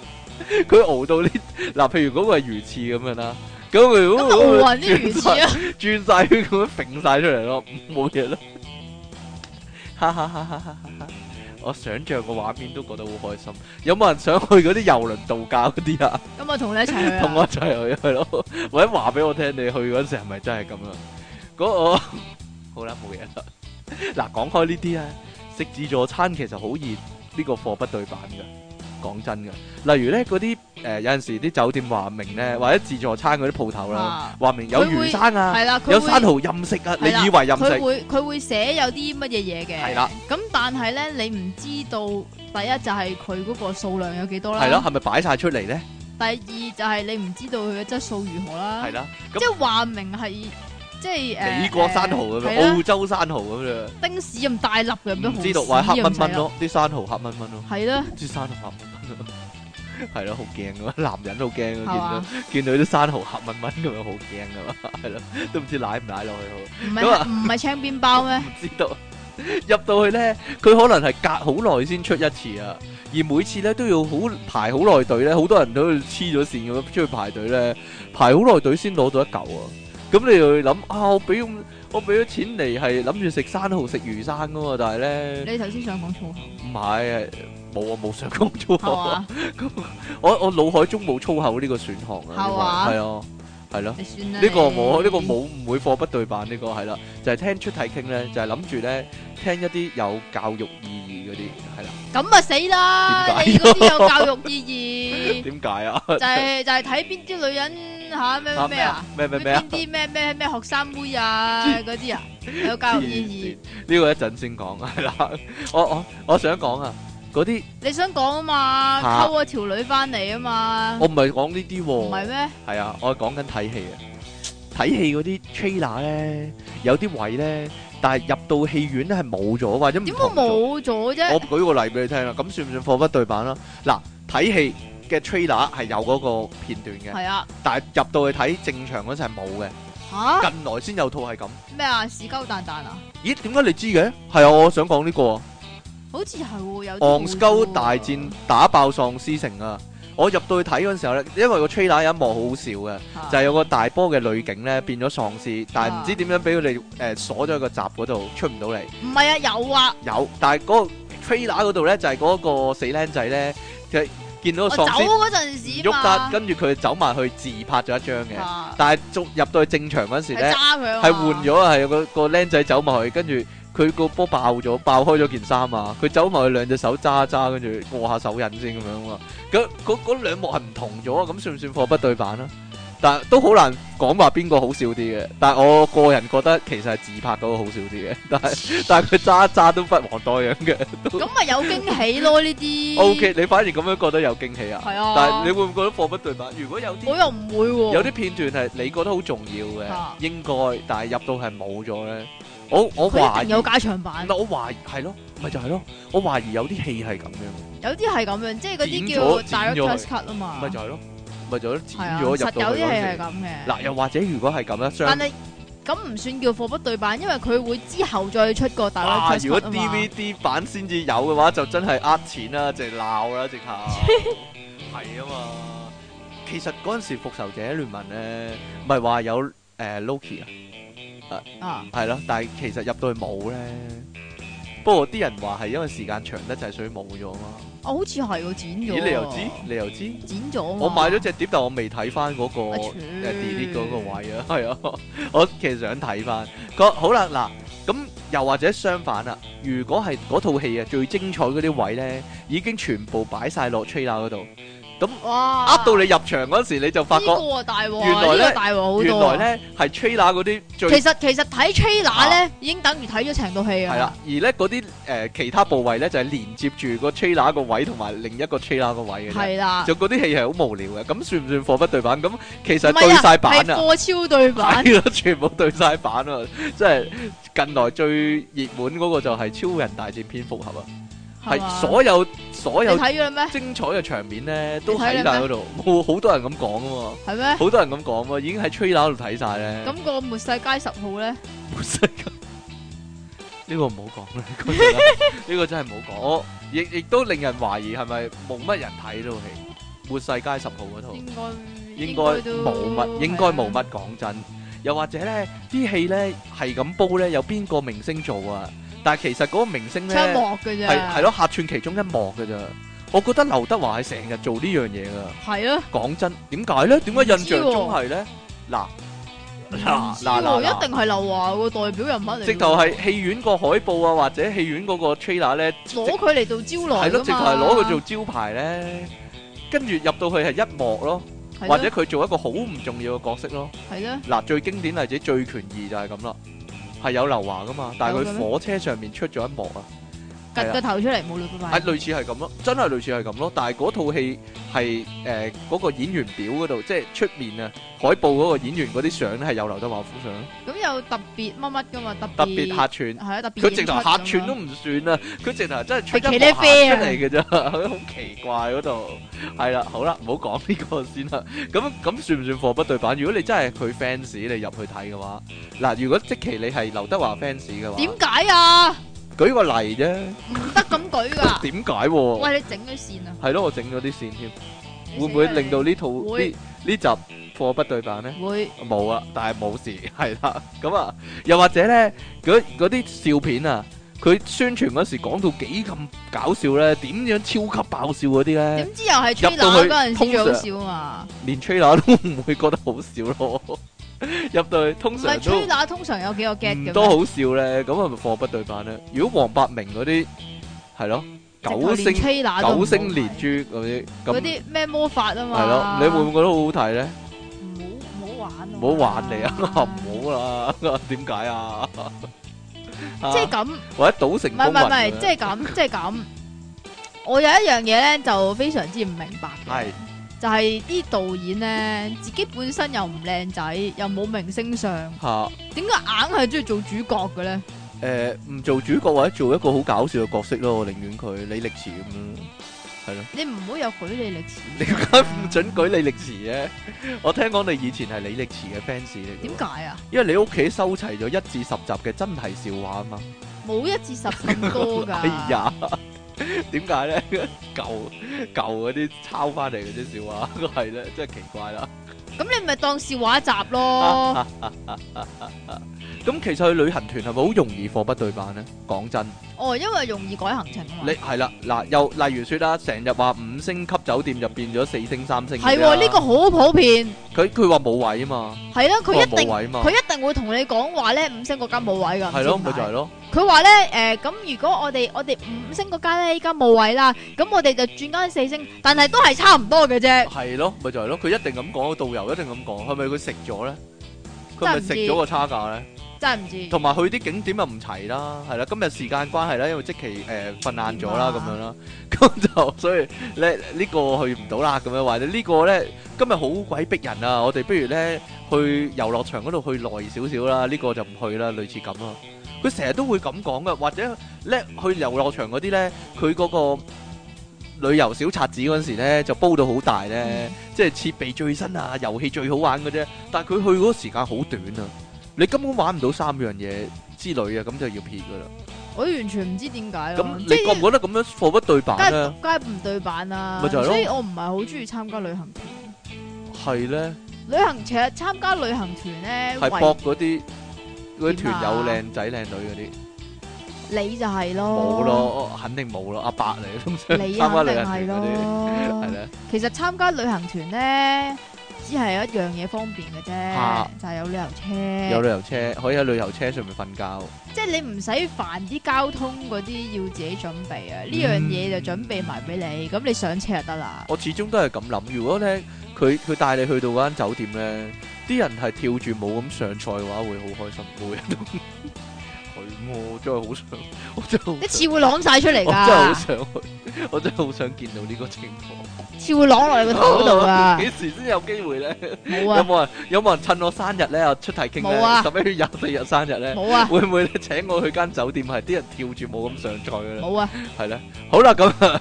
Speaker 1: [LAUGHS] 佢熬到啲嗱，譬如嗰個係魚翅咁樣啦，咁佢
Speaker 2: 咁咪
Speaker 1: 咁
Speaker 2: 奧運啲魚翅啊，
Speaker 1: 轉晒圈咁樣揈晒出嚟咯，冇嘢啦， [LAUGHS] 哈哈哈哈哈哈！我想象個畫面都覺得好開心，有冇人想去嗰啲遊輪度假嗰啲啊？
Speaker 2: 咁我同你一齊去
Speaker 1: [LAUGHS]
Speaker 2: 啊，
Speaker 1: 同我一齊去係咯，或者話俾我聽你去嗰陣時係咪真係咁啊？嗰我好啦， [LAUGHS] 冇嘢啦。嗱，講開呢啲啊，食自助餐其實好易呢個貨不對版噶，講真嘅，例如咧嗰啲誒有陣時啲酒店話明咧，或者自助餐嗰啲鋪頭啦，
Speaker 2: 啊，
Speaker 1: 話明有
Speaker 2: 佢會
Speaker 1: 魚生啊，
Speaker 2: 係啦，佢
Speaker 1: 有
Speaker 2: 會
Speaker 1: 生蠔任食啊，
Speaker 2: 係啦
Speaker 1: 你以為任
Speaker 2: 佢
Speaker 1: 食
Speaker 2: 會佢會寫有啲乜嘢嘢嘅，
Speaker 1: 係啦。
Speaker 2: 咁但係咧，你唔知道第一就係佢嗰個數量有幾多啦，
Speaker 1: 係咯，係咪擺晒出嚟咧？
Speaker 2: 第二就係你唔知道佢嘅質素如何啦，
Speaker 1: 係啦，
Speaker 2: 即係話明係即係誒
Speaker 1: 美國生蠔咁
Speaker 2: 係啦
Speaker 1: 樣，澳洲生蠔咁樣。
Speaker 2: 丁屎咁大粒嘅，
Speaker 1: 唔知道，或者黑蚊蚊，咯，啲生蠔黑蚊蚊咯，
Speaker 2: 係啦，
Speaker 1: 啲生蠔黑蚊蚊咯， [LAUGHS] 係咯，好驚噶， [LAUGHS] 男人好驚
Speaker 2: 係
Speaker 1: 噶，
Speaker 2: 嘛？
Speaker 1: 見到見到啲生蠔黑蚊蚊咁樣好驚噶嘛， [LAUGHS] 係咯，都唔知舐唔舐落去
Speaker 2: 唔
Speaker 1: 咁
Speaker 2: 係
Speaker 1: 啊
Speaker 2: 唔係青邊包
Speaker 1: 好，
Speaker 2: 咩？
Speaker 1: 唔知道。 [LAUGHS] 入到去咧，佢可能係隔好耐先出一次啊，而每次咧都要好排好耐隊咧，好多人都黐咗線咁樣出去排隊咧，排好耐隊先攞到一嚿啊。咁你又諗啊，我俾咁我俾咗錢嚟係諗住食生蠔食魚生噶嘛，但係咧。
Speaker 2: 你頭先想講粗口
Speaker 1: 唔係，冇啊，冇上工粗
Speaker 2: 係
Speaker 1: 口。
Speaker 2: 嘛？
Speaker 1: 我我腦海中冇粗口呢個選項
Speaker 2: 係嘛
Speaker 1: 啊，係啊，係咯。
Speaker 2: 你算啦，
Speaker 1: 呢個冇，
Speaker 2: 你
Speaker 1: 呢個冇，唔會貨不對版。呢個係啦，就係聽出體傾咧，就係諗住咧聽一啲有教育意義嗰啲，係啦。
Speaker 2: 咁啊死啦！
Speaker 1: 點解
Speaker 2: 你嗰啲有教育意義，
Speaker 1: [LAUGHS] 點解啊？
Speaker 2: 就係就係睇邊啲女人吓咩咩咩啊？？
Speaker 1: 咩咩咩啊
Speaker 2: 邊？啲咩咩咩學生妹啊嗰啲啊，有教育意義。
Speaker 1: 呢個一陣先講，係啦。我我我想講啊，嗰啲
Speaker 2: 你想講啊嘛，
Speaker 1: 嚇
Speaker 2: 溝咗條女翻嚟啊嘛，
Speaker 1: 我唔係講呢啲
Speaker 2: 唔係
Speaker 1: 喎，
Speaker 2: 咩？
Speaker 1: 係啊，我係講緊睇戲啊。睇戲嗰啲 trailer 咧，有啲位咧，但係入到戲院咧係冇咗或者唔
Speaker 2: 點
Speaker 1: 同
Speaker 2: 會
Speaker 1: 咗。
Speaker 2: 冇啊咗啫 [LAUGHS]
Speaker 1: 我？舉個例俾你聽啦，咁算唔算貨不對版啦？嗱，睇戲嘅 trailer 係有嗰個片段嘅，
Speaker 2: 係啊，
Speaker 1: 但係入到去睇正常嗰陣係冇嘅，
Speaker 2: 吓
Speaker 1: 近來先有套係咁。
Speaker 2: 咩啊？屎鳩蛋蛋啊？
Speaker 1: 咦？點解你知嘅？係啊，我想講呢、個《
Speaker 2: 好似係喎，有啲
Speaker 1: 昂
Speaker 2: 冇
Speaker 1: 鳩
Speaker 2: 咗
Speaker 1: 大
Speaker 2: 喎
Speaker 1: 戰打爆喪屍城》啊！我入到去睇嗰陣時候咧，因為個 trailer 有一幕好好笑嘅。
Speaker 2: 啊
Speaker 1: 就係有個大波嘅女警咧變咗喪屍，但係
Speaker 2: 啊
Speaker 1: 唔知點樣俾佢哋誒鎖咗喺個閘嗰度出唔到嚟。
Speaker 2: 唔係啊，有啊，
Speaker 1: 有，但係嗰個 trailer 嗰度咧就係嗰個死僆仔咧，佢見到
Speaker 2: 我
Speaker 1: 個
Speaker 2: 走
Speaker 1: 喪屍
Speaker 2: 嗰陣
Speaker 1: 唔
Speaker 2: 時
Speaker 1: 喐得，
Speaker 2: 嘛，
Speaker 1: 跟住佢走埋去自拍咗一張嘅。
Speaker 2: 啊
Speaker 1: 但係仲入到去正場嗰時
Speaker 2: 係
Speaker 1: 咧，
Speaker 2: 揸佢啊嘛
Speaker 1: 係換，咗啊，係個個僆仔走埋去，跟住佢個波爆咗，爆開咗件衫啊！佢走埋去兩隻手揸一揸，跟住過下手印先咁樣啊！咁嗰嗰兩幕係唔同咗啊！咁算唔算貨不對版啊？但都好難講話邊個好笑啲嘅，但係我個人覺得其實係自拍嗰個好笑啲嘅， [LAUGHS]
Speaker 2: [LAUGHS]
Speaker 1: 但係但係佢揸一揸都不遑多讓嘅。
Speaker 2: 咁咪有驚喜咯呢
Speaker 1: [LAUGHS]
Speaker 2: 啲。
Speaker 1: O、k 你反而咁樣覺得有驚喜啊？
Speaker 2: 係啊，
Speaker 1: 但係你會唔會覺得貨不對版？如果有啲
Speaker 2: 我又唔會喎，
Speaker 1: 有啲片段係你覺得好重要嘅，
Speaker 2: 哦啊
Speaker 1: 應該，但係入到係冇咗咧。我我
Speaker 2: 佢
Speaker 1: 懷
Speaker 2: 一
Speaker 1: 疑，
Speaker 2: 定有加長版，
Speaker 1: 我懷疑係咯，咪就係咯，我懷疑有啲戲係咁樣，
Speaker 2: 有啲係咁樣，即係嗰啲
Speaker 1: 剪
Speaker 2: 叫
Speaker 1: 咗剪咗
Speaker 2: director's cut 啊嘛，
Speaker 1: 咪就係咯，咪就係咯，剪
Speaker 2: 係啊
Speaker 1: 咗入
Speaker 2: 實
Speaker 1: 到
Speaker 2: 有
Speaker 1: 去
Speaker 2: 啲
Speaker 1: 嗰
Speaker 2: 戲係
Speaker 1: 陣時。
Speaker 2: 咁嘅。
Speaker 1: 嗱，又或者如果係咁啦，
Speaker 2: 但
Speaker 1: 相
Speaker 2: 係咁唔算叫貨不對版，因為佢會之後再出個
Speaker 1: 哇，
Speaker 2: director's
Speaker 1: 如果
Speaker 2: cut 啊嘛。
Speaker 1: DVD 版先至有嘅話，就真係呃錢啦，直
Speaker 2: [LAUGHS]
Speaker 1: 鬧啦，直頭係啊嘛。其實嗰陣時《復仇者聯盟》咧，唔係話有誒 Loki 啊。
Speaker 2: 啊，
Speaker 1: 係咯，但係其實入到去冇咧。不過啲人話係因為時間長得滯，所以冇咗嘛。
Speaker 2: 哦我好似係喎，剪咗。
Speaker 1: 咦？你又知？你又知？
Speaker 2: 剪咗啊嘛。
Speaker 1: 我買咗隻碟，但我未睇翻嗰個
Speaker 2: 啊
Speaker 1: 誒
Speaker 2: 切
Speaker 1: delete 嗰個位啊， [LAUGHS] 係啊，我其實想睇翻。個好啦，嗱，咁又或者相反啦，如果係嗰套戲啊最精彩嗰啲位咧，已經全部擺晒落 trailer 嗰度，
Speaker 2: 哇！
Speaker 1: 呃到你入場嗰時你就發覺
Speaker 2: 呢個啊大鑊啊，
Speaker 1: 原來
Speaker 2: 呢
Speaker 1: 呢
Speaker 2: 個大鑊好
Speaker 1: 原
Speaker 2: 多啊。
Speaker 1: 來咧係 trailer 嗰啲最
Speaker 2: 其實其實睇 trailer 咧，已經等於睇咗成套戲啊。
Speaker 1: 係啦，，而咧嗰啲誒其他部位咧就係、連接住個 trailer 個位同埋另一個 trailer 個位嘅啫。
Speaker 2: 係啊啦，
Speaker 1: 就嗰啲戲係好無聊嘅，咁算唔算貨不對版？咁其
Speaker 2: 唔
Speaker 1: 實
Speaker 2: 係
Speaker 1: 對
Speaker 2: 啊
Speaker 1: 晒版
Speaker 2: 係
Speaker 1: [LAUGHS] 啊，
Speaker 2: 貨超對版，
Speaker 1: 係咯，全部對晒版啊！即係近來最熱門嗰個就係《超人大戰蝙蝠俠》啊，
Speaker 2: 係嘛
Speaker 1: 係所有所
Speaker 2: 你
Speaker 1: 有
Speaker 2: 睇咗啦咩？
Speaker 1: 精彩嘅場面咧都
Speaker 2: 你睇啊
Speaker 1: 喺
Speaker 2: 啦
Speaker 1: 晒嗰
Speaker 2: 咩
Speaker 1: 度，冇好多人咁講啊嘛，
Speaker 2: 係咩？
Speaker 1: 好多人咁講啊嘛，已經喺 trailer 度睇晒咧。
Speaker 2: 咁個末世街十號咧，
Speaker 1: 冇世界。呢個唔好
Speaker 2: [LAUGHS]
Speaker 1: 講啦，呢個真係呢個真係唔好講。我亦亦都令人懷疑係咪冇乜人睇呢套戲《末世街十號》嗰套，
Speaker 2: 應該
Speaker 1: 應該
Speaker 2: 該都
Speaker 1: 冇乜，應該冇。乜。講真，又或者咧啲戲咧係咁煲咧，有邊個明星做啊？但係其實嗰個明星咧
Speaker 2: 出幕嘅啫，
Speaker 1: 係係咯客串其中一幕嘅咋。我覺得劉德華係成日做呢樣嘢㗎。
Speaker 2: 係咯，
Speaker 1: 講真，點解咧？點解印象中係咧？嗱，誒、嗱嗱
Speaker 2: 嗱，
Speaker 1: 嗱，
Speaker 2: 一定係劉華個代表人物嚟㗎喎。
Speaker 1: 直頭係戲院個海報啊，或者戲院嗰個 trailer 咧，直
Speaker 2: 攞佢嚟做招來
Speaker 1: 係咯，
Speaker 2: 㗎
Speaker 1: 直頭
Speaker 2: 嘛
Speaker 1: 係攞佢做招牌咧，跟住入到去係一幕咯，
Speaker 2: 係咯
Speaker 1: 或者佢做一個好唔重要嘅角色咯。
Speaker 2: 係咧，
Speaker 1: 嗱，最經典例子《醉拳二》就係咁啦，係有劉華噶嘛，但係
Speaker 2: 有嘅
Speaker 1: 佢
Speaker 2: 咩
Speaker 1: 火車上面出咗一幕啊，係
Speaker 2: 趌
Speaker 1: 啦
Speaker 2: 個頭出嚟冇啦，
Speaker 1: 係
Speaker 2: 拜拜。
Speaker 1: 類似係咁咯，真係類似係咁咯。但係嗰套戲係誒嗰個演員表嗰度，即係出面啊海報嗰個演員嗰啲相咧係有劉德華幅相，
Speaker 2: 咁有特別乜乜㗎嘛？特別
Speaker 1: 特別客串。
Speaker 2: 係啊，特別
Speaker 1: 佢直頭
Speaker 2: 演出
Speaker 1: 客串
Speaker 2: 咁
Speaker 1: 都
Speaker 2: 樣
Speaker 1: 唔算啊！佢直頭真係出
Speaker 2: 係
Speaker 1: 一
Speaker 2: 茄
Speaker 1: 幕
Speaker 2: 喱
Speaker 1: 行
Speaker 2: 啡
Speaker 1: 出
Speaker 2: 啊
Speaker 1: 嚟嘅咋，好奇怪嗰度。係啦，好啦，唔好講呢個先啦。咁咁算唔算貨不對版？如果你真係佢 fans，你入去睇嘅話，嗱，如果即期你係劉德華 fans 嘅話，
Speaker 2: 點解啊？
Speaker 1: [LAUGHS] 舉個例啫，
Speaker 2: 唔得咁舉㗎。
Speaker 1: 點解喎？
Speaker 2: 啊喂，你整咗線啊？
Speaker 1: 係咯，我整咗啲線添，
Speaker 2: 你啊
Speaker 1: 會唔
Speaker 2: 死
Speaker 1: 會
Speaker 2: 啦
Speaker 1: 令到
Speaker 2: [LAUGHS]
Speaker 1: 呢套呢
Speaker 2: 會
Speaker 1: 呢集貨不對版呢？
Speaker 2: 你會
Speaker 1: 冇啊，但係冇事， [LAUGHS] 係啦。咁啊，又或者咧，嗰嗰啲笑片啊，佢宣傳嗰時講到幾咁搞笑咧，點樣超級爆笑嗰啲咧，
Speaker 2: 點知又係吹
Speaker 1: 入到
Speaker 2: 喇
Speaker 1: 去
Speaker 2: 嗰陣時最好
Speaker 1: 通常
Speaker 2: 笑啊嘛？
Speaker 1: 連 trailer 都唔會覺得好笑咯。 [LAUGHS] 入到去通
Speaker 2: 唔
Speaker 1: 常
Speaker 2: 係
Speaker 1: 都
Speaker 2: 吹喇通常有幾個 get 嘅
Speaker 1: 唔
Speaker 2: 咩
Speaker 1: 多好笑咧，咁啊係咪貨不對版咧？如果黃百鳴嗰啲係咯，九星
Speaker 2: 直頭連吹喇都唔
Speaker 1: 九
Speaker 2: 好
Speaker 1: 星連珠嗰啲，
Speaker 2: 嗰
Speaker 1: 咁
Speaker 2: 啲咩魔法啊嘛？
Speaker 1: 係咯，你會唔會覺得好好睇咧？
Speaker 2: 唔好唔好玩啊？
Speaker 1: 唔好玩你啊， [LAUGHS] 唔好啦， [LAUGHS] 點解啊？
Speaker 2: 即係咁。
Speaker 1: 或者賭成
Speaker 2: 唔係
Speaker 1: 功
Speaker 2: 唔係唔
Speaker 1: 運
Speaker 2: 係，即係咁，即係咁。我有一樣嘢咧就非常之唔明白嘅，
Speaker 1: 係
Speaker 2: 就係啲導演咧自己本身又唔靚仔，又冇明星相，
Speaker 1: 嚇
Speaker 2: 點解硬係中意做主角嘅咧？
Speaker 1: 誒，唔做主角或者做一個好搞笑嘅角色咯，我寧願佢李力持咁
Speaker 2: [LAUGHS]
Speaker 1: 樣，係咯，
Speaker 2: 你唔好有舉你歷史，
Speaker 1: [LAUGHS] 你點解唔準舉李力持嘅？我聽講你以前係李力持嘅 fans 嚟
Speaker 2: 點
Speaker 1: 嘅，
Speaker 2: 解啊？
Speaker 1: 因為你屋企收齊咗一至十集嘅真係笑話啊嘛。
Speaker 2: 冇一至十咁多㗎。
Speaker 1: [LAUGHS] 哎呀，點解咧？舊舊嗰啲抄翻嚟嗰啲笑話，係咧，真係奇怪啦。
Speaker 2: 咁你咪當笑話集
Speaker 1: 啊
Speaker 2: 咯。
Speaker 1: 咁其實去旅行團係咪好容易貨不對版咧？講真。
Speaker 2: 哦，因為容易改行程啊
Speaker 1: 你
Speaker 2: 嘛。
Speaker 1: 係啦，嗱又例如説啦，成日話五星級酒店入變咗四星、三星嗰
Speaker 2: 係
Speaker 1: 啲啦。
Speaker 2: 喎，呢個好普遍。
Speaker 1: 個佢佢話冇位啊嘛，
Speaker 2: 係啦，佢
Speaker 1: 話
Speaker 2: 一定
Speaker 1: 冇位啊嘛
Speaker 2: 佢，一定會同你講話咧，五星嗰間冇位㗎。唔知
Speaker 1: 係咯，
Speaker 2: 點
Speaker 1: 咪
Speaker 2: 解
Speaker 1: 就係咯，
Speaker 2: 佢話咧，誒、咁如果我哋我哋五星嗰間咧，依家冇位啦，咁我哋就轉間四星，但係都係差唔多嘅啫。
Speaker 1: 係咯，咪就係咯，佢一定咁講，個導遊一定咁講，係咪佢食咗咧？佢
Speaker 2: 真係
Speaker 1: 咪
Speaker 2: 唔
Speaker 1: 食
Speaker 2: 知
Speaker 1: 咗個差價咧？
Speaker 2: 真係唔知
Speaker 1: 同埋去啲景點又唔齊啦，係啦，今日時間關係啦，因為即期誒瞓晏咗啦，咁
Speaker 2: 點啊
Speaker 1: 樣啦， [LAUGHS] 咁就所以咧呢個去唔到啦，咁樣或者呢個咧今日好鬼逼人啊，我哋不如咧去遊樂場嗰度去耐少少啦，呢個就唔去啦，類似咁啊。佢成日都會咁講噶，或者咧去遊樂場嗰啲咧，佢嗰個旅遊小冊子嗰陣時咧就煲到好大
Speaker 2: 嗯
Speaker 1: 咧，即係設備最新啊，遊戲最好玩嘅啫。但係佢去嗰個時間好短啊，你根本玩唔到三樣嘢之類啊，咁就要撇噶啦。
Speaker 2: 我完全唔知點解咯。
Speaker 1: 咁你
Speaker 2: 即係
Speaker 1: 覺唔覺得咁樣貨不對啊版咧
Speaker 2: 梗？係梗係唔對版啦
Speaker 1: 咪，就係咯
Speaker 2: 所以我唔係好中意參加旅行團。
Speaker 1: 係咧，
Speaker 2: 旅行其實參加旅行團咧，
Speaker 1: 係
Speaker 2: 唯
Speaker 1: 搏嗰啲嗰啲
Speaker 2: 點啊
Speaker 1: 團友靚仔靚女嗰啲
Speaker 2: 你就係
Speaker 1: 冇
Speaker 2: 咯，
Speaker 1: 咯，肯定冇咯，阿伯嚟通常
Speaker 2: 哦你
Speaker 1: [LAUGHS] 參加
Speaker 2: 肯
Speaker 1: 旅
Speaker 2: 定
Speaker 1: 行
Speaker 2: 係
Speaker 1: 團嗰啲係
Speaker 2: 咯。
Speaker 1: 咧，
Speaker 2: 其實參加旅行團咧，只係有一樣嘢方便嘅
Speaker 1: 啊
Speaker 2: 啫，就係有旅遊
Speaker 1: 有
Speaker 2: 車，
Speaker 1: 旅遊車可以喺旅遊車上面瞓覺。
Speaker 2: 即係你唔使煩啲交通嗰啲要自己準備
Speaker 1: 嗯
Speaker 2: 啊，呢樣嘢就準備埋俾你，咁你上車就得啦。
Speaker 1: 我始終都係咁諗，如果咧佢佢帶你去到嗰間酒店咧，啲人係跳住舞咁上菜嘅話，會好開心，每人都佢我真係好想，我真係好
Speaker 2: 一
Speaker 1: 想
Speaker 2: 次會啷晒出嚟
Speaker 1: 我哦真係好
Speaker 2: 㗎，
Speaker 1: 想去，我真係好想見到呢個情況。
Speaker 2: 次會啷落你個頭度
Speaker 1: [LAUGHS]
Speaker 2: 啊
Speaker 1: 幾！時先有機會咧？
Speaker 2: 冇
Speaker 1: 有
Speaker 2: 啊，
Speaker 1: 冇人有冇人趁我生日咧？我出題傾
Speaker 2: 冇啊
Speaker 1: 咧，十一月廿四日生日咧，
Speaker 2: 冇啊，
Speaker 1: 會唔會咧請我去間酒店係啲人跳住舞咁上菜嘅咧？
Speaker 2: 冇啊！
Speaker 1: 係咧，好啦，咁啊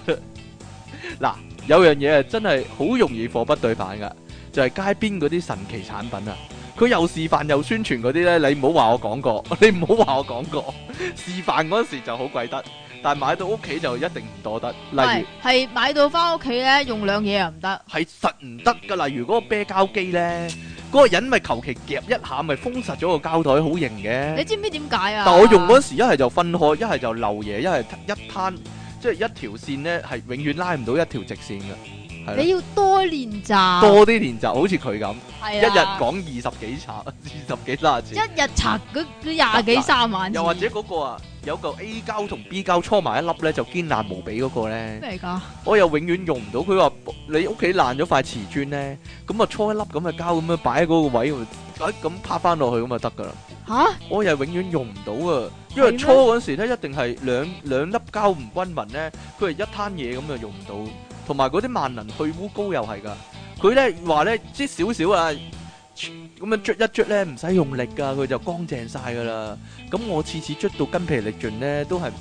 Speaker 1: [LAUGHS] 嗱，有樣嘢啊，真係好容易貨不對版噶，就係、街邊嗰啲神奇產品啊！佢又示範又宣傳嗰啲咧，你唔好話我講過， [LAUGHS] 你唔好話我講過。示範嗰時就好貴得，但係買到屋企就一定唔多得。例
Speaker 2: 係
Speaker 1: 如
Speaker 2: 係買到翻屋企咧，用兩嘢又唔得，
Speaker 1: 係實唔得噶，例如嗰個啤膠機咧，嗰、個人咪求其夾一下，咪封實咗個膠袋，好型嘅
Speaker 2: 你。知唔知點解啊？
Speaker 1: 嗯但我用嗰時一係就分開，一係就漏嘢，一係一攤，即係一條線咧係永遠拉唔到一條直線嘅，係啦
Speaker 2: 你要多練習，
Speaker 1: 多啲練習，好似佢咁，一
Speaker 2: 一
Speaker 1: 日講二十幾冊， [LAUGHS] 二十幾卅字。
Speaker 2: 一日拆嗰嗰廿幾三萬字，
Speaker 1: 又或者嗰個啊，有嚿 A 膠同 B 膠搓埋一粒咧，就堅爛無比嗰個咧，
Speaker 2: 咩嚟㗎？
Speaker 1: 我又永遠用唔到。佢話你屋企爛咗塊瓷磚咧，咁啊搓一粒咁嘅膠咁樣擺喺嗰個位，咁咁拍翻落去咁就得噶啦。
Speaker 2: 吓？
Speaker 1: 我又永遠用唔到啊，因為
Speaker 2: 係咩
Speaker 1: 初嗰時咧一定係兩兩粒膠唔均勻咧，佢係一攤嘢咁就用唔到，同埋嗰啲萬能去污膏又係噶，佢咧話咧擠少少啊，咁樣捽一捽咧唔使用力噶，佢就乾淨晒噶啦。咁我次次捽到筋疲力盡咧，都係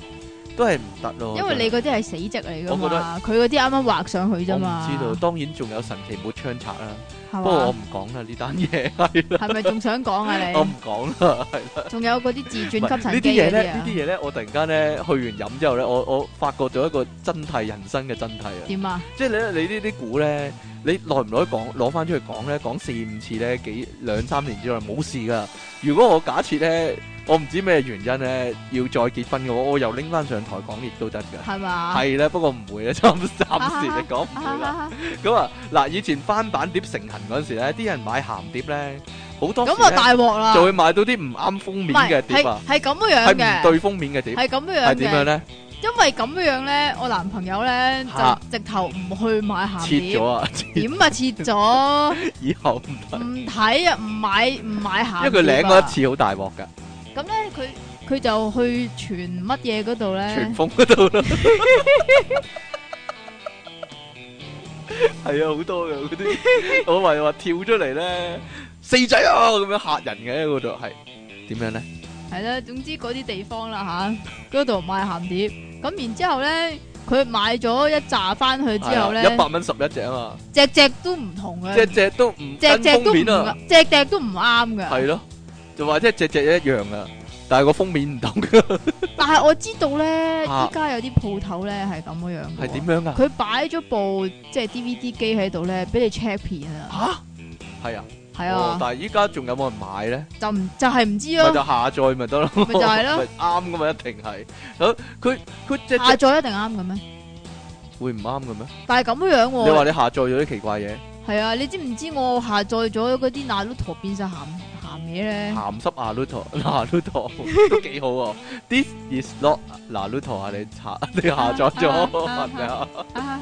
Speaker 1: 都係唔得咯。
Speaker 2: 因為你嗰啲係死積嚟㗎
Speaker 1: 我覺
Speaker 2: 嘛，佢嗰啲啱啱畫上去
Speaker 1: 真係我
Speaker 2: 啫
Speaker 1: 唔
Speaker 2: 嘛，
Speaker 1: 知道，當然仲有神奇抹槍刷啦，
Speaker 2: 係
Speaker 1: 不過我
Speaker 2: 嘛？
Speaker 1: 唔講啦呢單嘢，係啦，
Speaker 2: 係咪仲想講啊
Speaker 1: [LAUGHS] 我唔
Speaker 2: 你？
Speaker 1: 講啦。
Speaker 2: 仲有嗰啲自
Speaker 1: 唔係
Speaker 2: 轉吸
Speaker 1: 呢
Speaker 2: 塵
Speaker 1: 啲
Speaker 2: 機
Speaker 1: 嘢咧，
Speaker 2: 嗰啲
Speaker 1: 呢
Speaker 2: 啊
Speaker 1: 啲？嘢咧，我突然間咧去完飲之後咧，我我發覺咗一個真替人生嘅真替啊！
Speaker 2: 點啊？
Speaker 1: 即係你你呢啲股咧，你耐唔耐講攞翻出去講咧，講四五次咧，幾兩三年之內冇事噶。如果我假設咧，我唔知咩原因咧，要再結婚嘅話，我又拎翻上台講亦都得噶。
Speaker 2: 係嘛？
Speaker 1: 係咧，不過唔會咧， [LAUGHS] 暫暫時嚟講唔會啦。
Speaker 2: 啊
Speaker 1: 咁啊，嗱，以前翻版碟成行嗰陣時咧，啲人買鹹碟咧，好多
Speaker 2: 咁啊
Speaker 1: 時咧
Speaker 2: 大鑊啦！
Speaker 1: 就會買到啲唔啱封
Speaker 2: 唔
Speaker 1: 面嘅
Speaker 2: 係
Speaker 1: 碟
Speaker 2: 係
Speaker 1: 啊，
Speaker 2: 係咁樣
Speaker 1: 係
Speaker 2: 樣
Speaker 1: 唔
Speaker 2: 嘅，
Speaker 1: 對封面嘅碟。
Speaker 2: 係咁樣
Speaker 1: 係
Speaker 2: 樣
Speaker 1: 點樣
Speaker 2: 嘅。
Speaker 1: 咧？
Speaker 2: 因為咁樣樣咧，我男朋友咧
Speaker 1: 嚇
Speaker 2: 就直頭唔去買鹹
Speaker 1: 切
Speaker 2: 碟
Speaker 1: 咗， [LAUGHS] 啊！切
Speaker 2: 點啊切
Speaker 1: [LAUGHS]
Speaker 2: 咗，
Speaker 1: 以後唔得，
Speaker 2: 唔睇啊，唔買唔買鹹
Speaker 1: 因為
Speaker 2: 碟
Speaker 1: 佢領
Speaker 2: 啊
Speaker 1: 嗰一次好大鑊噶，
Speaker 2: 咁咧，佢佢就去傳乜嘢嗰度咧
Speaker 1: 全？封嗰度啦。係啊，好多嘅嗰啲，我咪話跳出嚟咧，四仔啊咁樣嚇人嘅嗰度係點樣咧？
Speaker 2: 係啦，總之嗰啲地方啦吓，嗰度賣鹹碟。咁然之後咧，佢買咗一扎翻去之後咧，
Speaker 1: 一百蚊十一隻啊嘛，
Speaker 2: 隻隻都唔同嘅，
Speaker 1: 隻隻都唔
Speaker 2: 隻隻
Speaker 1: 跟封
Speaker 2: 都唔
Speaker 1: 面啊，
Speaker 2: 隻隻都唔啱嘅。
Speaker 1: 係咯，就或者隻隻一樣啊，但係個封面唔 [LAUGHS] 同嘅，
Speaker 2: 但係我知道咧，
Speaker 1: 嚇
Speaker 2: 依家有啲鋪頭咧係咁樣樣嘅
Speaker 1: 啊係
Speaker 2: 喎
Speaker 1: 點樣啊？
Speaker 2: 佢擺咗部即係 DVD 機喺度咧，俾你 check 片啊，
Speaker 1: 吓，係啊，
Speaker 2: 係
Speaker 1: 哦
Speaker 2: 啊，
Speaker 1: 但係依家仲有冇人買咧？
Speaker 2: 就唔就係唔知
Speaker 1: 咪
Speaker 2: 咯，
Speaker 1: 就下載咪得咯，
Speaker 2: 咪就係
Speaker 1: [LAUGHS]
Speaker 2: 咯
Speaker 1: 咪啱噶嘛，一定係。好，佢佢隻
Speaker 2: 下
Speaker 1: 隻
Speaker 2: 載一定啱嘅咩？
Speaker 1: 會唔啱嘅咩？
Speaker 2: 但係咁樣
Speaker 1: 你
Speaker 2: 喎
Speaker 1: 話，你下載咗啲奇怪嘢，
Speaker 2: 係啊，你知唔知我下載咗嗰啲 Naruto 變晒鹹鹹嘢咧？
Speaker 1: 鹹濕 Naruto [LAUGHS] Naruto 都幾好喎。This is not Naruto 啊，你查 [LAUGHS] 你下載咗係咪啊
Speaker 2: 啊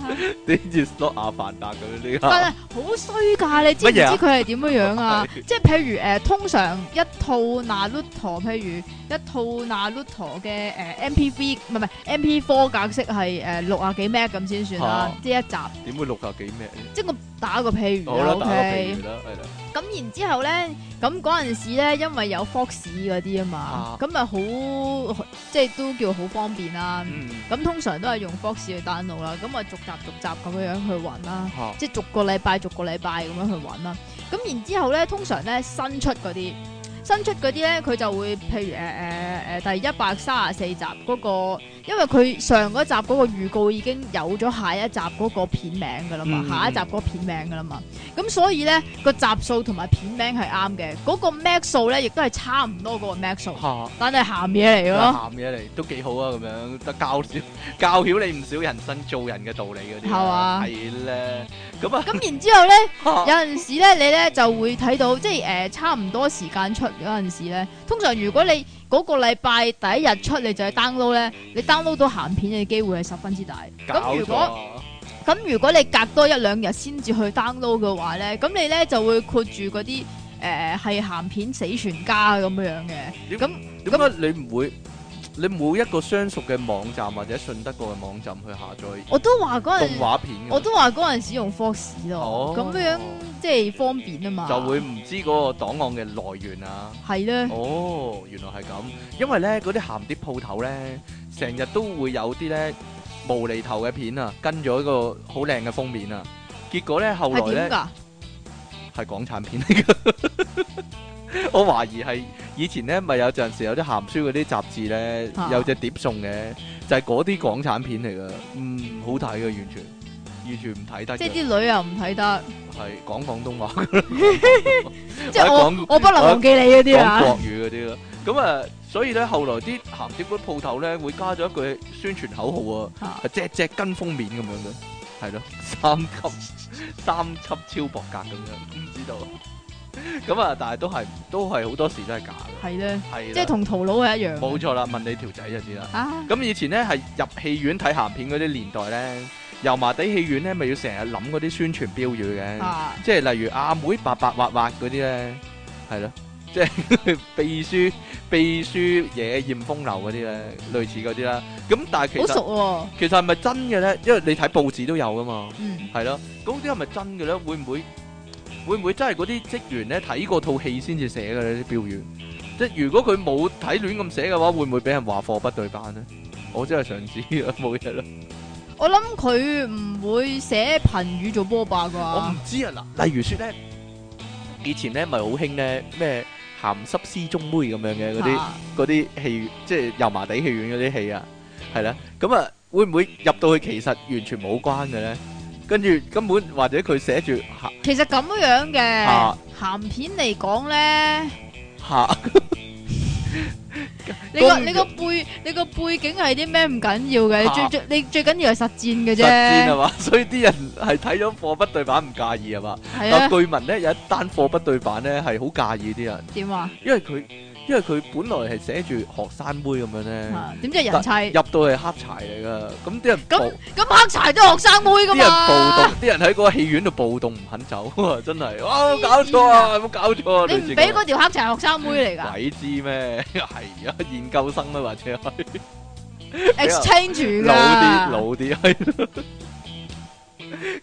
Speaker 1: ？This is not 阿凡達咁樣呢
Speaker 2: 但
Speaker 1: 下
Speaker 2: 係好衰㗎，你知唔知
Speaker 1: 啊乜嘢啊？
Speaker 2: 佢係點樣樣啊
Speaker 1: [LAUGHS]
Speaker 2: 即係譬如誒，通常一套 Naruto，譬如一套 Naruto 嘅誒 MP3 唔係唔係 MP4 格式係誒六啊幾 m 咁先算啦
Speaker 1: 啊，
Speaker 2: 即係一集。
Speaker 1: 點會六啊幾咩？
Speaker 2: 即係我打個譬如
Speaker 1: 好
Speaker 2: 啦
Speaker 1: 啦，打個譬
Speaker 2: ，OK。
Speaker 1: 如啦，係啦，
Speaker 2: 咁然之後咧，咁嗰陣時咧，因為有 Fox 嗰啲啊嘛
Speaker 1: 啊，
Speaker 2: 咁咪好即係都叫好方便啦。
Speaker 1: 嗯
Speaker 2: 咁通常都係用 Fox 去 download 啦，咁啊逐集逐集咁樣樣去揾啦，
Speaker 1: 嚇
Speaker 2: 即係逐個禮拜逐個禮拜咁樣去揾啦。咁然之後咧，通常咧新出嗰啲，新出嗰啲咧佢就會譬如誒誒誒第一百三十四集嗰、個，因為佢上嗰集嗰個預告已經有咗下一集嗰個片名噶啦嘛，
Speaker 1: 嗯
Speaker 2: 下一集嗰個片名噶啦嘛，咁所以咧個集數同埋片名係啱嘅，嗰、個 max 數咧亦都係差唔多嗰個 max 數，
Speaker 1: 嚇。
Speaker 2: 但係鹹嘢嚟嘅咯，
Speaker 1: 鹹嘢嚟都幾好啊，咁樣得教少教曉你唔少人生做人嘅道理嗰啲
Speaker 2: 係嘛
Speaker 1: 係咧，咁
Speaker 2: [LAUGHS]
Speaker 1: 啊
Speaker 2: 咁然之後咧。
Speaker 1: 嚇
Speaker 2: 有陣時咧，你咧就會睇到，即係誒、呃差唔多時間出嗰陣時咧，通常如果你嗰個禮拜第一日出，你就去 download 咧，你 download 到鹹片嘅機會係十分之大。
Speaker 1: 搞
Speaker 2: 咁如
Speaker 1: 錯
Speaker 2: 果
Speaker 1: 啊。
Speaker 2: 咁如果你隔多一兩日先至去 download 嘅話咧，咁你咧就會括住嗰啲誒係鹹片死全家咁樣樣嘅。
Speaker 1: 點解啊你唔會？你每一個相熟嘅網站或者信得過嘅網站去下載
Speaker 2: 我都話嗰
Speaker 1: 動
Speaker 2: 陣，
Speaker 1: 畫片嘅，
Speaker 2: 我都話嗰陣時用 Fox 咯
Speaker 1: 哦，
Speaker 2: 咁、樣即係方便啊嘛。
Speaker 1: 就會唔知嗰個檔案嘅來源啊。
Speaker 2: [LAUGHS] 係咧，
Speaker 1: 哦，原來係咁，因為咧嗰啲鹹碟鋪頭咧，成日都會有啲咧無厘頭嘅片啊，跟咗一個好靚嘅封面啊，結果咧後來
Speaker 2: 係
Speaker 1: 咧
Speaker 2: 點。㗎？
Speaker 1: 係港產片嚟噶。 [LAUGHS] 我懷疑係以前咧，咪有陣時有啲鹹書嗰啲雜誌咧，
Speaker 2: 啊
Speaker 1: 有隻碟送嘅，就係嗰啲港產片嚟噶，嗯，好睇嘅，完全完全唔睇得
Speaker 2: 即係
Speaker 1: 嘅，
Speaker 2: 啲女又唔睇得，
Speaker 1: 係講廣東話㗎啦，
Speaker 2: 即係我
Speaker 1: 講
Speaker 2: 我不能忘記你嗰啲啊
Speaker 1: 講。國語嗰啲咯。咁啊，所以咧後來啲鹹碟嗰啲鋪頭咧會加咗一句宣傳口號啊，
Speaker 2: 啊
Speaker 1: 係隻隻跟封面咁樣嘅，系咯，三級三級超薄格咁樣，唔知道。咁啊，但係都係都係好多時都係假嘅，
Speaker 2: 系咧，
Speaker 1: 係啦
Speaker 2: 即系同屠佬系一样嘅。
Speaker 1: 冇錯啦，問你條仔就知啦。
Speaker 2: 啊，
Speaker 1: 咁以前咧係入戲院睇鹹片嗰啲年代咧，油麻地戲院咧咪要成日諗嗰啲宣傳標語嘅，
Speaker 2: 啊
Speaker 1: 即係例如阿妹白白滑滑嗰啲咧，係咯，即係 [LAUGHS] 秘書秘書野豔風流嗰啲咧，類似嗰啲啦。咁但係其
Speaker 2: 好
Speaker 1: 實
Speaker 2: 熟
Speaker 1: 其實係咪真嘅咧？因為你睇報紙都有噶嘛。
Speaker 2: 喎，嗯，
Speaker 1: 係咯，咁啲係咪真嘅咧？會唔會會唔會真係嗰啲職員咧睇過套戲先至寫嘅呢啲標語？即係如果佢冇睇亂咁寫嘅話，會唔會俾人話貨不對版咧？我真係想知啊，冇嘢啦，
Speaker 2: 我谂佢唔会写贫语做波霸
Speaker 1: 我唔
Speaker 2: 啩，
Speaker 1: 知啊嗱，例如說咧，以前咧咪好興咧咩鹹濕師中妹咁樣嘅嗰啲。
Speaker 2: 啊
Speaker 1: 嗰啲戲，即係油麻地戲院嗰啲戲啊，係啦。咁啊，會唔會入到去其實完全冇關嘅咧？跟住根本或者佢寫住下
Speaker 2: 其实咁样嘅
Speaker 1: 啊
Speaker 2: 咸片嚟讲咧，
Speaker 1: 下
Speaker 2: 你个
Speaker 1: 公
Speaker 2: 你个背你个背景系啲咩唔紧要嘅，
Speaker 1: 啊
Speaker 2: 你最最你最紧要系实战嘅
Speaker 1: 實戰啊係
Speaker 2: 啫，
Speaker 1: 嘛， [LAUGHS] 所以啲人係睇咗貨不對版唔介意係嘛。
Speaker 2: 系
Speaker 1: 但
Speaker 2: 啊，
Speaker 1: 據聞咧有一單貨不對版咧係好介意啲人，
Speaker 2: 点啊，
Speaker 1: 因為佢因為佢本來係寫住學生妹咁樣咧，
Speaker 2: 啊点知係人砌，
Speaker 1: 入到係黑柴嚟㗎。咁啲人暴
Speaker 2: 咁啊咁黑柴都係学生妹噶
Speaker 1: 啲人暴
Speaker 2: 嘛
Speaker 1: 動，，啲啊人喺嗰個戲院度暴動唔肯走 [LAUGHS] 啊！真係，哇！有冇搞錯啊！有冇搞錯啊！
Speaker 2: 你
Speaker 1: 類
Speaker 2: 唔
Speaker 1: 似
Speaker 2: 俾
Speaker 1: 咁
Speaker 2: 嗰条黑柴係学生妹嚟噶
Speaker 1: 鬼知咩？ [LAUGHS] 係啊，研究生啦，或者係人
Speaker 2: ，exchange
Speaker 1: 老啲，老 [LAUGHS]
Speaker 2: 噶，
Speaker 1: 啲係咯。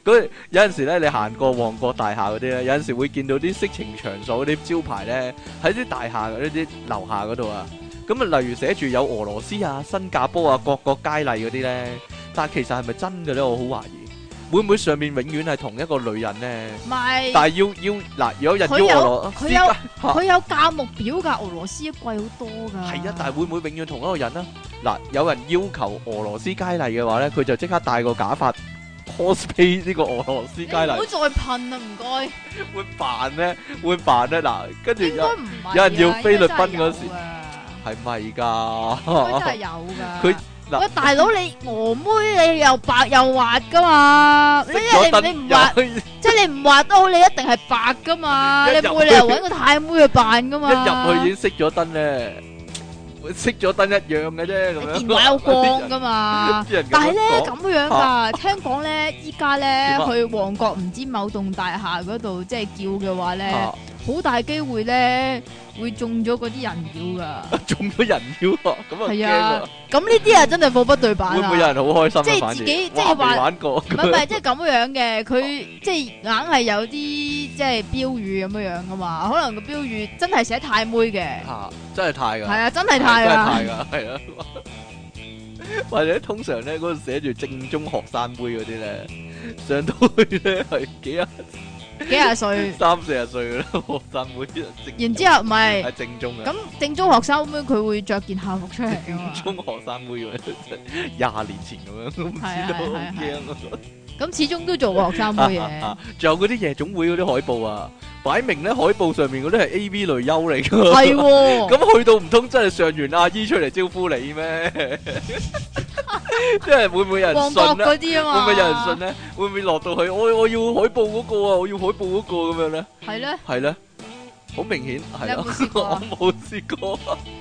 Speaker 1: 嗰有陣時咧，你行過旺角大廈嗰啲咧，有陣時會見到啲色情場所嗰啲招牌咧，喺啲大廈嗰啲樓下嗰度啊。咁啊，例如寫住有俄羅斯啊、新加坡啊、各國佳麗嗰啲咧，但係其實係咪真嘅咧？我好懷疑，會唔會上面永遠係同一個女人咧？
Speaker 2: 唔系。
Speaker 1: 但係要要嗱，有人
Speaker 2: 佢有
Speaker 1: 要俄羅斯
Speaker 2: 佢有
Speaker 1: 加嚇
Speaker 2: 佢有價目表噶，俄羅斯貴好多噶。
Speaker 1: 係啊，但係會唔會永遠同一個人呢？嗱，有人要求俄羅斯佳麗嘅話呢，佢就即刻戴個假髮 cosplay 呢個俄羅斯佳
Speaker 2: 你唔好
Speaker 1: 麗，
Speaker 2: 再噴啦，唔該。
Speaker 1: 會扮呢？會扮呢？嗱，跟住
Speaker 2: 應該
Speaker 1: 有
Speaker 2: 唔係啊。
Speaker 1: 有人要菲律賓嗰時
Speaker 2: 應
Speaker 1: 係咪
Speaker 2: 該真係
Speaker 1: 㗎？
Speaker 2: 有㗎。
Speaker 1: 佢嗱
Speaker 2: 喂，大佬你俄妹你又白又滑噶嘛？你
Speaker 1: 食咗
Speaker 2: 你你唔滑，
Speaker 1: 燈，一
Speaker 2: 即係你唔滑都好，你一定係白噶嘛？
Speaker 1: 一
Speaker 2: 你
Speaker 1: 入
Speaker 2: 冇理由揾個太妹去扮噶嘛？
Speaker 1: 入去已經熄咗燈呢，熄咗燈一樣嘅啫，咁樣。
Speaker 2: 你電話有光噶嘛？
Speaker 1: [LAUGHS] 啲人
Speaker 2: 但係咧
Speaker 1: 樣講
Speaker 2: 咁樣㗎，聽講咧依家咧
Speaker 1: 點啊
Speaker 2: 去旺角唔知某棟大廈嗰度即係叫嘅話咧。
Speaker 1: 啊
Speaker 2: 好大機會咧會中咗嗰啲
Speaker 1: [LAUGHS]
Speaker 2: 人妖噶。
Speaker 1: 中咗人妖啊，咁啊
Speaker 2: 係
Speaker 1: 驚
Speaker 2: 啊
Speaker 1: 啊！
Speaker 2: 咁呢啲啊真係貨不對版
Speaker 1: 會唔
Speaker 2: 啊！
Speaker 1: 會有人好開心啊
Speaker 2: 即係
Speaker 1: 反而
Speaker 2: 自己即
Speaker 1: 哇
Speaker 2: 係話
Speaker 1: 未玩過
Speaker 2: 唔係唔係，即係咁樣嘅，佢 [LAUGHS] 即係硬係有啲即係標語咁樣樣噶嘛。可能個標語真係寫太妹嘅，
Speaker 1: 嚇，真係太㗎。
Speaker 2: 係啊，真係太啦，
Speaker 1: 真係太㗎，係啊。或者通常呢，嗰個寫住正宗學生妹嗰啲呢，上到去呢，係幾啊，
Speaker 2: 幾
Speaker 1: [LAUGHS]
Speaker 2: 廿歲。
Speaker 1: 三四十歲嗰啲學生妹，正宗
Speaker 2: 然之後唔係
Speaker 1: 嘅，係正宗嘅，
Speaker 2: 咁正宗學生妹佢會着件校服出嚟噶
Speaker 1: [LAUGHS]
Speaker 2: 嘛。
Speaker 1: 正宗學生妹喎，真係廿年前咁樣，唔知道，
Speaker 2: 係啊，係啊，
Speaker 1: 好驚啊。
Speaker 2: 咁始終都做過學生妹
Speaker 1: [LAUGHS]
Speaker 2: 嘅。
Speaker 1: 仲有嗰啲夜總會嗰啲海報啊，擺明呢，海報上面嗰啲係 AV 女優嚟㗎。
Speaker 2: 係喎， [LAUGHS]
Speaker 1: 咁去到唔通真係上完阿姨出嚟招呼你咩？ [LAUGHS] 即係會唔會有人
Speaker 2: 旺角
Speaker 1: 信呢？
Speaker 2: 嗰啲啊嘛，
Speaker 1: 會唔會有人信呢？會唔會落到去，我-我要海報嗰個啊，我要海報嗰個咁樣呢？係呢？好明顯，係啦。
Speaker 2: 係咧？你有冇試過啊？
Speaker 1: [LAUGHS] 我冇試過，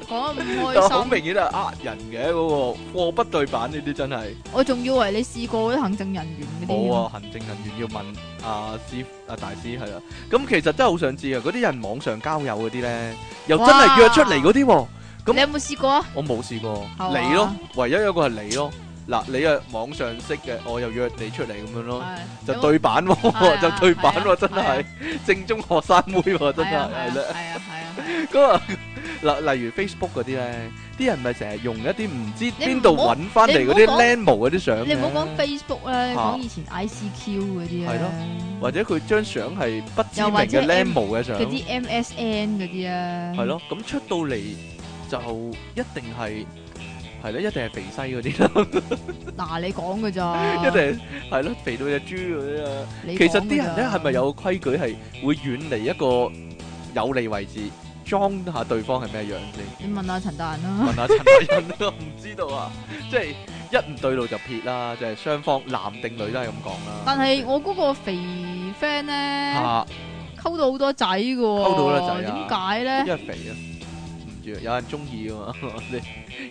Speaker 2: 講得唔
Speaker 1: [LAUGHS]
Speaker 2: 開心。
Speaker 1: 啊但好明顯係呃人嘅，嗰個貨不對版呢啲真係。
Speaker 2: 我仲以為你試過嗰啲行政人員嗰啲。
Speaker 1: 啊冇啊，行政人員要問阿師-阿大師，係啦。咁其實真係好想知啊，嗰啲人網上交友嗰啲呢，又真係
Speaker 2: 哇。
Speaker 1: 約出嚟嗰啲喎，咁
Speaker 2: 你有冇試過啊？
Speaker 1: 我冇試過，
Speaker 2: 係嘛
Speaker 1: 你咯，唯一一個係你咯。嗱，你啊網上識嘅，我又約你出嚟咁樣咯，
Speaker 2: 啊
Speaker 1: 就
Speaker 2: 有冇
Speaker 1: 對版
Speaker 2: 係
Speaker 1: [LAUGHS]
Speaker 2: 啊
Speaker 1: 喎，就對版
Speaker 2: 係啊
Speaker 1: 喎，真係正宗學生妹喎，真
Speaker 2: 係啊
Speaker 1: 係係啦。
Speaker 2: 係啊係啊係啊！
Speaker 1: 咁啊，嗱，例如 Facebook 嗰啲咧，啲人咪成日用一啲唔知
Speaker 2: 你
Speaker 1: 邊度
Speaker 2: 唔好
Speaker 1: 揾翻嚟嗰
Speaker 2: 你
Speaker 1: 啲
Speaker 2: 唔好講
Speaker 1: l a n 嗰啲相嘅
Speaker 2: 你唔好講 Facebook 咧，
Speaker 1: 啊
Speaker 2: 講以前 ICQ 嗰啲啊
Speaker 1: 係
Speaker 2: 咧
Speaker 1: 咯，或者佢張相係不知
Speaker 2: 又
Speaker 1: 名
Speaker 2: 或者
Speaker 1: 嘅 l a n
Speaker 2: M-
Speaker 1: 嘅相
Speaker 2: 嗰，啲 MSN 嗰啲啊，
Speaker 1: 係，咯。咁出到嚟就一定係係咯，一定係肥西 [LAUGHS] 嗰啲啦，
Speaker 2: 嗱你講嘅
Speaker 1: 一
Speaker 2: 咋，
Speaker 1: 定係係咯，肥到只豬嗰啲啊。
Speaker 2: 你講
Speaker 1: 其
Speaker 2: 㗎咋
Speaker 1: 實啲人咧係咪有個規矩係會遠離一個有利位置，遠裝下對方係咩樣先？
Speaker 2: 你問下陳達人啦，
Speaker 1: 問下陳偉人都唔知道啊！即係一唔對路就撇啦，就係雙方男定女都係咁講啦。
Speaker 2: 但係我嗰個肥 friend 咧，
Speaker 1: 嚇，
Speaker 2: 溝到好多仔嘅喎，
Speaker 1: 溝到好多仔啊
Speaker 2: 點解咧
Speaker 1: 因？為肥啊，唔知啊有人中意啊嘛。 [LAUGHS] 你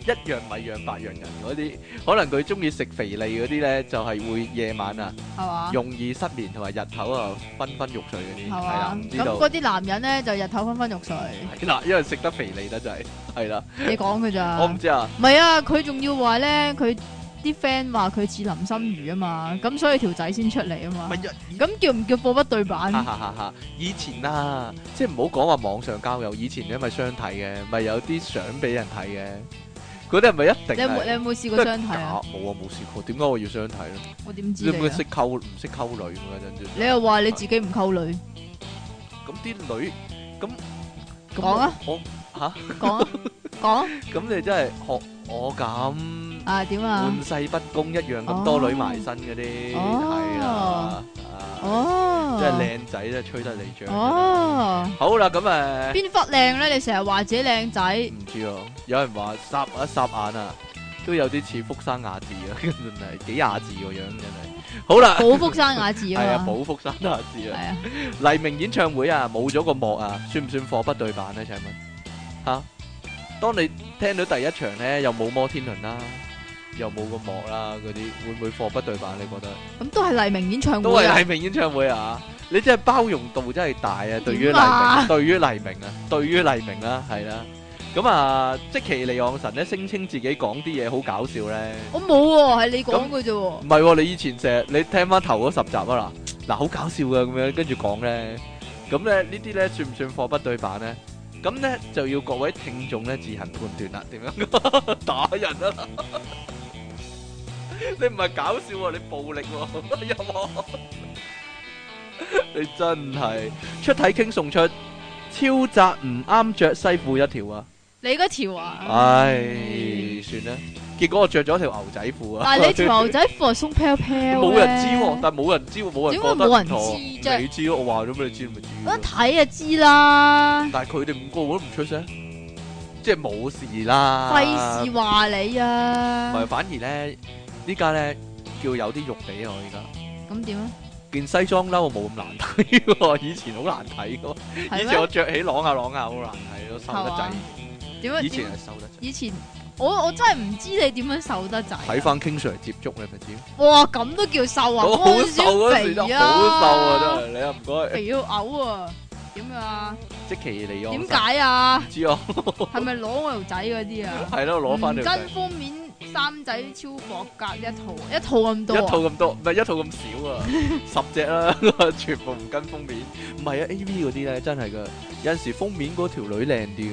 Speaker 1: 一樣米養百樣人嗰啲，可能佢中意食肥膩嗰啲咧，就係會夜晚啊
Speaker 2: 係嘛？
Speaker 1: 容易失眠，同埋日頭啊昏昏欲睡嗰啲，
Speaker 2: 係
Speaker 1: 係啦，
Speaker 2: 嘛
Speaker 1: 唔？知
Speaker 2: 咁
Speaker 1: 道
Speaker 2: 嗰啲男人咧就日頭昏昏欲睡，
Speaker 1: 係啦，因為食得肥膩得滯，係啦，
Speaker 2: 你講嘅咋？
Speaker 1: 我唔知啊，
Speaker 2: 唔係啊，佢仲要話咧，佢啲 friend 話佢似林心如啊嘛，咁所以條仔先出嚟啊嘛
Speaker 1: 咪。一。
Speaker 2: 咁叫唔叫貨不對版？
Speaker 1: 哈哈哈！哈以前啊，即係唔好講話網上交友，以前因為相睇嘅，咪有啲相俾人睇嘅，嗰啲係咪一
Speaker 2: 你
Speaker 1: 定
Speaker 2: 有冇你
Speaker 1: 係
Speaker 2: 有冇試
Speaker 1: 都係
Speaker 2: 過相睇
Speaker 1: 假？
Speaker 2: 啊？
Speaker 1: 冇啊，冇試過，點解我要相睇咧？
Speaker 2: 我點
Speaker 1: 你
Speaker 2: 知
Speaker 1: 唔
Speaker 2: 你
Speaker 1: 會
Speaker 2: 啊？
Speaker 1: 識溝唔識溝女㗎真真。
Speaker 2: 你啊又話你自己唔溝女，
Speaker 1: 咁啲女咁咁
Speaker 2: 講啊
Speaker 1: 我吓 [LAUGHS]
Speaker 2: 講啊講啊
Speaker 1: 咁你真係學我咁
Speaker 2: 啊哦點啊
Speaker 1: 玩？世不恭一樣咁多女埋身嗰啲係啦啊
Speaker 2: 哦，哦，
Speaker 1: 即係啊靚仔咧吹得你脹。
Speaker 2: 哦，
Speaker 1: 好啦，咁誒。
Speaker 2: 邊忽靚咧？你成日話自己靚仔，
Speaker 1: 唔知啊，有人話霎一霎眼啊，都有啲似福山雅治啊， [LAUGHS] 真係幾雅治個樣真係。好啦，
Speaker 2: 寶福山雅治
Speaker 1: 係
Speaker 2: 啊
Speaker 1: 啊，
Speaker 2: 嘛，
Speaker 1: 保福山雅治
Speaker 2: 係
Speaker 1: 啊，
Speaker 2: 啊，
Speaker 1: 黎明演唱會啊，冇咗個幕啊，算唔算貨不對版呢？請問吓、當你聽到第一場呢，又冇摩天輪啦、又冇個幕啦，嗰啲會唔會貨不對版？你覺得？
Speaker 2: 咁都係黎明演唱
Speaker 1: 都
Speaker 2: 會啊
Speaker 1: 係黎明演唱會啊！你真係包容度真係大啊！對於黎
Speaker 2: 點啊
Speaker 1: 明，對於黎明啊，對於黎明啦，係啦。咁啊，即其利昂神咧，聲稱自己講啲嘢好搞笑咧。
Speaker 2: 我冇喎，係你講嘅啫喎
Speaker 1: 唔，係喎，你以前成日你聽翻頭嗰十集啊啦，嗱好搞笑嘅咁樣，跟住講咧，咁咧呢啲咧算唔算貨不對版咧？咁咧就要各位聽眾咧自行判斷啦，點樣 [LAUGHS] 打人啊？你唔係搞笑喎，你暴力喎， [LAUGHS] 有冇？你真係出體傾送出超窄唔啱着西褲一條啊！
Speaker 2: 你嗰條啊，
Speaker 1: 唉，算啦，結果我着咗條牛仔褲 [LAUGHS] 啊！
Speaker 2: 但係你條牛仔褲係鬆飄飄，
Speaker 1: 冇人知喎，，但冇人知喎，冇人覺
Speaker 2: 點會
Speaker 1: 得
Speaker 2: 冇人
Speaker 1: 唔妥
Speaker 2: 知啫
Speaker 1: 你知咯，我話咗俾你知，你咪知
Speaker 2: 我一
Speaker 1: 咯。
Speaker 2: 睇就知啦，
Speaker 1: 但係佢哋五個都唔出聲，即係冇事啦。
Speaker 2: 費事話你
Speaker 1: 唔
Speaker 2: 啊
Speaker 1: 係，，反而咧，呢家咧叫有啲肉地啊！我而家
Speaker 2: 咁點啊？
Speaker 1: 件西裝褸我冇咁 [LAUGHS] 難睇喎，以前好難睇嘅，以
Speaker 2: 係
Speaker 1: 前我
Speaker 2: 咩？
Speaker 1: 着起啷下啷下好難睇咯，瘦得
Speaker 2: 係嘛
Speaker 1: 滯。
Speaker 2: 點啊？
Speaker 1: 以
Speaker 2: 點
Speaker 1: 前
Speaker 2: 啊
Speaker 1: 係瘦得滯。
Speaker 2: 以前我我真係唔知你點樣瘦得滯啊。
Speaker 1: 睇翻 King Sir 接觸你咪知，
Speaker 2: 哇，咁都叫瘦啊？
Speaker 1: 我好瘦
Speaker 2: 嗰
Speaker 1: 嗰
Speaker 2: 陣時
Speaker 1: 時就
Speaker 2: 都
Speaker 1: 好
Speaker 2: 肥
Speaker 1: 瘦
Speaker 2: 啊，
Speaker 1: 啊，真係你啊唔該，
Speaker 2: 肥到嘔啊！點啊？
Speaker 1: 即其利昂
Speaker 2: 點
Speaker 1: 神。
Speaker 2: 解啊
Speaker 1: 唔？知 [LAUGHS] 啊，
Speaker 2: 係咪攞我條仔嗰啲啊？
Speaker 1: 係咯，攞翻條
Speaker 2: 唔
Speaker 1: 仔
Speaker 2: 真。封面三仔超薄格一套，一套咁多
Speaker 1: 一套
Speaker 2: 啊？
Speaker 1: 咁多，唔係一套咁少啊， [LAUGHS] 十隻啦， [LAUGHS] 全部唔跟封面。唔係啊，A V 嗰啲咧真係噶，有陣時封面嗰條女靚啲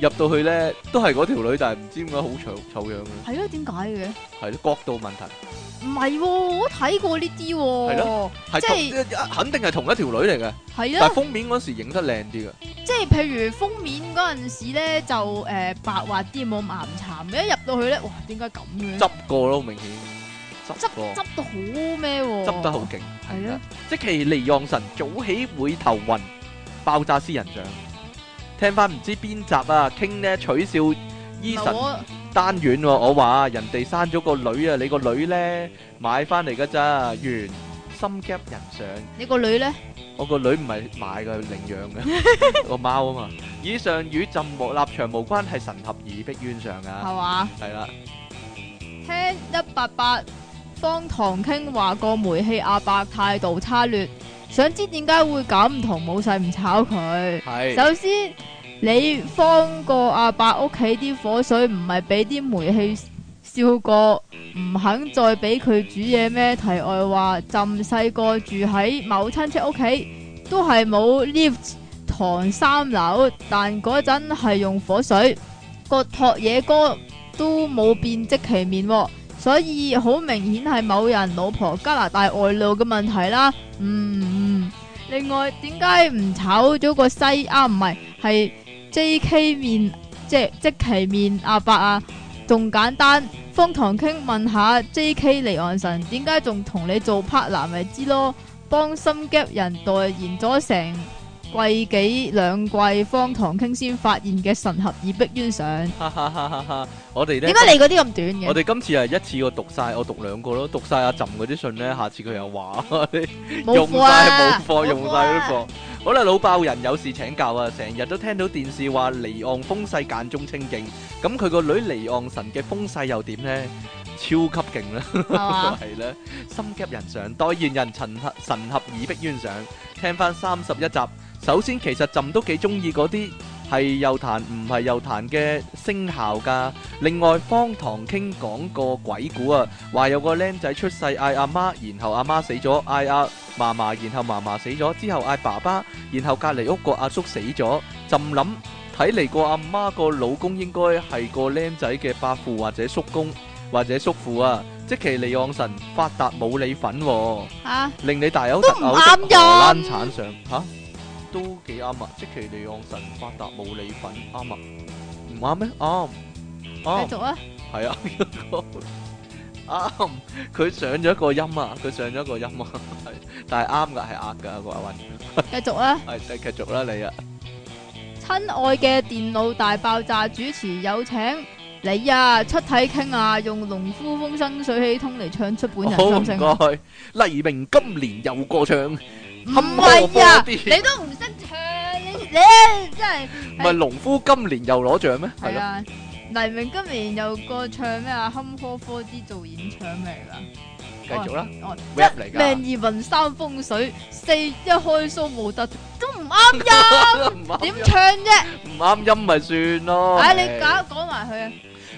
Speaker 1: 嘅，入到去咧都係嗰條女，但係唔知點解好醜醜樣嘅，
Speaker 2: 係啊？點解嘅？
Speaker 1: 係咯，角度問題，
Speaker 2: 唔係喎，我睇過呢啲
Speaker 1: 係
Speaker 2: 喎。
Speaker 1: 係
Speaker 2: 即
Speaker 1: 同肯定係同一條女嚟嘅，
Speaker 2: 係
Speaker 1: 但係
Speaker 2: 啊，
Speaker 1: 封面嗰時影得靚啲嘅，
Speaker 2: 即係譬如封面嗰陣時咧，就誒白滑啲，冇咁岩巉。一入到去咧，哇，點解咁嘅？
Speaker 1: 執過咯，明顯執
Speaker 2: 執
Speaker 1: 過，
Speaker 2: 執到好咩喎？
Speaker 1: 執得好勁，係啊
Speaker 2: 係啊，
Speaker 1: 即其離讓神早起會頭暈，爆炸私人相。聽翻唔知邊集啊，傾呢取笑醫神
Speaker 2: 唔係。我
Speaker 1: 單丸喎、我話人哋生咗個女啊，你個女呢？買翻嚟噶咋，完心急人上，
Speaker 2: [LAUGHS] 你個女咧？
Speaker 1: 我個女唔係買嘅，領養嘅個貓啊嘛。以上與朕無立場無關，係神合以逼冤上啊，嗯
Speaker 2: 係嘛？
Speaker 1: 係啦，
Speaker 2: 聽一八八方唐傾話個煤氣阿伯態度差劣，想知點解會咁同老細唔炒佢？
Speaker 1: 係
Speaker 2: 首先，你方個阿伯屋企啲火水唔係俾啲煤氣燒過，唔肯再俾佢煮嘢咩？題外話，朕細個住喺某親戚屋企，都係冇 lift 堂三樓，但嗰陣係用火水，個托嘢哥都冇變即其面喎。所以好明顯係某人老婆加拿大外露嘅問題啦。嗯嗯，另外點解唔炒咗個西啊？唔係係 J.K. 面即即其面阿伯啊，仲簡單。方唐傾問下 J.K. 離岸神點解仲同你做 partner 咪知咯？幫心 gap 人代言咗成季幾兩季方唐傾先發現嘅神合以逼冤上。
Speaker 1: 哈哈哈哈哈！我哋咧
Speaker 2: 點， [LAUGHS] 解你嗰啲咁短
Speaker 1: 我
Speaker 2: 嘅？
Speaker 1: 哋今次係一次過讀晒，我讀兩個咯，讀晒阿朕嗰啲信咧，下次佢又話
Speaker 2: 冇
Speaker 1: 用
Speaker 2: 貨
Speaker 1: 晒
Speaker 2: 啊！
Speaker 1: 冇
Speaker 2: [LAUGHS]
Speaker 1: 貨，用晒嗰啲
Speaker 2: 冇貨啊。
Speaker 1: 貨。好啦，老爆人有事請教啊！成日都聽到電視話離岸風勢間中清勁，咁佢個女離岸神嘅風勢又點呢？超級勁啦，
Speaker 2: 係嘛？
Speaker 1: 係啦，心急人上，代言人陳合神合以逼冤上。聽翻三十一集，首先其實朕都幾中意嗰啲係又彈唔係又彈嘅聲效㗎。另外，方唐傾講個鬼故啊，話有個僆仔出世嗌阿媽，然後阿媽死咗，嗌阿嫲嫲，然後嫲嫲死咗，之後嗌爸爸，然後隔離屋個阿叔死咗。朕諗睇嚟個阿媽個老公應該係個僆仔嘅伯父或者叔公或者叔父啊，即其利昂神發達冇你份喎、
Speaker 2: 嚇
Speaker 1: 令你大有特有
Speaker 2: 都唔啱
Speaker 1: 的荷蘭
Speaker 2: 音
Speaker 1: 產上吓，都幾啱啊！即其利昂神發達冇你份啱啊，唔啱咩？啱啱
Speaker 2: 繼續
Speaker 1: [LAUGHS]
Speaker 2: 啊！
Speaker 1: 係啊，啱佢上咗一個音啊，佢上咗一個音啊， [LAUGHS] 係但係啱噶，係呃噶個阿
Speaker 2: 繼續啊！
Speaker 1: 雲，係繼續啦你啊，
Speaker 2: 親愛嘅電腦大爆炸主持有請你啊，出體傾啊，用農夫風生水起通嚟唱出本人
Speaker 1: 好唔
Speaker 2: 心聲。
Speaker 1: 該，黎明今年又過唱，唔
Speaker 2: 唔係
Speaker 1: 冚波波
Speaker 2: 啊，你
Speaker 1: 啲
Speaker 2: 都唔識唱，你你真係
Speaker 1: 係農夫今年又攞獎咩？係
Speaker 2: 係
Speaker 1: 咯，
Speaker 2: 啊！黎明今年有個唱咩啊，坎坷科啲做演唱咩嚟
Speaker 1: 繼續啦
Speaker 2: 噶？哦，
Speaker 1: ，rap 嚟
Speaker 2: 命
Speaker 1: 㗎，
Speaker 2: 二運三風水，四一開蘇冇得，都唔啱音，
Speaker 1: [LAUGHS] 唔啱
Speaker 2: 點
Speaker 1: 音
Speaker 2: 唱啫？
Speaker 1: 唔啱音咪算咯。
Speaker 2: 唉，你搞講埋佢啊！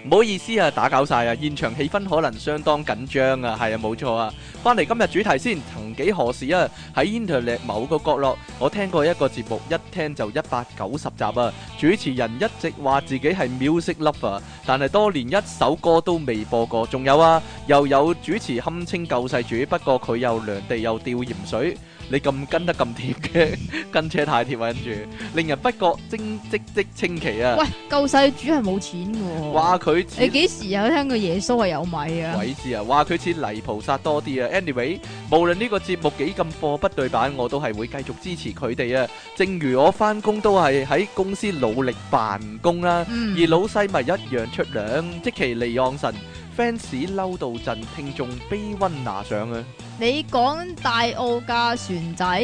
Speaker 1: 唔好意思啊，打攪晒啊！現場氣氛可能相當緊張啊，係啊，冇錯啊。翻嚟今日主題先，曾幾何時啊？喺 Internet 某個角落，我聽過一個節目，一聽就一百九十集啊。主持人一直話自己係 music lover，但係多年一首歌都未播過。仲有啊，又有主持堪稱救世主，不過佢又涼地又吊鹽水。你咁跟得咁貼嘅， [LAUGHS] 跟車太貼啊！跟住令人不覺精即即清奇啊！
Speaker 2: 喂，救世主係冇錢嘅喎。
Speaker 1: 話佢似
Speaker 2: 你幾時有聽過耶穌係有米啊？
Speaker 1: 鬼知啊！話佢似泥菩薩多啲啊。Anyway，無論呢個節目幾咁貨不對版，我都係會繼續支持佢哋啊。正如我翻工都係喺公司努力辦公啦、
Speaker 2: 嗯，
Speaker 1: 而老細咪一樣出糧，即其利昂神 fans 嬲到震，聽眾悲温拿上啊！
Speaker 2: 你講大澳架船仔，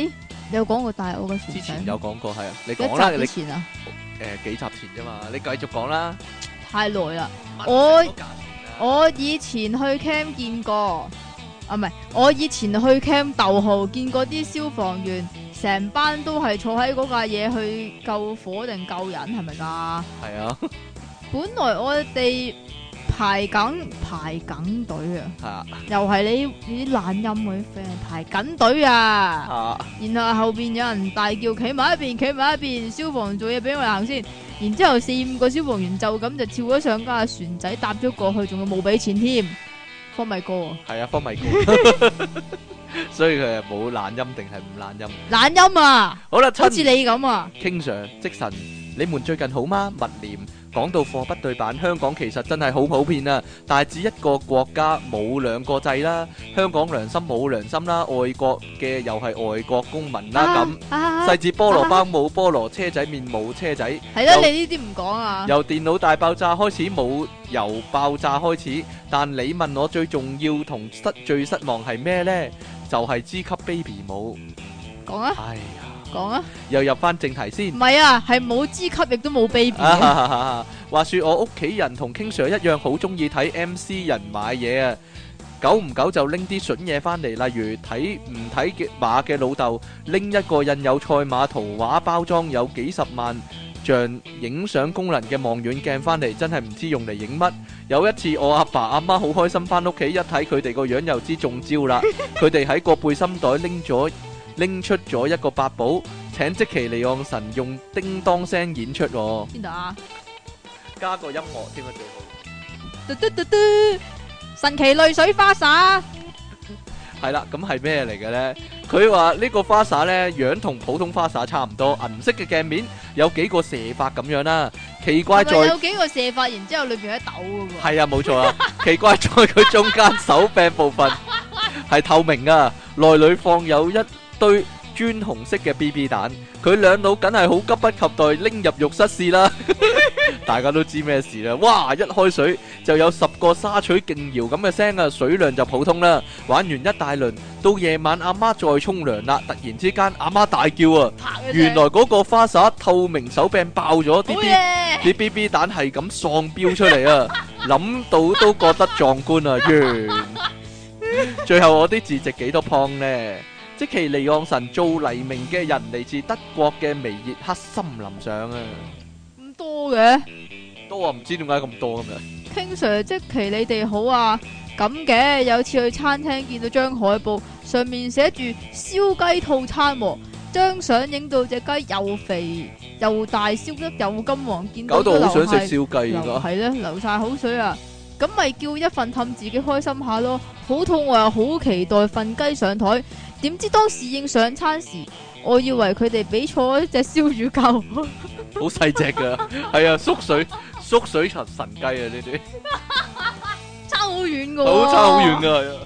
Speaker 2: 你有講過大澳嘅船仔？
Speaker 1: 之前有講過係啊，你講啦，你
Speaker 2: 一集之
Speaker 1: 誒、
Speaker 2: 前啊，
Speaker 1: 呃、幾集前啫嘛，你繼續講啦。
Speaker 2: 太耐啦。我
Speaker 1: 乜嘢都假嘅
Speaker 2: 我以前去 cam 見過，啊唔係，我以前去 cam 逗號見過啲消防員，成班都係坐喺嗰架嘢去救火定救人，係咪㗎？
Speaker 1: 係啊，
Speaker 2: 本來我哋排緊排緊隊啊，
Speaker 1: 係啊，
Speaker 2: 又係你你啲懶音嗰啲 friend 排緊隊啊！
Speaker 1: 啊
Speaker 2: 然後後邊有人大叫企埋一邊，企埋一邊，消防做嘢俾我哋行先。然之後四五個消防員就咁就跳咗上架船仔，搭咗過去，仲要冇俾錢添。方米哥啊，
Speaker 1: 係啊，方米
Speaker 2: [LAUGHS]
Speaker 1: 高，所以佢係冇懶音定係唔懶音。
Speaker 2: 懶音啊，
Speaker 1: 好啦，
Speaker 2: 好
Speaker 1: 親
Speaker 2: 似你咁啊，
Speaker 1: King Sir，即神，你們最近好嗎？勿念。講到貨不對版，香港其實真係好普遍啊！但係只一個國家冇兩個制啦，香港良心冇良心啦，外國嘅又係外國公民啦咁。
Speaker 2: 啊
Speaker 1: 細至菠蘿包冇菠蘿，車仔面冇車仔。
Speaker 2: 係啦，
Speaker 1: 有
Speaker 2: 你呢啲唔講啊，
Speaker 1: 由電腦大爆炸開始冇，由爆炸開始。但你問我最重要同失最失望係咩呢？就係、G 級 baby 冇。
Speaker 2: 講啊，
Speaker 1: 哎呀，
Speaker 2: 講啊，
Speaker 1: 又入翻正題先
Speaker 2: 唔。係啊，係冇資級亦都冇 baby
Speaker 1: 啊
Speaker 2: 嘅
Speaker 1: 哈哈哈！話説我屋企人同 King Sir 一樣，好中意睇 MC 人買嘢啊！久唔久就拎啲筍嘢翻嚟，例如睇唔睇嘅馬嘅老豆拎一個印有賽馬圖畫包裝有幾十萬像影相功能嘅望遠鏡翻嚟，真係唔知用嚟影乜。有一次我阿爸阿媽好開心翻屋企，一睇佢哋個樣又知中招啦。佢哋喺個背心袋拎咗拎出咗一個八寶，請即其利昂神用叮當聲演出喎、
Speaker 2: 邊度啊？
Speaker 1: 加個音樂添啊最好。
Speaker 2: 嘟嘟嘟嘟，神奇淚水花灑，
Speaker 1: 係啦，咁係咩嚟嘅呢？佢話呢個花灑呢，樣同普通花灑差唔多，銀色嘅鏡面有幾個射法咁樣啦。奇怪
Speaker 2: 係
Speaker 1: 在
Speaker 2: 咪有幾個射法，然之後裏邊有一斗嘅喎。
Speaker 1: 係啊，冇錯啊。 [LAUGHS] 奇怪在佢中間手柄部分係透明啊，內裏放有一堆磚紅色嘅 BB 蛋，佢兩老梗係好急不及待拎入浴室試啦。 [LAUGHS] 大家都知咩事啦，哇！一開水就有十個沙錘勁搖咁嘅聲啊，水量就普通啦。玩完一大輪，到夜晚阿媽再沖涼啦，突然之間阿媽大叫啊！
Speaker 2: 拍嘅啫
Speaker 1: 原來嗰個花灑透明手柄爆咗啲啲。
Speaker 2: 好嘢，
Speaker 1: 啲 B B 蛋係咁喪標出嚟啊！諗到都覺得壯觀啊！完，最後我啲字值幾多 point 呢？即其利昂神做黎明嘅人嚟自德國嘅微熱黑森林上啊！
Speaker 2: 咁多嘅。
Speaker 1: 多啊，唔知點解咁多咁樣。
Speaker 2: King Sir，即期你哋好啊！咁嘅有次去餐廳見到張海報，上面寫住燒雞套餐、喎，張相影到只雞又肥又大，燒得又金黃，見
Speaker 1: 搞
Speaker 2: 到
Speaker 1: 到
Speaker 2: 都
Speaker 1: 好想食
Speaker 2: 流
Speaker 1: 燒雞
Speaker 2: 流
Speaker 1: 而
Speaker 2: 係咧，流晒口水啊！咁咪叫一份氹自己開心下咯，好肚餓又好期待瞓雞上台，點知當侍應上餐時，我以為佢哋俾錯一隻燒乳鴿， [LAUGHS]
Speaker 1: 家，好細隻噶，係啊，縮水縮水神神雞啊！呢啲
Speaker 2: 差好遠噶，
Speaker 1: 好差好遠噶，係啊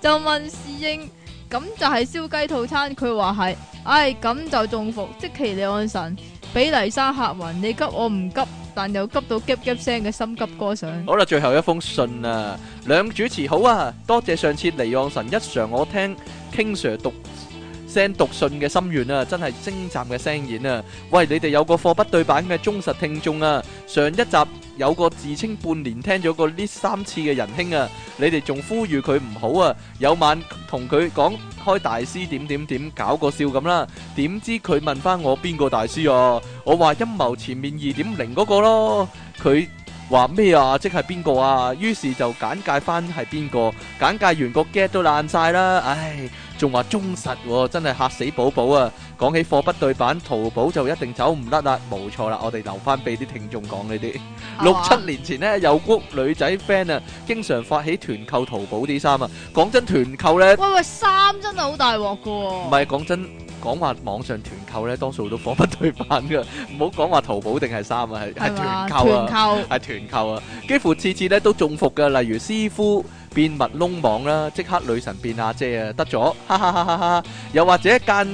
Speaker 2: 就問侍應，咁就係燒雞套餐，佢話係，唉咁就中伏，即其你安神，俾黎生嚇暈，你急我唔急，但又急到急急聲嘅心急歌上，
Speaker 1: 好啦，最後一封信啊，兩主持好啊，多謝上次離岸神一常我聽 King Sir 讀聲讀信嘅心願啊，真係精湛嘅聲演啊！喂，你哋有個貨不對版嘅忠實聽眾啊，上一集有個自稱半年聽咗過呢三次嘅仁兄啊，你哋仲呼籲佢唔好啊，有晚同佢講開大師點點點搞個笑咁啦，點知佢問翻我邊個大師啊？我話陰謀前面二點零嗰個咯，佢。話咩啊？即係邊個啊？於是就簡介翻係邊個，簡介完個 get 都爛晒啦！唉，仲話忠實喎、真係嚇死寶寶啊！講起貨不對版，淘寶就一定走唔甩啦，冇錯啦，我哋留翻俾啲聽眾講呢啲。
Speaker 2: 啊
Speaker 1: 六七年前呢，有 group 女仔 friend 啊，經常發起團購淘寶啲衫啊。講真，團購呢，
Speaker 2: 喂喂，衫真係好大鑊噶，
Speaker 1: 唔
Speaker 2: 唔
Speaker 1: 係講真講話網上團購呢，多數都貨不對版噶，唔好講話淘寶定係衫啊，係係團購啊。
Speaker 2: 團購
Speaker 1: 係團購啊，幾乎次次咧都中伏噶，例如師傅變密窿網啦，即刻女神變阿姐啊，得咗，哈哈哈哈哈！又或者間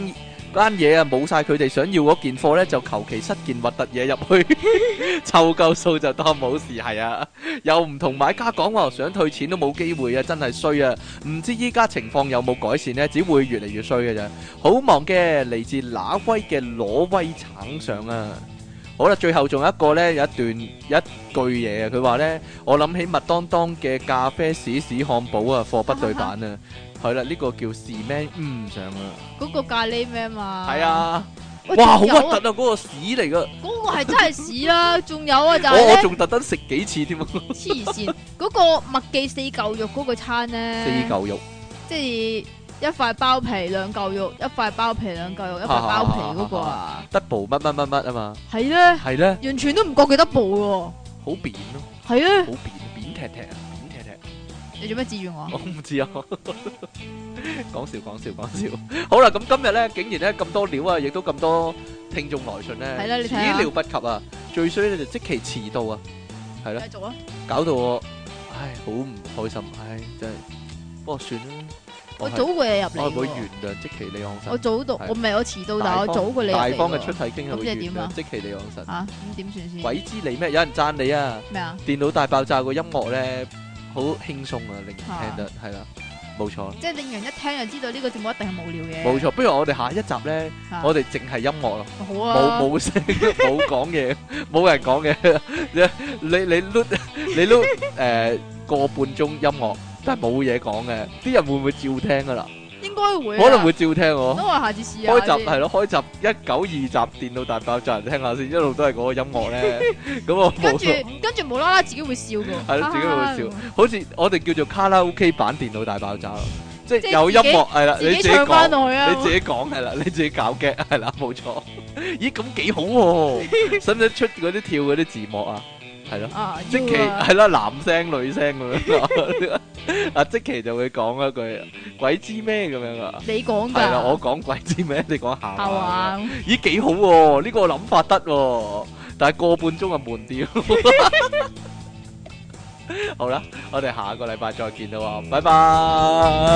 Speaker 1: 間嘢啊冇晒佢哋想要嗰件貨咧，就求其塞件核突嘢入去， [LAUGHS] 湊夠數就當冇事係啊！又唔同買家講喎，想退錢都冇機會啊，真係衰啊！唔知依家情況有冇改善呢？只會越嚟越衰嘅咋。好忙嘅，嚟自挪威嘅挪威橙上啊！好啦，最後仲有一個呢，有一段一句嘢啊，佢話呢：「我諗起麥當當嘅咖啡屎屎漢堡啊，貨不對版啊，係啦，呢個叫士 man 唔上啊，
Speaker 2: 嗰個咖喱咩嘛，
Speaker 1: 係，啊，
Speaker 2: 喂
Speaker 1: 哇，好核，
Speaker 2: 仲有
Speaker 1: 突啊，
Speaker 2: 啊
Speaker 1: 嗰個屎嚟噶，
Speaker 2: 嗰個係真係屎啦，仲有啊就
Speaker 1: [LAUGHS]
Speaker 2: 係
Speaker 1: 我我
Speaker 2: 咧
Speaker 1: 仲特登食幾次添啊，
Speaker 2: 黐線，嗰個麥記四嚿肉嗰個餐咧，
Speaker 1: 四嚿肉，
Speaker 2: 即係一塊包皮兩嚿肉，一塊包皮兩嚿肉，一塊包皮嗰個啊，
Speaker 1: double 乜乜乜乜啊嘛，
Speaker 2: 係咧，
Speaker 1: 係呢，
Speaker 2: 完全都唔覺佢得步喎，
Speaker 1: 好扁咯，
Speaker 2: 係咧，
Speaker 1: 好扁，扁踢踢啊，扁踢踢。
Speaker 2: 你做咩指住我啊？
Speaker 1: 我唔知啊， [LAUGHS] 講笑講笑講笑。好啦，咁今日咧，竟然咧咁多料啊，亦都咁多聽眾來信咧，
Speaker 2: 係啦你睇
Speaker 1: 始
Speaker 2: 下
Speaker 1: 料不及啊！最衰咧就即期遲到啊，係啦，
Speaker 2: 繼續啊，
Speaker 1: 搞到我唉好唔開心，唉真係，不過算啦，
Speaker 2: 我
Speaker 1: 係
Speaker 2: 早過你入嚟
Speaker 1: 我係會
Speaker 2: 喎，
Speaker 1: 原諒即期李昂
Speaker 2: 我
Speaker 1: 神，
Speaker 2: 早到，
Speaker 1: 係
Speaker 2: 我唔係我遲到，但
Speaker 1: 大
Speaker 2: 係我
Speaker 1: 方
Speaker 2: 早過你入
Speaker 1: 大
Speaker 2: 嚟
Speaker 1: 方嘅出
Speaker 2: 喎，
Speaker 1: 體經係
Speaker 2: 咁
Speaker 1: 會
Speaker 2: 即係
Speaker 1: 原
Speaker 2: 點
Speaker 1: 諒
Speaker 2: 啊
Speaker 1: 即期李昂神，
Speaker 2: 嚇咁點算先？
Speaker 1: 鬼知你咩？有人讚你啊！
Speaker 2: 咩啊？
Speaker 1: 電腦大爆炸個音樂咧好輕鬆啊，令人聽得係啦，冇錯啦，
Speaker 2: 即係令人一聽就知道呢個節目一定係無聊嘅，
Speaker 1: 冇錯。不如我哋下一集咧。
Speaker 2: 嚇，
Speaker 1: 我哋淨係音樂咯，
Speaker 2: 好啊，
Speaker 1: 冇冇聲，冇講嘢，冇人講嘢。你你你碌你
Speaker 2: [LAUGHS]
Speaker 1: 碌誒個半鐘音樂，但係冇嘢講嘅，啲人會唔會照聽噶啦？
Speaker 2: 應該會啊，
Speaker 1: 可能會照聽喎。
Speaker 2: 等我下次試下
Speaker 1: 開集
Speaker 2: 先
Speaker 1: 係咯，開集一九二集電腦大爆炸，人聽下先，一路都係嗰個音樂咧。咁我
Speaker 2: 跟住
Speaker 1: 冇，
Speaker 2: 跟住無啦啦自己會笑嘅，
Speaker 1: 係咯自己會笑
Speaker 2: 哈哈
Speaker 1: 好似我哋叫做卡拉 OK 版電腦大爆炸咯，即
Speaker 2: 即
Speaker 1: 係
Speaker 2: 係
Speaker 1: 有音樂係啦，
Speaker 2: 哈，
Speaker 1: 你
Speaker 2: 自
Speaker 1: 自己
Speaker 2: 己唱翻
Speaker 1: 講。
Speaker 2: 落去啊，
Speaker 1: 你自己講係啦，你自己搞嘅係啦，冇錯。咦，咁幾好喎、使唔使出嗰啲跳嗰啲字幕啊？係咯，
Speaker 2: 啊，
Speaker 1: 即其
Speaker 2: 要啊
Speaker 1: 係啦，男聲女聲咁樣。啊，即其就會講一句鬼知咩咁樣啊。
Speaker 2: 你講㗎，
Speaker 1: 係啦，我講鬼知咩，你講下
Speaker 2: 係
Speaker 1: 話。
Speaker 2: 嘛？
Speaker 1: 咦，幾好喎、呢、個諗法得喎、但係個半鐘啊悶啲。好啦，我哋下個禮拜再見啦喎，拜拜。